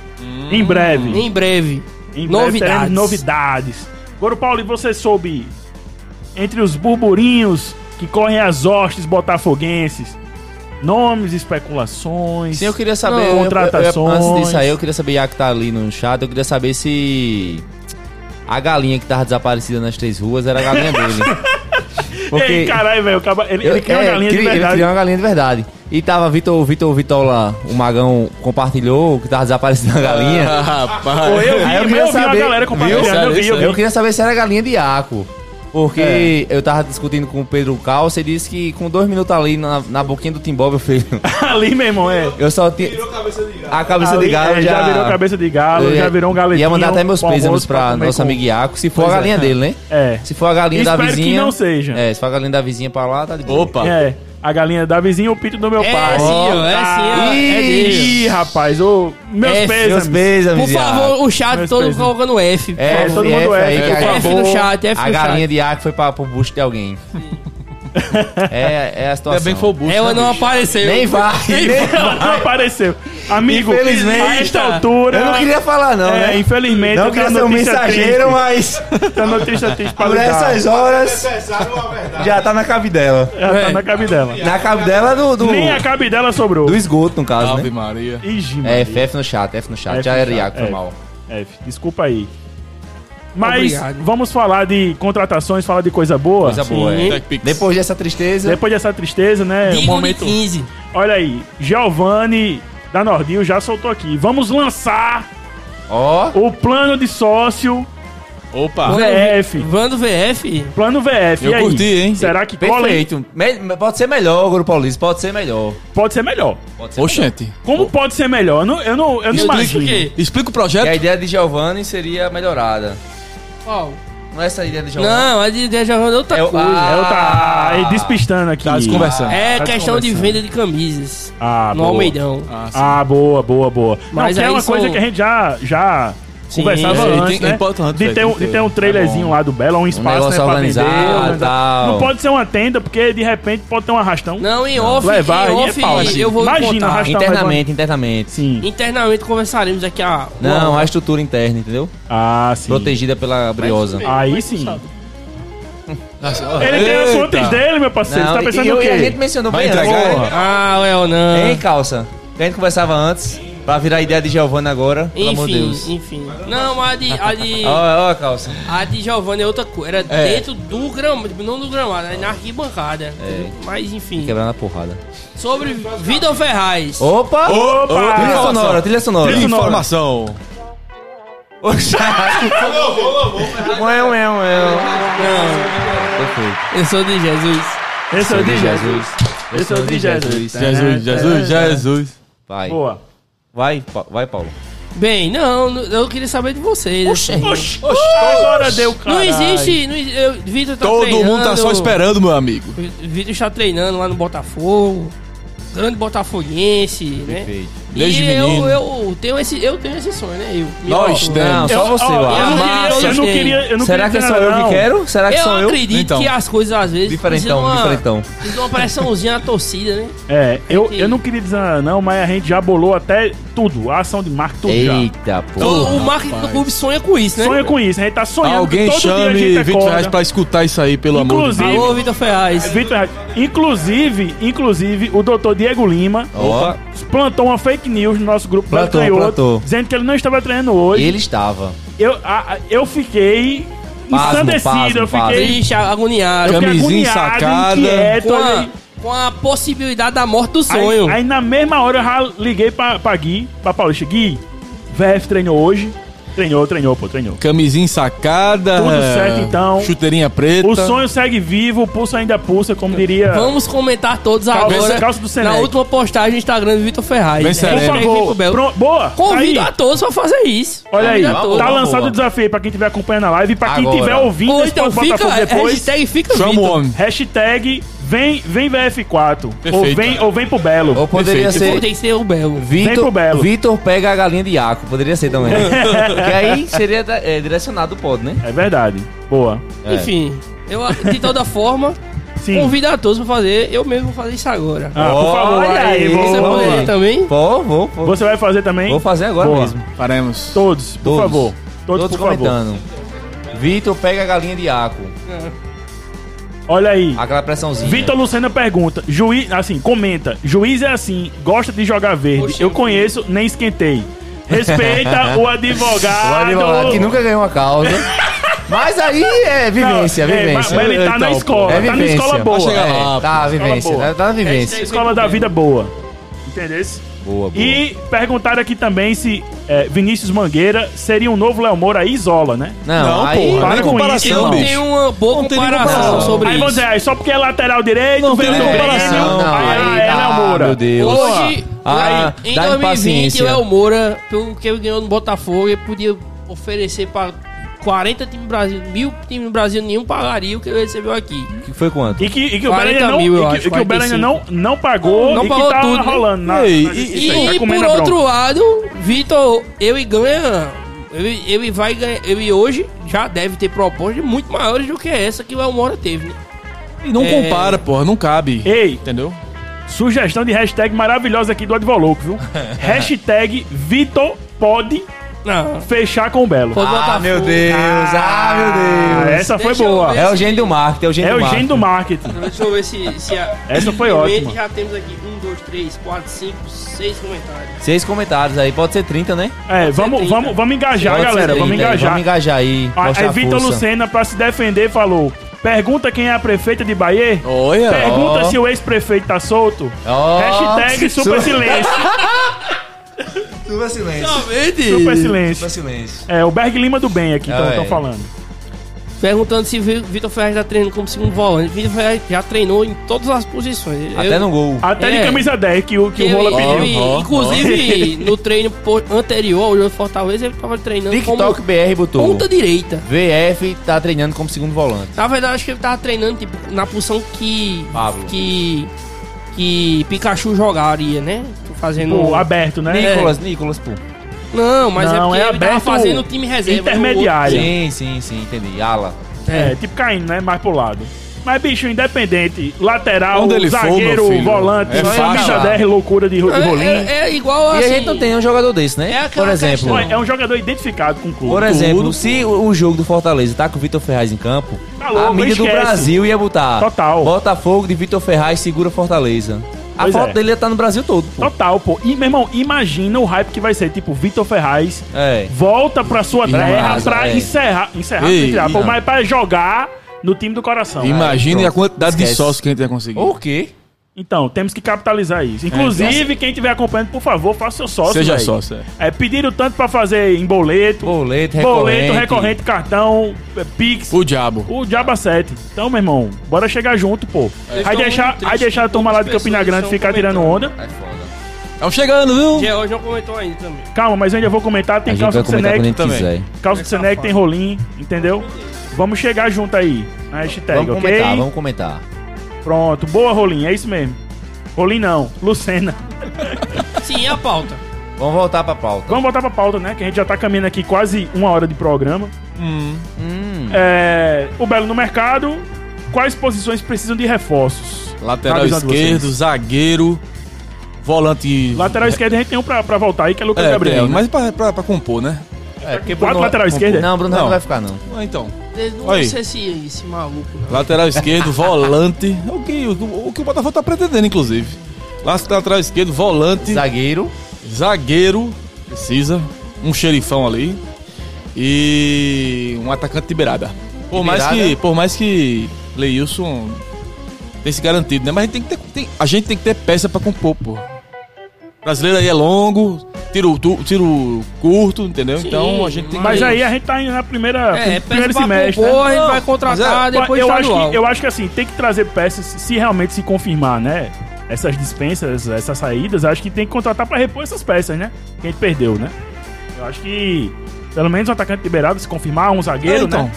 Em breve.
Em breve.
Em breve teremos
novidades.
novidades. Coro Paulo, e você soube entre os burburinhos que correm as hostes botafoguenses, nomes, especulações.
Sim, eu queria saber...
Não,
eu- eu- eu-
contratações.
antes disso aí, eu queria saber, Iaco tá ali no chat, eu queria saber se... A galinha que tava desaparecida nas três ruas era a galinha dele. Porque...
Ei, caralho, velho, o caba- ele,
Eu,
ele quer uma
é,
galinha de
cri- ele
verdade.
criou uma galinha de verdade. E tava Vitor, Vitor, Vitola, o Magão compartilhou que tava desaparecendo a galinha.
Ah.
rapaz.
Pô, eu vi,
Aí eu
eu
queria
vi uma
saber-
galera
Viu?
compartilhando, eu vi, eu vi.
Eu queria saber se era galinha de Iaco. Porque
É.
eu tava discutindo com o Pedro Calça e disse que com dois minutos ali na, na boquinha do Timbó, meu filho,
Ali, meu irmão, é.
eu só tinha.
Virou cabeça de gato.
A cabeça
Ali,
de galo
é,
já.
virou cabeça de galo,
Eu ia-
já virou um galetinho.
Ia mandar até meus
com arroz
pêsames pra
comer
nosso
com-
amigo Iaco, se for a galinha dele, né?
É.
Se for a galinha da
Espero que
vizinha.
não seja.
É, se for a galinha da vizinha pra lá, tá de boa.
Opa.
É, a galinha da vizinha e o pito do meu
É
pai.
sim, ó, é
Ah,
sim, ó, é dele.
Ih, rapaz, ô, meus
É,
Meus
pêsames.
pêsames,
Por favor, o chat
Meus
todo
pesos.
colocando F.
É,
É, todo mundo
F aí,
F,
que
por
acabou.
favor. F no chat, F
A
no
galinha
chat.
de ar que foi pra, pro busto de alguém. É, é a situação.
Ainda bem que foi o bucho.
Ela
né,
não
bicho?
apareceu.
Nem vai, nem
Não, não apareceu. Amigo,
Infelizmente, tá.
a esta altura.
Eu não queria falar, não,
É,
né?
infelizmente.
Não
eu
queria
tenho
ser um
notícia
mensageiro,
triste,
mas é
Tá notícia triste pra
por
lidar.
essas horas
Necessário uma verdade.
já tá na cabe dela.
Ela tá na cabe dela.
Na cabe dela do, do,
Nem a cabe dela sobrou.
do esgoto, no caso,
Ave
né?
Maria.
Ixi,
É,
Maria.
F, F no chat, F no chat.
F
Já
no
era
chat, é.
Iaco, foi
F.
mal.
F, desculpa aí. Mas
Obrigado.
vamos falar de contratações, falar de coisa boa.
Coisa boa,
Sim.
é.
TechPix.
Depois dessa tristeza,
Depois dessa tristeza, né?
Digo
um momento-
de 15.
Olha aí, Giovanni da Nordinho já soltou aqui. Vamos lançar
ó,
o plano de sócio
Opa.
VF.
Vando VF?
Plano VF.
Eu
e aí?
curti, hein?
Será que cola? aí?
perfeito. Me- pode ser melhor, Guru Paulista, pode ser melhor.
Pode ser melhor.
Pode ser
Oxente.
Como pode ser melhor? Eu não, eu não, eu não
Explica o
imagino.
quê?
É
Explica o
E a
projeto.
ideia de Giovanni seria melhorada.
Qual?
Não é essa ideia de jogar.
Não, a de de jogando é outra
É o-
coisa.
ah,
É, eu tá aí despistando aqui.
Tá desconversando.
é
tá
questão de
desconversando.
venda de camisas
Ah,
no
boa.
Almeidão. assim.
Ah, sim.
Ah, boa, boa, boa.
Mas
Mas não, que é
aí
uma
são-
coisa que a gente já, já
Sim,
conversava
é, e
antes,
tem- é
né?
importante,
de,
velho,
ter
tem
um,
que
de
ter- Tá
ter um trailerzinho lá do Belo, um espaço
negócio
né, pra vender.
organizado,
organizado.
tal.
Não pode ser uma tenda, porque de repente pode ter um arrastão.
Não, em off,
Levar
em
aí é
off
pau, gente.
eu vou
Imagina,
encontrar.
arrastar-
Internamente, internamente.
Sim.
Internamente conversaremos aqui a...
Não,
uma-
a estrutura interna, entendeu?
Ah, sim.
Protegida pela briosa.
mesmo.
Aí sim.
Nossa, ó.
Ele tem as
Eita.
fontes dele, meu parceiro. Você tá
e-
pensando
e,
o
eu-
quê?
e a gente mencionou
Vai
bem
entregar,
antes.
é?
Ah, well, não.
Hein, calça? Que a gente conversava antes, pra virar a ideia de Giovanna agora, pelo amor de
Enfim,
Deus.
enfim. Não, a de... A de,
Ó, ó, calça.
a de Giovanni é outra coisa. Era
É.
dentro do gramado, não do gramado, era na arquibancada. entendeu?
É.
Mas, enfim.
Quebrando a porrada.
Sobre Vitor Ferraz.
Opa!
Opa!
Trilha
Nossa.
sonora, trilha sonora.
Trilha
Informação.
Oxa!
Louvou, louvou, Ferraz.
Ué, ué, ué.
Não,
Perfeito.
eu sou de Jesus.
Esse é o de Jesus.
Eu
Esse é
sou
o de Jesus.
Jesus, Jesus,
é.
Jesus.
Vai.
Boa.
Vai, Pa- vai, Paulo.
Bem, não, n- eu queria saber de vocês. assim.
Oxi, agora deu, cara.
Não existe. Não, exi- eu- Vitor tá
Todo
treinando.
mundo tá só esperando, meu amigo.
Vitor está treinando lá no Botafogo. Grande botafoguense, né?
Perfeito.
Desde
e
menino.
eu, eu, tenho esse, eu tenho esse sonho, né? Eu, me
Nós
acho, né?
temos.
Não, só você,
ó,
eu
eu não
acho.
queria-
Massa,
Eu não
gente.
queria. eu não
Será que
queria
é
dizer
só eu
nada,
que
não.
quero? Será que
Eu
sou eu?
acredito
Então.
que as coisas às vezes precisam
Diferentão,
uma,
diferentão.
precisam uma pressãozinha na torcida, né?
É, eu,
que-
eu não queria dizer nada, não, mas a gente já bolou até tudo. A ação de marketing, tudo já.
Eita,
Então, o,
porra.
o marketing do clube sonha com isso, né?
Sonha com isso, a gente tá sonhando.
Alguém
que todo
chame
dia a gente
Vitor
acorda.
Ferraz pra escutar isso aí, pelo amor de
Inclusive-
Deus.
Alô, Vitor Ferraz.
Vitor Ferraz. Inclusive, inclusive, o doutor Diego Lima
Opa.
plantou uma fake news no nosso grupo
Plantou,
Canhoto,
plantou.
dizendo que ele não estava treinando hoje.
Ele estava.
Eu, a- a- eu fiquei
Pasmo,
ensandecido,
pasmo,
eu fiquei,
Triste, agoniado.
eu fiquei
Camisinha
agoniado,
sacada.
inquieto.
Com a,
olhei-
com a possibilidade da morte do
Aí,
sonho.
aí na mesma hora eu já liguei pra, pra Gui, pra Paulista. Gui, VF treinou hoje. Treinou, treinou, pô, treinou.
Camisinha sacada.
Tudo
é,
certo, então.
Chuteirinha preta.
O sonho segue vivo, o pulso ainda pulsa, como diria.
Vamos comentar todos
Calça-
agora.
calça do Senec.
na última postagem do Instagram do Vitor Ferraz.
Vem,
É,
Por
Senec.
vem, vem pro
favor.
Belo.
Pronto, boa. tá
Convido
aí.
a todos pra fazer isso.
Olha aí,
Convido a
tá
todos.
lançado
boa.
o desafio aí pra quem estiver acompanhando a live e pra quem
Agora.
estiver ouvindo
Ou
esse
então
Papo
fica,
Botafogo depois.
hashtag fica
Chama o
Vitor.
homem.
Hashtag vem, vem VF4. Ou
Perfeito.
vem, ou vem pro Belo.
Ou poderia
Perfeito.
Pô,
ser.
Tem que ser o Belo.
Vem pro
Vitor,
Belo.
Vitor pega a galinha de Iaco, poderia ser também. que aí seria da- é, direcionado o pod, né?
É verdade. Boa.
É.
Enfim, eu, de toda forma,
Sim.
convido a todos pra fazer. Eu mesmo vou fazer isso agora.
Ah, por favor,
Olha
aí,
aí,
vou-
Você
vamos
poderia
lá.
também?
Pô, vou, vou,
Você vai fazer também?
vou fazer agora
Boa.
mesmo.
Faremos.
Todos, por
Todos.
favor. Todos, por favor.
comentando. Vitor pega a galinha de Iaco.
Olha aí.
Aquela pressãozinha.
Vitor Lucena pergunta, juiz, assim, comenta, juiz é assim, gosta de jogar verde.
Oxi.
eu conheço, nem esquentei. Respeita o advogado.
O advogado é que nunca ganhou uma causa. Mas aí é
Não,
vivência,
é,
vivência.
mas ele tá
Então,
na
pô,
escola,
é
tá na
vivência.
escola boa.
Vai chegar lá,
É, tá na vivência,
boa.
tá, tá na
É
vivência.
Escola da vida boa. Entendeu?
Boa, boa.
E perguntaram aqui também se é, Vinícius Mangueira seria um novo Léo Moura e Isola, né?
Não, é
Não,
aí,
porra,
para
nem
com
comparação,
Eu
isso,
bicho.
tenho uma boa
Não tem nem
comparação
comparação.
sobre
aí
isso.
vão dizer, ah, só porque é lateral direito,
Não
veio
tem
do Grêmio,
comparação,
não,
ah,
aí
é
tá,
Léo Moura.
meu Deus.
Hoje,
Ah,
em- em
dá
2020,
impaciência.
o El Moura, pelo que ele ganhou no Botafogo, ele podia oferecer para 40 times do Brasil, mil times do Brasil, nenhum pagaria o que ele recebeu aqui.
Que foi quanto?
E que, e que o
40
Belo ainda não,
mil, eu
e que-
acho,
e que o Belo ainda
45.
não, não pagou
Não
e
pagou
que tá
tudo, né?
rolando. na-
E-
na
e-
justiça
E, um
aí, tá comendo
por
a bronca.
outro lado, Vitor, eu e ganha. Ele, ele vai ganhar. Ele hoje já deve ter propostas muito maiores do que essa que o El Moura teve. né?
E não
É.
compara, porra, não cabe.
Ei,
Entendeu?
sugestão de hashtag maravilhosa aqui do Advolouco, viu? hashtag Vitor pode
Não.
fechar com o Belo.
Pode botar
Ah, meu
fogo.
Deus, ah,
Ah,
meu Deus.
essa foi
Deixa eu
boa.
ver.
É o gênio do marketing, é o gênio
É
do
o
marketing.
gênio do marketing.
Deixa eu ver se. se a...
Essa foi
Primeiro,
ótima.
Já temos aqui 1, 2, 3, 4, 5, 6 comentários.
Seis comentários aí, pode ser 30, né?
É, vamos,
30.
vamos, vamos engajar,
Pode ser
galera.
30,
Vamos engajar.
Vamos engajar aí.
Aí
mostra a
Vitor
força.
Lucena, pra se defender, falou: Pergunta quem é a prefeita de Bahia?
Olha.
Pergunta
ó.
se o ex-prefeito tá solto.
Ó.
Hashtag super
Su-
silêncio.
Super silêncio.
Realmente.
Super silêncio.
silêncio.
É, o Berg Lima do Bem aqui,
Ah,
estão
é.
falando.
Perguntando se Vi- Vitor Ferraz já treinou como segundo volante. Vitor Ferraz já treinou em todas as posições.
Até no
não
gol.
Até
É.
de camisa 10 que o, que o
Ele-
Rola
ele-
pediu.
Ó, ó,
inclusive, no treino po- anterior ao jogo do Fortaleza, ele tava treinando
TikTok
como
BR botou.
ponta direita.
VF tá treinando como segundo volante.
Na verdade, acho que ele tava treinando tipo, na posição que.
Pablo.
Que. Que Pikachu jogaria, né? Tô Fazendo.
Pô, tipo, aberto, né?
Nicolas, Nicolas, pô.
Não, mas é
Não, é
porque ele tava
aberto
fazendo o time reserva.
intermediário.
no outro
Sim, sim, sim, entendi. Ala.
time.
É,
É.
tipo caindo, né? Mais pro lado. Mas, bicho, independente, lateral,
Onde ele for,
zagueiro,
meu filho.
volante,
É
camisa
faixa.
10, loucura de, ro- de rolim.
É, é- é igual assim.
e a gente não tem nenhum jogador desse, né?
É aquela
Por exemplo.
Olha, é um jogador identificado com o clube.
Por exemplo, se o o jogo do Fortaleza tá com o Vitor Ferraz em campo,
Tá louco,
a mídia do
esquece.
Brasil ia botar
Total.
Botafogo de Vitor Ferraz segura Fortaleza. A
Pois
foto
é.
dele ia estar no Brasil todo, pô.
Total, pô. E, meu irmão, imagina o hype que vai ser. Tipo, Vitor Ferraz
É.
volta pra sua
Pra
terra
casa,
pra
é.
encerrar. Encerrar,
Ei,
sem tirar, pô,
não.
mas pra jogar no time do coração. né?
Imagina
pronto.
a quantidade de
Esquece.
sócios que a gente ia conseguir.
O quê?
Então, temos que capitalizar isso. Inclusive, quem estiver acompanhando, por favor, faça seu sócio.
Seja
véi.
sócio, é.
É, pediram tanto pra fazer em boleto.
Boleto, recorrente.
Boleto, recorrente, cartão, é, Pix.
O diabo.
O Diaba 7. Então, meu irmão, bora chegar junto, pô. Aí
tão
deixar,
muito
aí deixar a turma lá de
tristes,
Campina
pessoas
Grande
estão
ficar tirando
comentando.
onda.
É
Estamos É um chegando, viu?
George não comentou ainda também.
Calma, mas eu ainda vou comentar.
A
Tem
gente
calça
vai
do
comentar quando a
Senec.
gente
também.
quiser.
Calça do Senec, tem rolinho, entendeu? Vamos chegar junto aí na hashtag,
Vamos
ok?
comentar, vamos comentar.
Pronto, boa rolinho, é isso mesmo. Rolim não, Lucena.
Sim, é a pauta.
Vamos voltar pra pauta.
Vamos voltar pra pauta, né? Que a gente já tá caminhando aqui quase uma hora de programa.
Hum,
É, o Belo no mercado. Quais posições precisam de reforços? Na
Lateral
visão de
esquerdo,
vocês.
zagueiro, volante.
Lateral esquerdo a gente tem um pra, pra voltar aí, que é Lucas
É,
Gabriel.
tem,
né?
mas pra, pra, pra compor, né?
é, porque
Quatro lateral esquerda?
Não, Bruno não.
Não.
vai ficar, não.
Ah, Então,
Ele não
Aí.
sei se esse maluco. Não.
lateral esquerdo, volante. É o que, o, o que o Botafogo tá pretendendo, inclusive. Lá- Lateral esquerdo, volante,
Zagueiro.
zagueiro, precisa. Um xerifão ali. E um atacante de beirada. Por mais
beirada?
que, por mais que Leilson tem se garantido, né? Mas a gente tem que ter, tem- a gente tem que ter peça pra compor, pô. Brasileiro aí é longo, tiro, tu- tiro curto, entendeu?
Sim,
então a gente tem
Mas
que.
aí a gente tá indo na primeira,
É,
primeiro
pede pra
semestre.
compor,
né?
a gente
Não,
vai contratar
mas é,
Eu-
Ah, depois tá
eu, acho
estadual.
que, eu acho que assim, tem que trazer peças se realmente se confirmar, né? Essas dispensas, essas saídas, acho que tem que contratar pra repor essas peças, né? Que a gente perdeu, né? Eu acho que pelo menos um atacante liberado se confirmar, um zagueiro,
É, então.
né?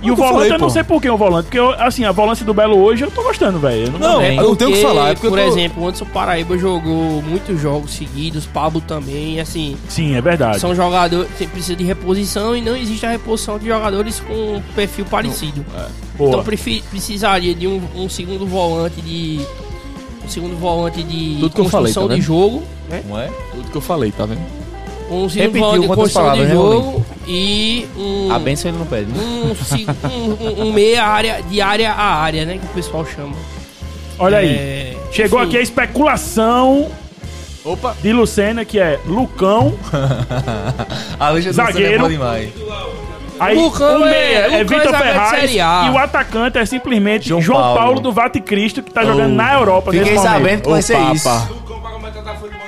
E
É
o
o que eu
volante,
falei,
eu não
pô.
sei por que o volante, porque eu, assim, a volante do Belo hoje eu tô gostando, velho. Eu não-
Não,
É,
eu não tenho o que
porque,
falar. É porque
por
eu tô...
exemplo, o Anderson Paraíba jogou muitos jogos seguidos, Pablo também, assim,
Sim, é verdade.
são jogadores que precisa de reposição e não existe a reposição de jogadores com um perfil parecido.
Boa.
Então prefi- precisaria de um, um segundo volante de um segundo volante de
Tudo que eu falei,
construção
tá
de
vendo?
jogo, né?
Não é?
Tudo que eu falei, tá vendo?
Um segundo
Repetiu
volante de
quantas
construção
palavras,
de
né,
jogo e um
A benção ele não pede, né?
um, se- um- um- um meia área de área a área, né, que o pessoal chama.
Olha aí.
É,
Chegou
enfim.
aqui a especulação
Opa!
de Lucena, que é Lucão.
A Lucha
Zagueiro.
demais.
Aí
Lucão
o meia
é-
é,
Lucão é
Vitor
zagueiro de
Ferraz
Série A.
e o atacante é simplesmente João,
João
Paulo.
Paulo
do Vaticristo que tá jogando na Europa
Fiquei
nesse momento.
sabendo que vai ser
Opa,
isso.
pá.
Lucão pra contratar foi do Botafogo.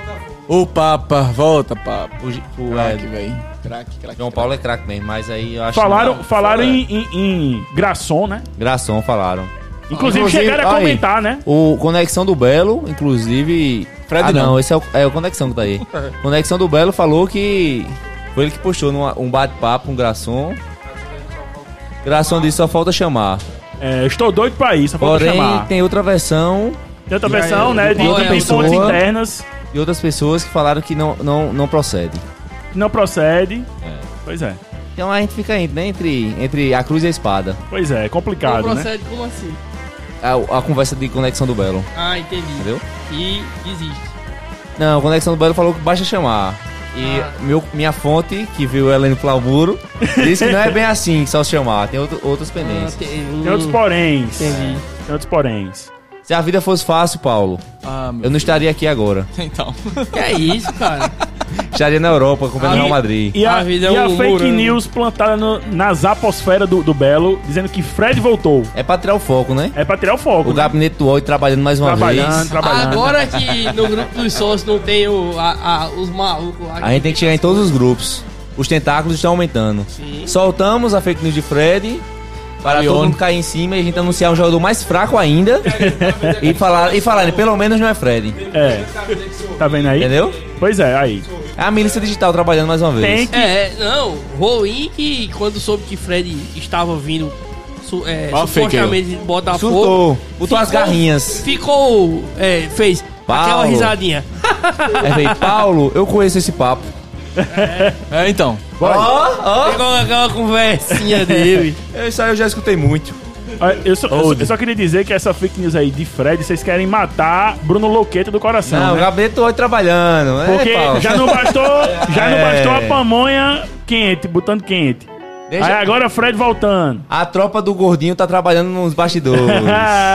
Ô, Papa, volta, Papa.
O, Gi- o-
Craque,
é,
velho. Craque, craque.
João Paulo é craque mesmo, mas aí eu acho que tá
Falaram,
não.
falaram em, em, em Graçom, né?
Gração, falaram.
Inclusive,
Inclusive,
chegaram a
olha aí.
comentar, né?
O Conexão do Belo, inclusive.
Fred
ah,
não.
esse é o, é o Conexão que tá aí. Conexão do Belo falou que. Foi ele que postou numa- um bate-papo, um gração. Gração disse só falta chamar.
É, estou doido pra isso, só falta
Porém,
chamar.
tem outra versão
Tem outra versão, né? De,
Qual é
de
a
fontes
pessoa?
internas
e outras pessoas que falaram que não, não, não procede.
que não procede.
É.
Pois é,
Então a gente fica entre, né, entre, entre a cruz e a espada.
pois é, é
Não
complicado, né?
procede, um como assim?
A, a conversa de Conexão do Belo,
Ah, entendi.
entendeu?
E existe.
Não, a Conexão do Belo falou que basta chamar. E
Ah.
meu, minha fonte, que viu ela no Flamuro, disse que não é bem assim, que só se chamar. Tem outro- outras
Ah,
pendências.
tem,
Tem outros
hum,
poréns.
Entendi.
Tem outros poréns.
Se a vida fosse fácil, Paulo,
Ah, meu
eu não estaria aqui agora.
Então.
Que é isso, cara?
Estaria na Europa, acompanhando o Real Madrid.
Ah, E a,
A vida é
e a
um
fake
morango.
news plantada no- na zaposfera do, do Belo, dizendo que Fred voltou.
É pra tirar o foco, né?
É pra tirar o foco.
O
né?
gabinete do Oi trabalhando mais uma
Trabalhando,
vez.
trabalhando.
Agora que no grupo dos sócios não tem o, a- a- os malucos lá.
A gente tem que chegar em todos os grupos. Os tentáculos estão aumentando.
Sim.
Soltamos a fake news de Fred. Para todo
Carione.
mundo cair em cima e a gente anunciar um jogador mais fraco ainda e falar e falarem, pelo menos não é Fred.
É. Tá vendo aí?
Entendeu?
Pois é, aí.
É a milícia digital trabalhando mais uma
Tem
vez.
que.
É, não, ruim que quando soube que Fred estava vindo su, é,
Ó,
supostamente de Botafogo.
Surtou. Botou as
Ficou-
garrinhas.
Ficou. É, fez aquela
Paulo.
risadinha.
Aí veio, É, Paulo, eu conheço esse papo.
É, então.
Ó, ó.
Pegou aquela conversinha dele.
É, Isso aí eu já escutei muito.
Ah, Eu só, eu, só,
Old.
eu só queria dizer que essa fake news aí de Fred, vocês querem matar Bruno Louqueta do coração.
Não, o
né?
gabinete hoje trabalhando. né,
Porque
Paulo?
já não bastou, já não
É.
bastou a pamonha quente, botando quente.
Deixa-
Aí agora o Fred voltando.
A tropa do gordinho tá trabalhando nos bastidores.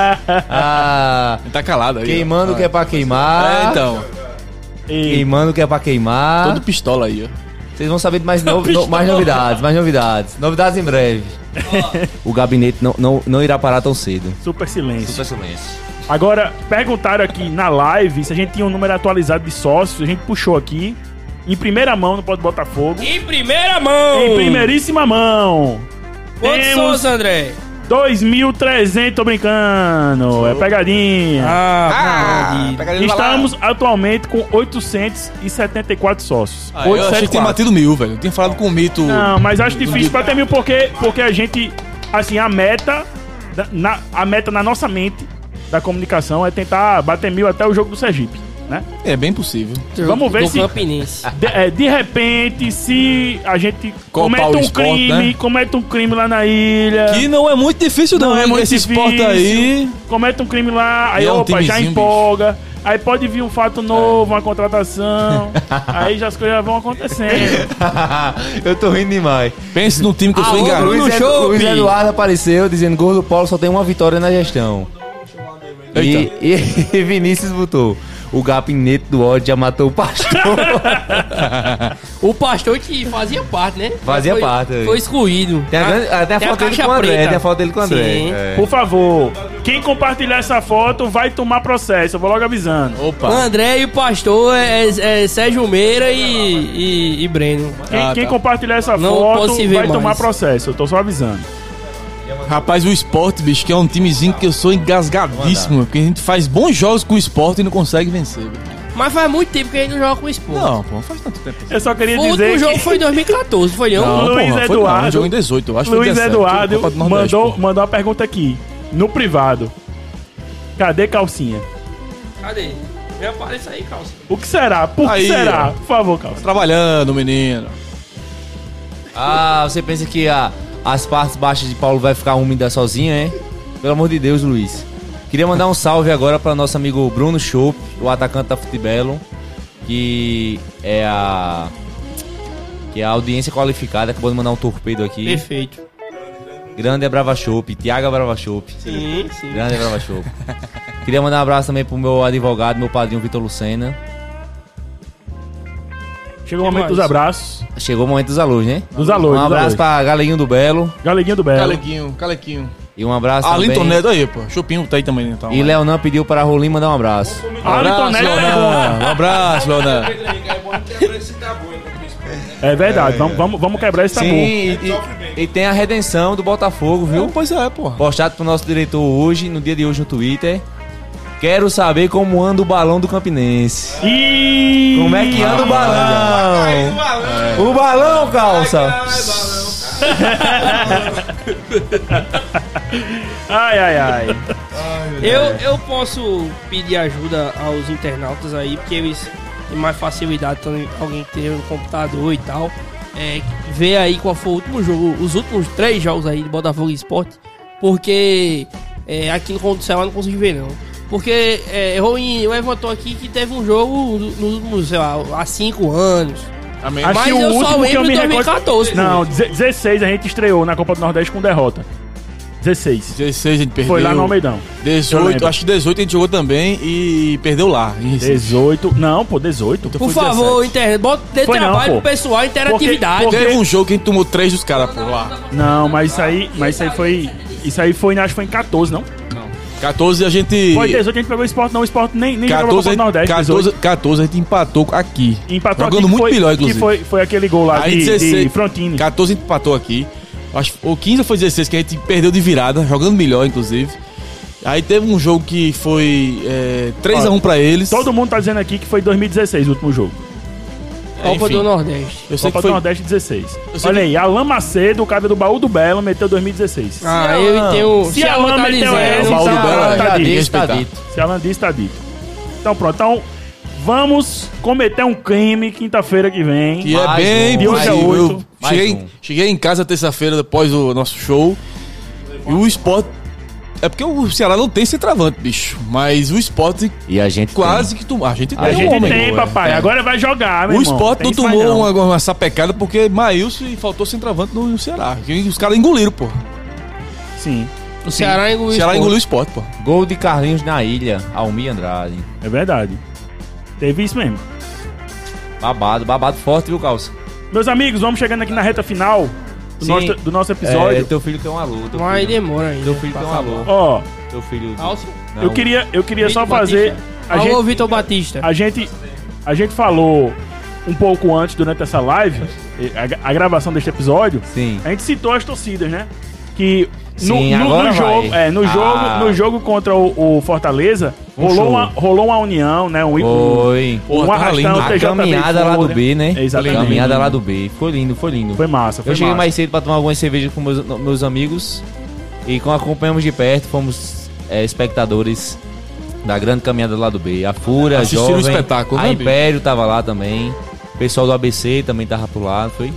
ah,
Ele tá calado aí. ó.
queimando o que é pra queimar.
É, então.
e,
Queimando o que é pra queimar.
Todo pistola aí, ó.
Vocês vão saber de mais, no- no- mais novidades, mais novidades. Novidades em breve. o gabinete não, não, não irá parar tão cedo.
super silêncio.
silêncio.
Agora, perguntaram aqui na live se a gente tinha um número atualizado de sócios. A gente puxou aqui, em primeira mão no Pode Botafogo.
Em primeira mão!
Em primeiríssima mão.
Quantos
Temos-
sons, André?
2.300, tô brincando. É pegadinha.
Ah,
Estamos atualmente com 874 sócios.
Ah, eu achei que tinha batido mil, velho. Eu tinha falado com o mito.
Não, mas acho difícil pra ter mil porque, porque a gente, assim, a meta, da- na, a meta na nossa mente da comunicação é tentar bater mil até o jogo do Sergipe, né?
É bem possível.
Vamos ver
do
se-
Campinense.
De, é, de repente, se a gente
Copa
comete
o
um
esporte,
crime,
né?
comete um crime lá na ilha...
Que não é muito difícil, não.
Não,
hein?
é muito
Esse esporte
difícil.
aí.
Comete um crime lá, aí
E é um
opa, já
timezinho, É.
empolga. Aí pode vir um fato novo, uma contratação. aí já as coisas vão acontecendo.
eu tô rindo demais.
Pense num time que eu sou
Alô,
enganado.
Bruno?
Ah, Luiz, Edu-
show,
Luiz
Pi.
Eduardo apareceu dizendo Gordo Paulo só tem uma vitória na gestão. E,
Eita.
e- e Vinícius botou. O gabinete do ódio já matou o pastor.
O pastor que fazia parte, né?
Fazia
Foi-
parte. é.
Foi excluído.
Tem a grande- até a
tem
foto dele
caixa
com o André,
preta.
tem a foto dele com o André.
Sim.
É.
Por favor, quem compartilhar essa foto vai tomar processo. Eu vou logo avisando.
O
Opa.
André e o pastor é, é- é Sérgio Meira e, e, e Breno.
Quem,
Ah,
quem
tá.
compartilhar essa
Não
foto
posso se ver
vai
mais.
tomar processo. Eu tô só avisando.
Rapaz, o esporte, bicho, que é um timezinho que eu sou engasgadíssimo, meu, porque a gente faz bons jogos com o esporte e não consegue vencer. velho.
Mas faz muito tempo que ele não joga com esporte.
Não, pô, faz tanto tempo. assim.
Eu só queria
O último
dizer
jogo
que
foi em 2014, foi não?
Não. Então, Luiz
foi
Eduardo-
Não, jogo em 18, eu acho que foi
Luiz
17,
Eduardo
Copa do Nordeste,
mandou,
pô.
mandou uma pergunta aqui, no privado. Cadê calcinha?
Cadê? Me aparece aí, calça.
O que será? Por que
Aí,
será?
ó.
Por favor, calça.
Trabalhando, menino.
Ah, você pensa que a- as partes baixas de Paulo vai ficar úmida sozinha, hein? Pelo amor de Deus, Luiz. Queria mandar um salve agora para nosso amigo Bruno Schopp, o atacante da Futebelo, que é a que é a audiência qualificada, acabou de mandar um torpedo aqui.
Perfeito.
Grande é Brava Chopp, Tiago é Brava Chopp.
Sim, sim.
Grande é Brava Chopp. Queria mandar um abraço também pro meu advogado, meu padrinho Vitor Lucena.
Chegou o momento
Que mais?
dos abraços.
Chegou o momento dos alunos, né?
Dos alôs.
Um abraço pra Galeguinho do Belo
Galeguinho do Belo.
Calequinho, Calequinho.
e um abraço
Tá
Alinton
também...
Neto aí, é pô. Chupinho tá aí também, então.
E Leonan pediu para Rolim mandar um abraço.
Alinton Neto
Leonan. Um abraço, Leonan.
É bom quebrar esse tabu aí com o esporte.
É verdade, vamos, vamos, vamos quebrar esse tabu.
Sim, e, e- e tem a redenção do Botafogo,
Viu?
viu?
Pois é, pô.
Postado pro nosso diretor hoje, no dia de hoje no Twitter. Quero saber como anda o balão do Campinense.
E...
Como é que anda o balão? O balão, calça!
Ai, ai, ai.
tá
Eu, eu posso pedir ajuda aos internautas aí, porque eles têm mais facilidade, então, alguém que tem um computador e tal. É, ver aí qual foi o último jogo, os últimos três jogos aí de Botafogo e Esporte, porque é, aqui no Conto do Céu eu não consegui ver não. Porque é, Roin levantou aqui que teve um jogo nos últimos, sei lá, há cinco anos.
Amém.
Acho
Mas
que o
eu só
último que eu
lembro
me
de
recordo...
2014,
Não,
pô.
deze- 16 a gente estreou na Copa do Nordeste com derrota. 16.
16 a gente perdeu.
Foi lá no Almeidão. Eu
18,
lembro.
acho que 18 a gente jogou também e perdeu lá. em Recife.
18. Não, pô, 18.
Então
Por favor, internet, bota dê
Então Foi não,
trabalho
pô.
pro pessoal, interatividade.
Porque-
Teve um jogo que a gente tomou três dos caras, pô, lá.
Não, mas isso aí, mas isso aí foi. Isso aí foi, acho que foi em 14, não?
14 a gente.
Foi 18 a gente pegou o esporte, não. O esporte nem, nem jogava
14,
Copa do Nordeste.
14,
18.
14 a gente empatou aqui.
Empatou aqui,
Jogando
que
muito
foi,
melhor,
Que
inclusive.
foi, foi aquele gol lá
Aí
de, de
16,
Frontini.
14 a gente empatou aqui. acho, ou 15 ou foi 16, que a gente perdeu de virada, jogando melhor, inclusive. Aí teve um jogo que foi é, 3x1 pra eles.
Todo mundo tá dizendo aqui que foi 2016 o último jogo.
Copa
Enfim,
do Nordeste.
Eu sei
Copa
que foi.
do Nordeste 16.
sei
Olha
que-
aí, Alain Macedo, o cara do baú do Belo, meteu 2016.
Ah, eu e tenho.
Se a lama meteu essa,
tá-
o Baldo Bela
tá-
tá
já
dito,
disse, tá
respeitar.
dito.
Se Alain diz, tá dito. Então pronto, então vamos cometer um crime quinta-feira que vem.
Que é
Mais
bem
um,
de hoje a
possível.
oito.
Eu
Mais
Cheguei,
um.
cheguei em casa terça-feira após o nosso show. E o esporte. É porque o Ceará não tem centroavante, bicho. Mas o esporte
E a gente
quase que tomou. A gente
A
tem um
gente
homem.
tem, papai.
É.
Agora vai jogar, meu
O
irmão.
esporte
Tem
não
isso mais
tomou uma, uma sapecada porque Maílson e faltou centroavante no Ceará. Que Os caras engoliram, pô.
Sim,
O Ceará engoliu.
O
o
Ceará
esporte.
engoliu o esporte, pô.
tem. Gol de Carlinhos na ilha, Almi Andrade.
é verdade. Teve isso mesmo.
Babado, babado forte, viu, Calça?
Meus amigos, vamos chegando aqui na reta final do,
Sim.
nosso, do nosso
É,
episódio.
então-
teu filho tem uma luta.
Mas demora ainda.
Teu filho tem uma
Passa a
luta.
Ó,
Teu filho.
bola. Alcio?
Não.
eu queria, eu queria só
Vitor
fazer.
Batista.
A
Alô,
gente, Ah,
Vitor Batista.
a gente, a gente falou um pouco antes durante essa live, a, a gravação deste episódio.
Sim.
A gente citou as torcidas, né? Que no,
Sim,
no- no
agora vai.
jogo, é, no
Ah.
jogo, no jogo contra o, o Fortaleza,
Um
rolou,
show.
uma, rolou uma união, né? Um,
Foi.
Pô,
um
tava lindo.
arrastão,
A
TJB
caminhada lá
foi.
do B, né?
Exatamente.
A caminhada lá do B. Foi lindo, foi lindo.
Foi massa, foi
eu cheguei
massa.
mais cedo pra tomar algumas cervejas com meus, meus amigos e com, acompanhamos de perto, fomos é, espectadores da grande caminhada lá do B. A Fúria, a
Assistiram o
Jovem,
espetáculo,
a
né, bicho?
Império tava lá também, o pessoal do ABC também tava por lá, foi?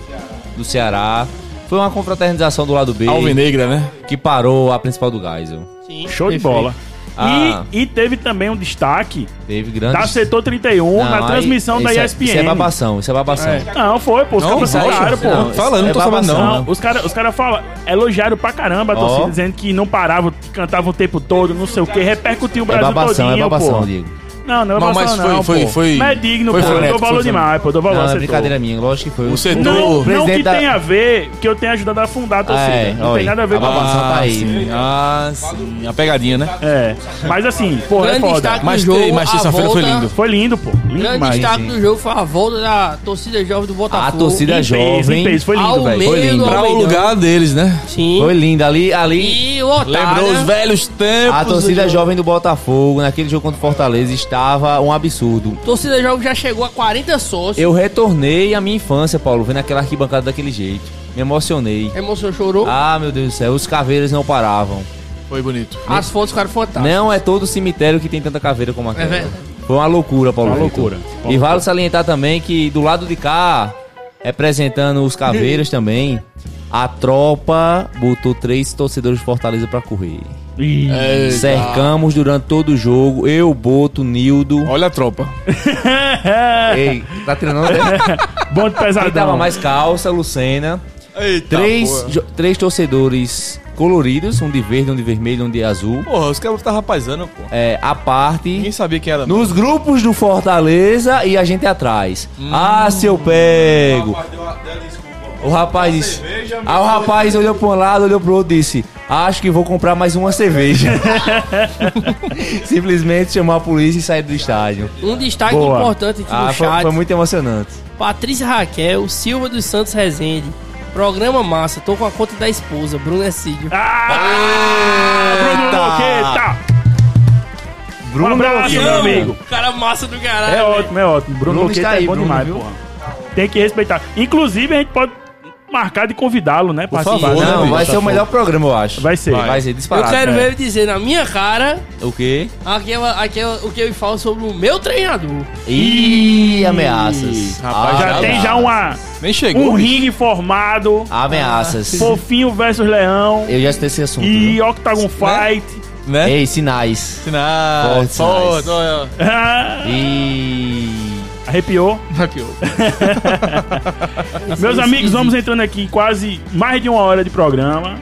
Do Ceará. Foi uma confraternização do lado B
Alvinegra, né?
que parou a principal do Geisel.
Sim,
Show de
perfeito.
bola.
Ah.
E, e teve também um destaque
Teve grandes...
da Setor 31
Não,
na
aí-
transmissão da
isso é-
ESPN.
Isso é babação, isso é babação.
Não, foi, pô. Os
Não,
caras
foi,
falaram, pô.
não. Fala, eu não
isso
tô sabendo,
babação.
Não, os caras os cara falam, elogiaram pra caramba a
Então, Ó.
torcida, dizendo que não paravam, que cantavam o tempo todo, não sei o que, repercutiu o
É
Brasil
babação,
todinho,
é babação,
pô.
Diego.
Não, não é
Não,
babação,
mas foi-
não,
foi-
pô.
foi-
Mas é digno,
foi
pô. Eu
frenético,
dou valor
foi
demais, pô. Eu dou valor
Não,
ao
é
setor.
brincadeira minha, lógico que foi.
O setor-
Não,
O
não que
presidente da-
tenha a ver que eu tenha ajudado a fundar a torcida.
Ah, é,
não
oi.
tem nada a ver com
Ah,
isso.
tá aí.
Sim. Ah, sim. A pegadinha, né?
É. Mas assim, pô, é
Grande
foda.
destaque
Mas
do jogo.
tem- mas
a
terça-feira foi
volta-
lindo.
Foi lindo, pô. Lindo
Grande
demais.
destaque
sim.
do jogo foi a volta da torcida jovem do
A
Botafogo.
torcida
Em peso, em
jovem.
peso, foi
Ao
lindo, velho. Foi
meio
lindo.
do
Pra o
Almeidão.
lugar deles, né?
Sim.
Foi lindo. Ali, ali
E o Otário. né?
Lembrou os velhos tempos. né?
a torcida
do-
jovem do Botafogo, naquele jogo contra o Fortaleza, estava um absurdo.
Torcida jovem já chegou a 40 sócios.
Eu retornei à minha infância, Paulo, vendo aquela arquibancada daquele jeito.
É.
Me emocionei.
Emoção chorou.
Ah, meu Deus do céu, os caveiras não paravam.
Foi bonito.
As fotos ficaram fantásticas.
Não é todo cemitério que tem tanta caveira como
Tá. É
aquela.
verdade.
Foi uma loucura, Paulo.
Uma
Vitor.
loucura.
E vale salientar também que do lado de cá, representando os caveiras também, a tropa botou três torcedores de Fortaleza pra correr.
Ih.
Cercamos durante todo o jogo. Eu, Boto, Nildo.
Olha a tropa. É.
Ei, tá treinando até.
Bom de
Quem tava
pesadão.
mais calça, Lucena.
Eita,
Três,
porra.
jo- três torcedores coloridos, um de verde, um de vermelho, um de azul.
Porra, os caras estavam rapazando, pô.
É, a parte.
Ninguém sabia quem era.
Nos grupos do Fortaleza e a gente atrás. Ah, se eu pego.
Rapaz, deu uma- deu uma desculpa.
O rapaz disse. Aí o rapaz olhou pra um lado, olhou pro outro e disse: Acho que vou comprar mais uma cerveja. Simplesmente chamou a polícia e sair do estádio.
Um destaque
Boa.
importante aqui
Ah,
no
foi,
chat.
foi muito emocionante.
Patrícia Raquel, Silva dos Santos Rezende. Programa massa, tô com a conta da esposa, Bruna Cídio.
Ah, Bruno
Eita.
Loqueta! Um abraço,
Loqueta.
meu amigo.
Cara massa do caralho.
É ótimo, é ótimo. Bruno,
Bruno
Loqueta
está aí,
é bom
Bruno,
demais,
viu?
porra. Tem que respeitar. Inclusive, a gente pode marcar de convidá-lo, né? Por
favor, né,
Não,
bicho?
vai ser o melhor programa, eu acho.
Vai ser.
Vai ser
Eu
disparado.
quero
é.
ver ele dizer na minha cara
O quê?
aquela, aquela, o que eu falo sobre o meu treinador.
Ih, ameaças.
rapaz,
Já
Ah,
tem já uma,
Nem chegou.
um
bicho.
ringue formado.
Ameaças.
Fofinho versus Leão.
Eu já citei esse assunto.
E
viu?
Octagon Fight.
né?
Ei, sinais.
Sinais.
Fortes
Fortes,
sinais.
olha.
Ah,
E.
Arrepiou.
Maquiou.
Meus amigos, vamos entrando aqui em quase mais de uma hora de programa.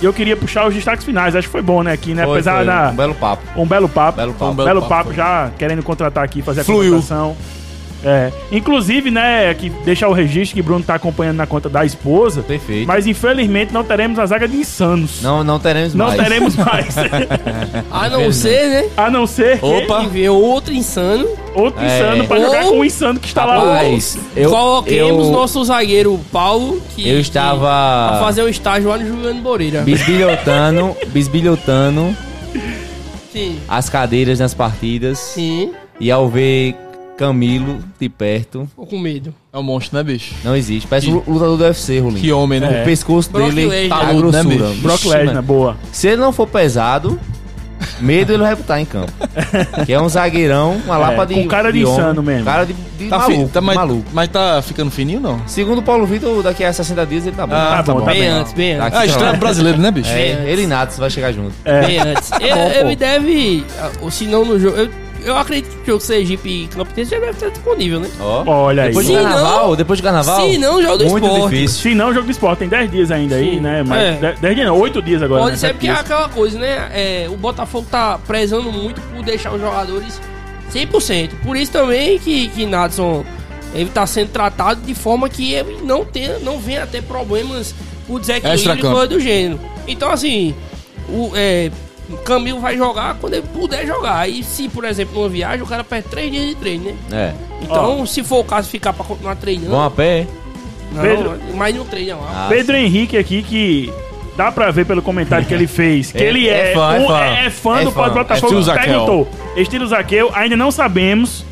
E eu queria puxar os destaques finais. Acho que foi bom, né? Aqui, né?
Foi,
Apesar
foi
da.
Um belo papo.
Um belo papo.
Belo papo.
Um belo papo, já querendo contratar aqui, fazer a
Fluiu.
contratação. É. Inclusive, né, que deixar o registro que Bruno tá acompanhando na conta da esposa.
Perfeito.
Mas infelizmente não teremos a zaga de insanos.
Não, não teremos
Não
mais.
teremos mais.
A não ser, né?
a não ser que
Opa.
Que vê outro insano.
outro
É.
insano pra jogar
Ou-
com o insano que está Tá lá hoje.
Rapaz, eu,
Coloquemos
eu
nosso zagueiro Paulo. Que,
Eu
Que,
estava-
a fazer um estágio lá no Juliano Moreira.
bisbilhotando, bisbilhotando
Sim.
as cadeiras nas partidas.
Sim.
E ao ver Camilo de perto,
Tô com medo.
É um monstro, né, bicho?
não existe. Parece um lutador do UFC, Rolim.
Que homem, né?
O pescoço
Brock
dele
Lesnar.
tá a
Taludo, né,
grossura.
bicho?
Brock
Vixe,
Lesnar,
mano.
boa.
Se ele não for pesado, medo ele vai botar em campo. que é um zagueirão, uma lapa de.
com cara de
homem,
insano mesmo.
Cara de, de
Tá, fi-
maluco,
tá- mas,
maluco.
mas tá ficando fininho, não?
Segundo o Paulo Vitor, daqui a 60 dias ele tá bom.
Ah,
Tá
tá
bom,
bom.
tá
bem,
bem.
antes, bem antes.
Tá
Ah, estrela brasileira, né, bicho?
é, ele e Natos vai chegar junto.
Bem antes. Ele, ele deve. ah, Ou se não no jogo. Eu, eu acredito que o jogo Sergipe e Campinense já deve estar disponível, né?
Ó.
Olha aí.
Depois
Se
do
não-
carnaval, depois do carnaval.
se não, jogo do
muito
esporte.
difícil.
Se não, jogo de esporte. Tem 10 dias ainda aí,
Sim.
né? Mas
É.
10 dias não, 8 dias agora. né?
Pode ser
Sete
porque é
dias.
aquela coisa, né? É, o Botafogo tá prezando muito por deixar os jogadores 100%. Por isso também que, que Nadson ele tá sendo tratado de forma que ele não, tenha, não venha a ter problemas por desequilíbrio e
Extra-campo.
coisa do gênero. Então, assim, o é, Camilo vai jogar quando ele puder jogar. E se, por exemplo, numa viagem, o cara perde 3 dias de treino, né?
É.
Então, se for o caso, ficar pra continuar treinando.
Vão a pé, hein?
não,
Pedro-
mais não treina
Ah,
lá.
Pedro Henrique aqui, que dá pra ver pelo comentário que ele fez, que
É,
ele é,
é fã, é
um-
fã.
é fã
É
do
fã.
Pós Botafogo.
Estilo Zaqueu.
Perguntou. Estilo Zaqueu, ainda não sabemos,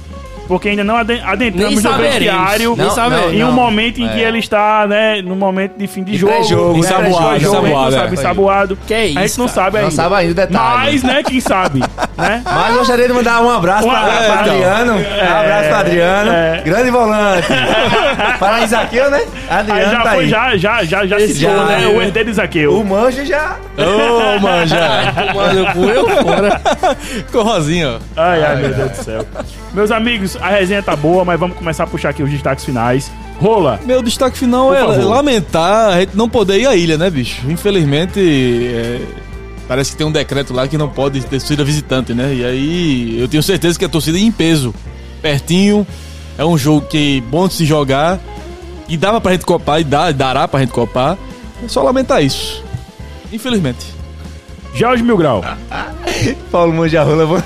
porque ainda não aden-
Nem
adentramos no
saberemos.
vestiário.
Nem
Não,
saberemos.
Em um
não.
momento em que
É.
ele está, né, no momento de fim de
De
jogo.
pré-jogo,
né, pré-jogo,
ensaboado,
a gente não
ensaboado,
sabe,
é.
ensaboado.
Que é
A gente
isso,
não
cara.
sabe ainda.
Não sabe ainda o detalhe.
Mas, né, quem sabe, né?
Mas eu gostaria de mandar um abraço
Um
para
É,
abraço,
pra
então.
Adriano. Um abraço pra Adriano.
é.
Grande volante. para Isaqueu, né?
Aí
Adriano
já
tá
foi,
aí.
já, já, já, já
Esse
citou,
já,
né,
né?
o herdeiro de
O
Zaqueu.
Manjo já.
Ô, manja.
Mano, eu fora.
Ficou rosinha, ó.
Ai, ai, meu Deus do céu. Meus amigos, a resenha tá boa, mas vamos começar a puxar aqui os destaques finais. Rola,
Meu destaque final
Por
é
favor.
lamentar a gente não poder ir à ilha, né, bicho? Infelizmente, é, parece que tem um decreto lá que não pode ter torcida visitante, né? E aí eu tenho certeza que a torcida ia em peso, pertinho. É um jogo que é bom de se jogar. E dava pra gente copar, e dá, dará pra gente copar. É só lamentar isso. Infelizmente.
Jorge Mil Grau.
Ah, Paulo Manjarrola, vou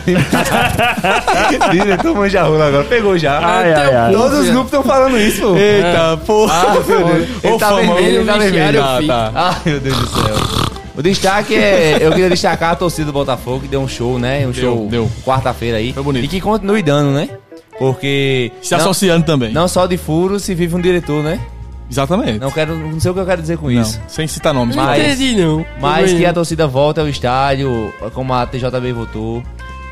Diretor Manjarrola agora. Pegou já.
Ai, ai, ai.
Todos os grupos estão falando isso, pô.
Eita, porra.
Ah, meu Deus. Ele
Ô,
tá
famoso.
vermelho, ele tá vermelho.
Ah, tá.
Ah, meu Deus do céu. O destaque é. Eu queria destacar a torcida do Botafogo, que deu um show, né? Um
Deu,
show
deu.
quarta-feira aí.
Foi bonito. é
E que continue dando, né? Porque.
Se
não,
tá associando também.
não só de furo se vive um diretor, né?
Exatamente.
Não, quero, não sei o que eu quero dizer com
Não,
isso.
Sem citar nomes.
Não
Mas-
entendi, não.
Mas
Também
que a
não.
torcida volta ao estádio, como a TJB votou,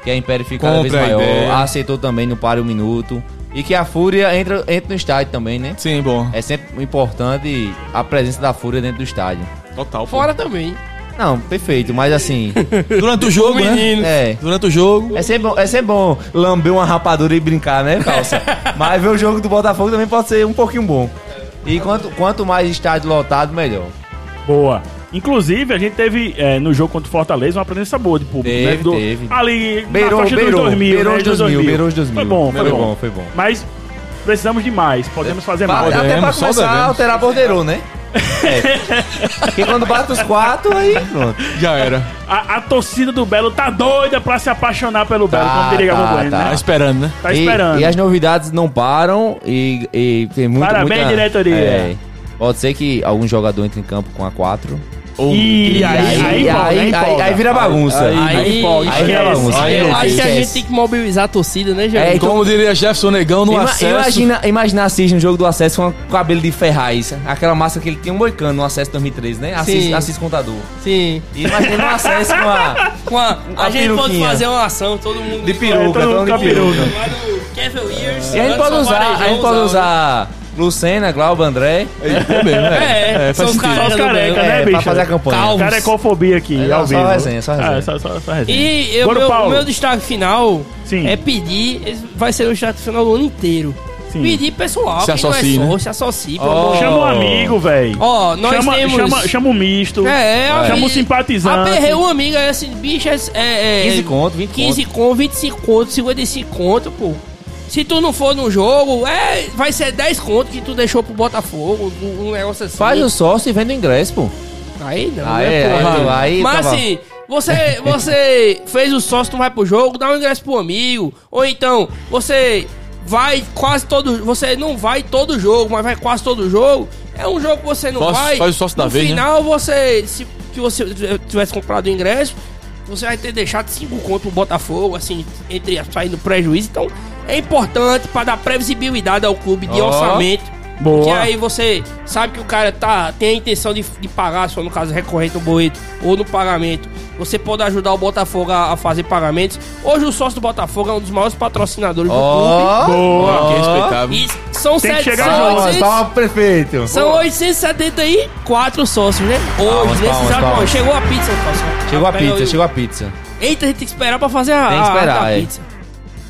que a Império fica cada vez
Compra a
maior,
ideia.
a aceitou também no pare um minuto. E que a Fúria entra, entra no estádio também, né?
Sim, bom.
É sempre importante a presença da Fúria dentro do estádio.
Total.
é
pô.
Fora também.
Não, perfeito, mas assim.
Durante o jogo, né?
Menino.
é.
Durante o jogo.
É sempre, bom, é sempre bom lamber uma rapadura e brincar, né, calça? Mas ver o jogo do Botafogo também pode ser um pouquinho bom. E quanto, quanto mais estádio lotado, melhor.
Boa. Inclusive, a gente teve é, no jogo contra o Fortaleza uma presença boa de público.
Teve,
né? Do-
teve.
Ali,
Beirou,
na faixa
beirou,
dos 2000,
beirou
né?
os
dos
2000, beirou os 2000.
Foi bom, foi,
Foi
bom.
bom, foi bom.
Mas precisamos de mais, podemos fazer
Pa-
mais.
Olha,
até pra
devemos, só
começar a
devemos.
alterar borderô, né? É. Porque quando bate os quatro, aí pronto.
Já era.
A, a torcida do Belo tá doida pra se apaixonar pelo Belo,
Tá,
como diria
tá,
Gabo Bueno,
tá.
né?
Tá esperando, né?
Tá
E-
esperando.
E, as novidades não param e, e tem muito,
Parabéns,
muita-
diretoria.
É. pode ser que algum jogador entre em campo com a quatro.
Ou-
E aí, aí, empolga, aí,
aí,
empolga.
aí vira bagunça.
Aí-
Aí empolga,
aí
esquece.
vira bagunça.
Aí
Aí
Eu
não
acho que a
esquece.
gente tem que mobilizar a torcida, né,
É,
Jair?
então-
Como diria Jefferson Negão no
Ima-
acesso.
imagina, imagina Assis no jogo do acesso com o cabelo de Ferraz. Aquela massa que ele tinha um moicano no acesso 2013, né? Assis,
Sim.
Assis contador.
Sim.
E Imagina o acesso É, com a.
Com a, a
A
gente pode
peruquinha.
fazer uma ação, todo mundo.
De
É,
peruca,
todo mundo
todo
com a
de peruca.
peruca.
Lá no Cavaliers.
E a gente
lá no
pode
São
usar, a gente
Varejão,
pode
né?
usar Lucena, Glauba, André.
É mesmo,
É,
é. É,
são
faz
Só
sentido.
os
os
careca do
careca,
Belo.
né,
É, pra
bicho?
fazer a campanha.
Calvos. Carecofobia aqui,
É, não,
ao
só
vivo.
resenha, só resenha.
É, só, só- só resenha.
E eu,
Bora,
meu,
Paulo.
meu destaque final
Sim.
é pedir. esse Vai ser o destaque final do ano inteiro.
Sim.
Pedir pessoal,
Se
quem não é
associe, né?
sócio, se associe. pelo
Ó.
amor de
Chama um
Oh.
amigo, velho.
Ó, nós
chama,
temos-
Chama, chama um misto.
É, é,
Chama
amigo.
um simpatizante.
Aperrei um amigo, aí assim, bicho, é, é, é-
15 conto, 20
15 conto, 25 conto, 55 conto, pô. Se tu não for no jogo, é, vai ser 10 conto que tu deixou pro Botafogo, um um negócio assim.
Faz o sócio e vende o ingresso, pô.
Aí não,
Aí,
né, porra?
aí, tu- aí
Mas
tava-
assim, você, você fez o sócio, não vai pro jogo, dá um ingresso pro amigo. Ou então, você vai quase todo. Você não vai todo jogo, mas vai quase todo jogo. É um jogo que você não
Sócio-
vai.
faz o sócio da
no
vez, né?
final, Ah, você. Se que você tivesse comprado o ingresso, você vai ter deixado 5 contra o Botafogo, assim, entre as- saindo prejuízo. Então, é importante pra dar previsibilidade ao clube de
Ó.
orçamento.
Boa.
Porque aí você sabe que o cara tá, tem a intenção de, de pagar, só no caso recorrente no boleto ou no pagamento. Você pode ajudar o Botafogo a, a fazer pagamentos. Hoje o sócio do Botafogo é um dos maiores patrocinadores
Ó.
Boa.
Que
Ó.
do clube.
respeitável.
E são,
Tem que
sete,
chegar
são,
junto.
800
Palmas, prefeito.
são 874 sócios, né? Hoje,
Palmas,
nesse
palmas,
exato
palmas.
momento. Chegou a pizza, Fausto.
Chegou a
Pega
pizza,
aí.
chegou a pizza.
Eita, a gente tem que esperar pra fazer a,
Tem que esperar,
a- a
é.
pizza.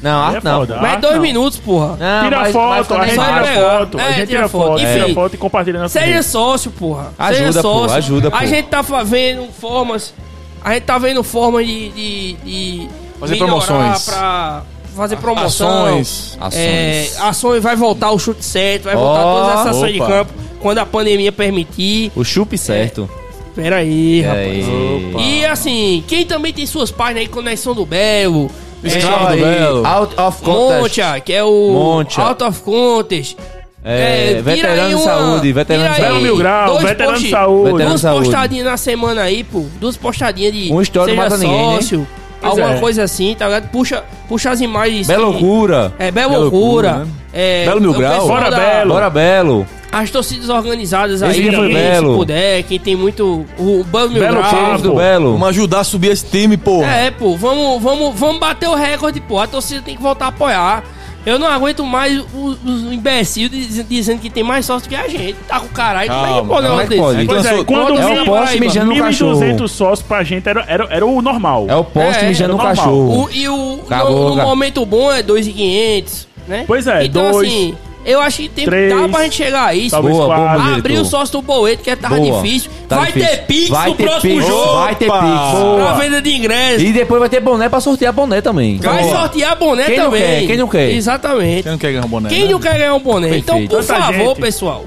Não,
Aí
arte
é
não.
foda.
Mas
Ah,
dois
não.
minutos, porra.
Não, é
Tira
mas- mas
foto,
quando
a gente
é
vai
tira
pegar.
foto, a
É,
gente
tira
tira
foto,
foto, tira
enfim.
foto e compartilha na
Seja
rede.
sócio, porra. Seja
Ajuda, pô,
sócio.
ajuda, pô.
A gente tá fa- vendo formas. A gente tá vendo formas de. de, de
Fazer
melhorar
promoções.
Pra fazer promoção.
Ações.
É,
Ações.
ações. Vai voltar o chute certo, vai
Ó,
voltar todas as ações
opa.
de campo quando a pandemia permitir.
O chup certo.
Peraí,
Aí.
É, rapaz. E assim, quem também tem suas páginas aí, Conexão do Belo.
Escravo
é,
do Belo.
Out of contest.
Montia, que é o
Montia.
Out of Contest.
É,
tira
veterano
aí
de saúde, veterano
tira
de
aí
saúde.
Mil grau,
dois
veterano de
post-
saúde.
Veterano
Duas
de saúde.
postadinhas na semana aí, pô. Duas postadinhas de.
Uma história não
seja
mata ninguém, né?
sócio,
Pois
Alguma
é.
coisa assim, tá ligado? Puxa, puxa as imagens.
Bela
que-
loucura.
É, Bela
Bela
Loucura.
Loucura, né?
é,
Belo Mil
o pessoal
Grau.
Bora,
da-
Belo.
Bora, Belo.
As torcidas organizadas
Esse
aí,
dia foi
também,
Belo.
se puder, quem tem muito. O Belo Mil
Belo
Grau.
Papo.
Do Belo.
Vamos ajudar a subir esse time, pô.
É, pô, vamos, vamos, vamos bater o recorde, pô. A torcida tem que voltar a apoiar. Eu não aguento mais os, os imbecil diz- dizendo que tem mais sócio que a gente. Tá com o caralho, como é que
Calma,
pode
como
um
é
negócio
que pode?
desse?
Pois é,
Então,
quando
é o
mil-
poste
mijando no
1.200
cachorro.
sócios pra gente era, era, era o normal.
É o poste
É,
mijando no
normal.
cachorro.
O- e o
Acabou,
no, no
cara.
momento bom é 2,500, né?
Pois é,
então
dois,
assim, eu acho que tem
três,
dá pra gente chegar a isso.
talvez
Boa, boa,
quatro.
Milton.
Abrir o sócio do boleto, que é tarde
Boa.
difícil.
Tá
vai
difícil.
ter Pix
Vai
no
ter
próximo
Pix,
jogo.
Vai ter
Opa.
Pix.
Pra venda de ingresso.
E depois vai ter boné pra sortear boné também.
Vai sortear boné
Quem não
também.
quer? Quem não quer?
Exatamente.
Quem não quer ganhar um
é
boné?
Quem
né?
não quer ganhar um boné? Então, por
Tanta
favor,
gente.
pessoal.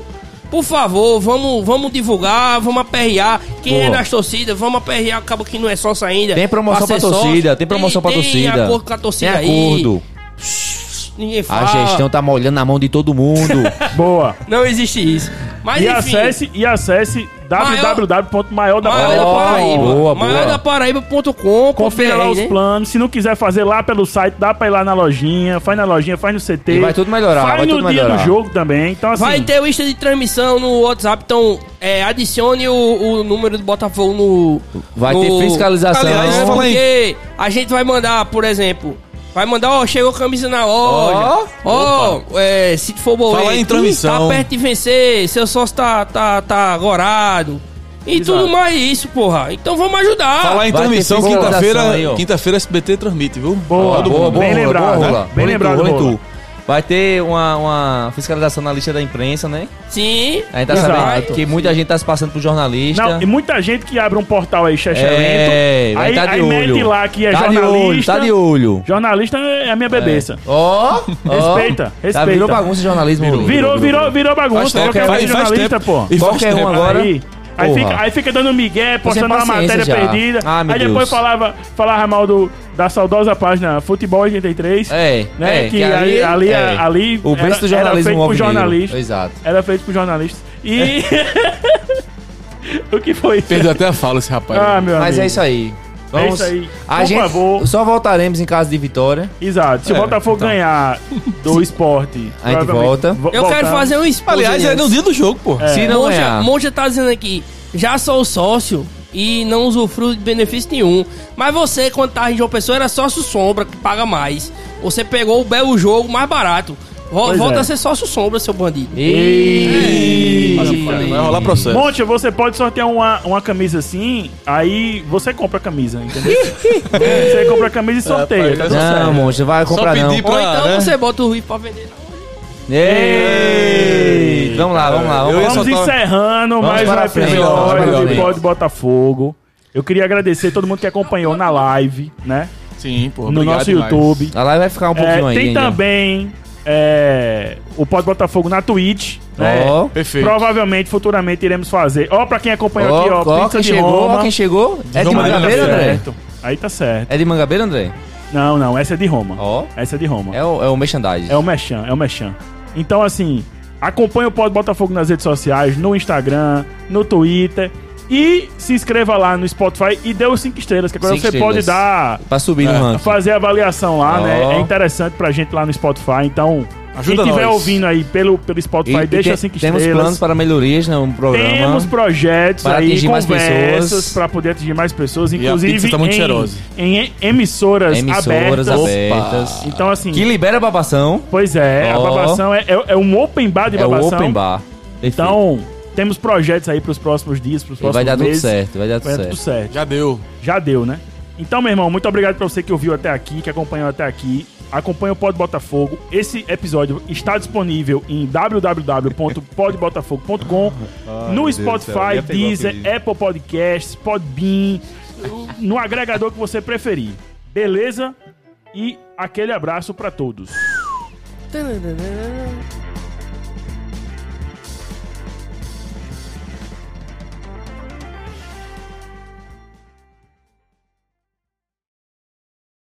Por favor, vamos, vamos divulgar, vamos aperrear. Quem é
Boa.
das torcidas, vamos aperrear. Acaba que não é sócio ainda.
Tem promoção pra
ser sócio.
torcida, tem promoção pra torcida.
Tem acordo com a torcida
Tem
aí.
acordo.
Ninguém
A
Ah.
fala.
gestão tá molhando na mão de todo mundo.
Boa.
Não existe isso. Mas
E
enfim.
acesse, e acesse
Maior da
www.maiorda.com.
Ó,
Paraíba.
boa, boa.
Maiordaparaíba.com.
Confira lá os
né?
planos. Se não quiser fazer lá pelo site, dá pra ir lá na lojinha. Faz na lojinha, faz no CT.
E vai tudo melhorar,
Faz
vai
no
tudo
dia
melhorar.
do jogo também. Então, assim,
Vai ter o lista de transmissão no WhatsApp, então é, adicione o, o número do Botafogo no.
Vai
no-
ter fiscalização.
Aliás,
Não,
fala aí.
Porque a gente vai mandar, por exemplo, vai mandar, ó, chegou camisa na
Ó.
loja. Ó, é, se for boleto,
Fala aí em transmissão.
tá perto de vencer, seu sócio tá, tá, tá agorado. E tudo mais é isso, porra. Então vamos ajudar.
Falar
Vai
em
ter
transmissão,
fiscalização
quinta-feira,
aí, ó.
quinta-feira SBT transmite, viu?
Boa,
Todo
boa,
mundo.
boa. Bem lembrado,
boa,
né?
boa.
Bem
Boa,
lembrado,
boa,
boa.
boa. Vai ter uma, uma fiscalização na lista da imprensa, né?
Sim.
A gente tá
Exato.
sabendo que muita gente tá se passando por jornalista.
Não, e muita gente que abre um portal aí, Xexé
É,
Lento,
vai
aí,
tá de
aí
olho.
mete lá que é
tá de olho,
jornalista.
tá de olho.
Jornalista é a minha bebeça.
Ó, ó.
Respeita,
Tá,
respeita.
virou bagunça de jornalismo.
Virou, virou, virou bagunça.
tempo,
Qualquer
faz-
vez
faz
jornalista,
tempo.
pô.
E faz
Qualquer um
tempo.
agora.
Aí, aí,
Porra.
fica, aí fica dando
é
migué, postando uma
paciência
matéria
já.
perdida.
Ah, meu
aí depois
Deus.
falava, falava mal do, da saudosa página Futebol 83.
É,
né?
é,
que, ali, ali,
é.
ali
O berço do
era- era
jornalismo
feito por
alvinegro.
jornalistas.
Exato.
Era feito por jornalistas. E. o que foi isso?
Perdeu até a fala esse rapaz.
Ah, meu
É. Mas
amigo.
é isso aí.
isso aí.
A
Por
gente
favor.
só voltaremos em caso de vitória.
Exato. Se o
É,
Botafogo
então.
ganhar do esporte.
A gente
provavelmente
volta.
vo-
Eu quero
voltamos.
fazer um spoiler.
Aliás, é no dia do jogo, pô.
Se não é
Monja,
ganhar.
Monja tá dizendo aqui, já sou sócio e não usufruo de benefício nenhum. Mas você, quando tava em João Pessoa, era sócio sombra, que paga mais. Você pegou o belo jogo mais barato. Vo-
Pois
volta
é.
a ser sócio sombra, seu bandido.
E...
Vai rolar processo.
Monte, você pode sortear uma, uma camisa assim, aí você compra a camisa, entendeu? você compra a camisa
É,
e sorteia. tá
rapaz,
tudo
Não,
certo.
monstro, vai comprar não.
pedir
Ou
pra-
então
né?
você bota o Rui pra vender. na loja.
Ei, Vamos lá, vamos lá. Vamos
Eu ia
lá.
Vamos
só tava-
encerrando
Vamos
mais um
para a frente, vamos para a
episódio
frente.
do Pode Botafogo. Eu queria agradecer todo mundo que acompanhou na live, né?
Sim, pô.
no
obrigado
nosso
demais.
YouTube.
A live vai ficar um
É,
pouquinho aí
tem
ainda.
também é, o Pode Botafogo na Twitch. né?
Ó,
Perfeito.
Provavelmente, futuramente, iremos fazer. Ó, pra quem acompanhou aqui, ó,
ó, ó,
Pizza
quem
de
chegou, né?
Roma. tá
ó, quem chegou. É de
Roma,
Mangabeira,
Roma,
André?
Certo. Aí tá certo.
É de Mangabeira, André?
Não, não, essa é de Roma.
Ó,
Essa é de Roma.
é o, é o merchandising.
É o Mechan, é o Mechan. Então, assim, acompanha o Pod Botafogo nas redes sociais, no Instagram, no Twitter. E se inscreva lá no Spotify e dê os 5 estrelas, que agora
Cinco
você pode
estrelas.
dar.
Pra subir
É.
no ranking.
Fazer a avaliação lá,
Ó.
né? É interessante pra gente lá no Spotify. Então,
Ajuda
quem estiver
nós.
ouvindo aí pelo, pelo Spotify,
E- e
deixa
te-
5
Temos
estrelas.
planos para melhorias no programa.
Temos projetos
Para
aí,
atingir mais
conversas
pessoas.
para poder atingir mais pessoas,
a
inclusive
pizza tá muito
em,
cheirosa.
em emissoras,
emissoras
abertas.
abertas.
Então, assim,
Que libera babação.
pois é,
Ó.
a babação é, é, é um open bar de
É o
babação.
open bar. Perfeito.
Então, temos projetos aí pros próximos dias, pros
E
próximos
vai dar tudo
meses.
certo, vai dar tudo
Vai dar
certo.
tudo certo.
Já deu.
Já deu, né? Então, meu irmão, muito obrigado pra você que ouviu até aqui, que acompanhou até aqui. Acompanha o Pod Botafogo. Esse episódio está disponível em www.podbotafogo.com, no Spotify, Deezer, Apple Podcasts, Podbean, no agregador que você preferir. Beleza? E aquele abraço pra todos.
Tananana.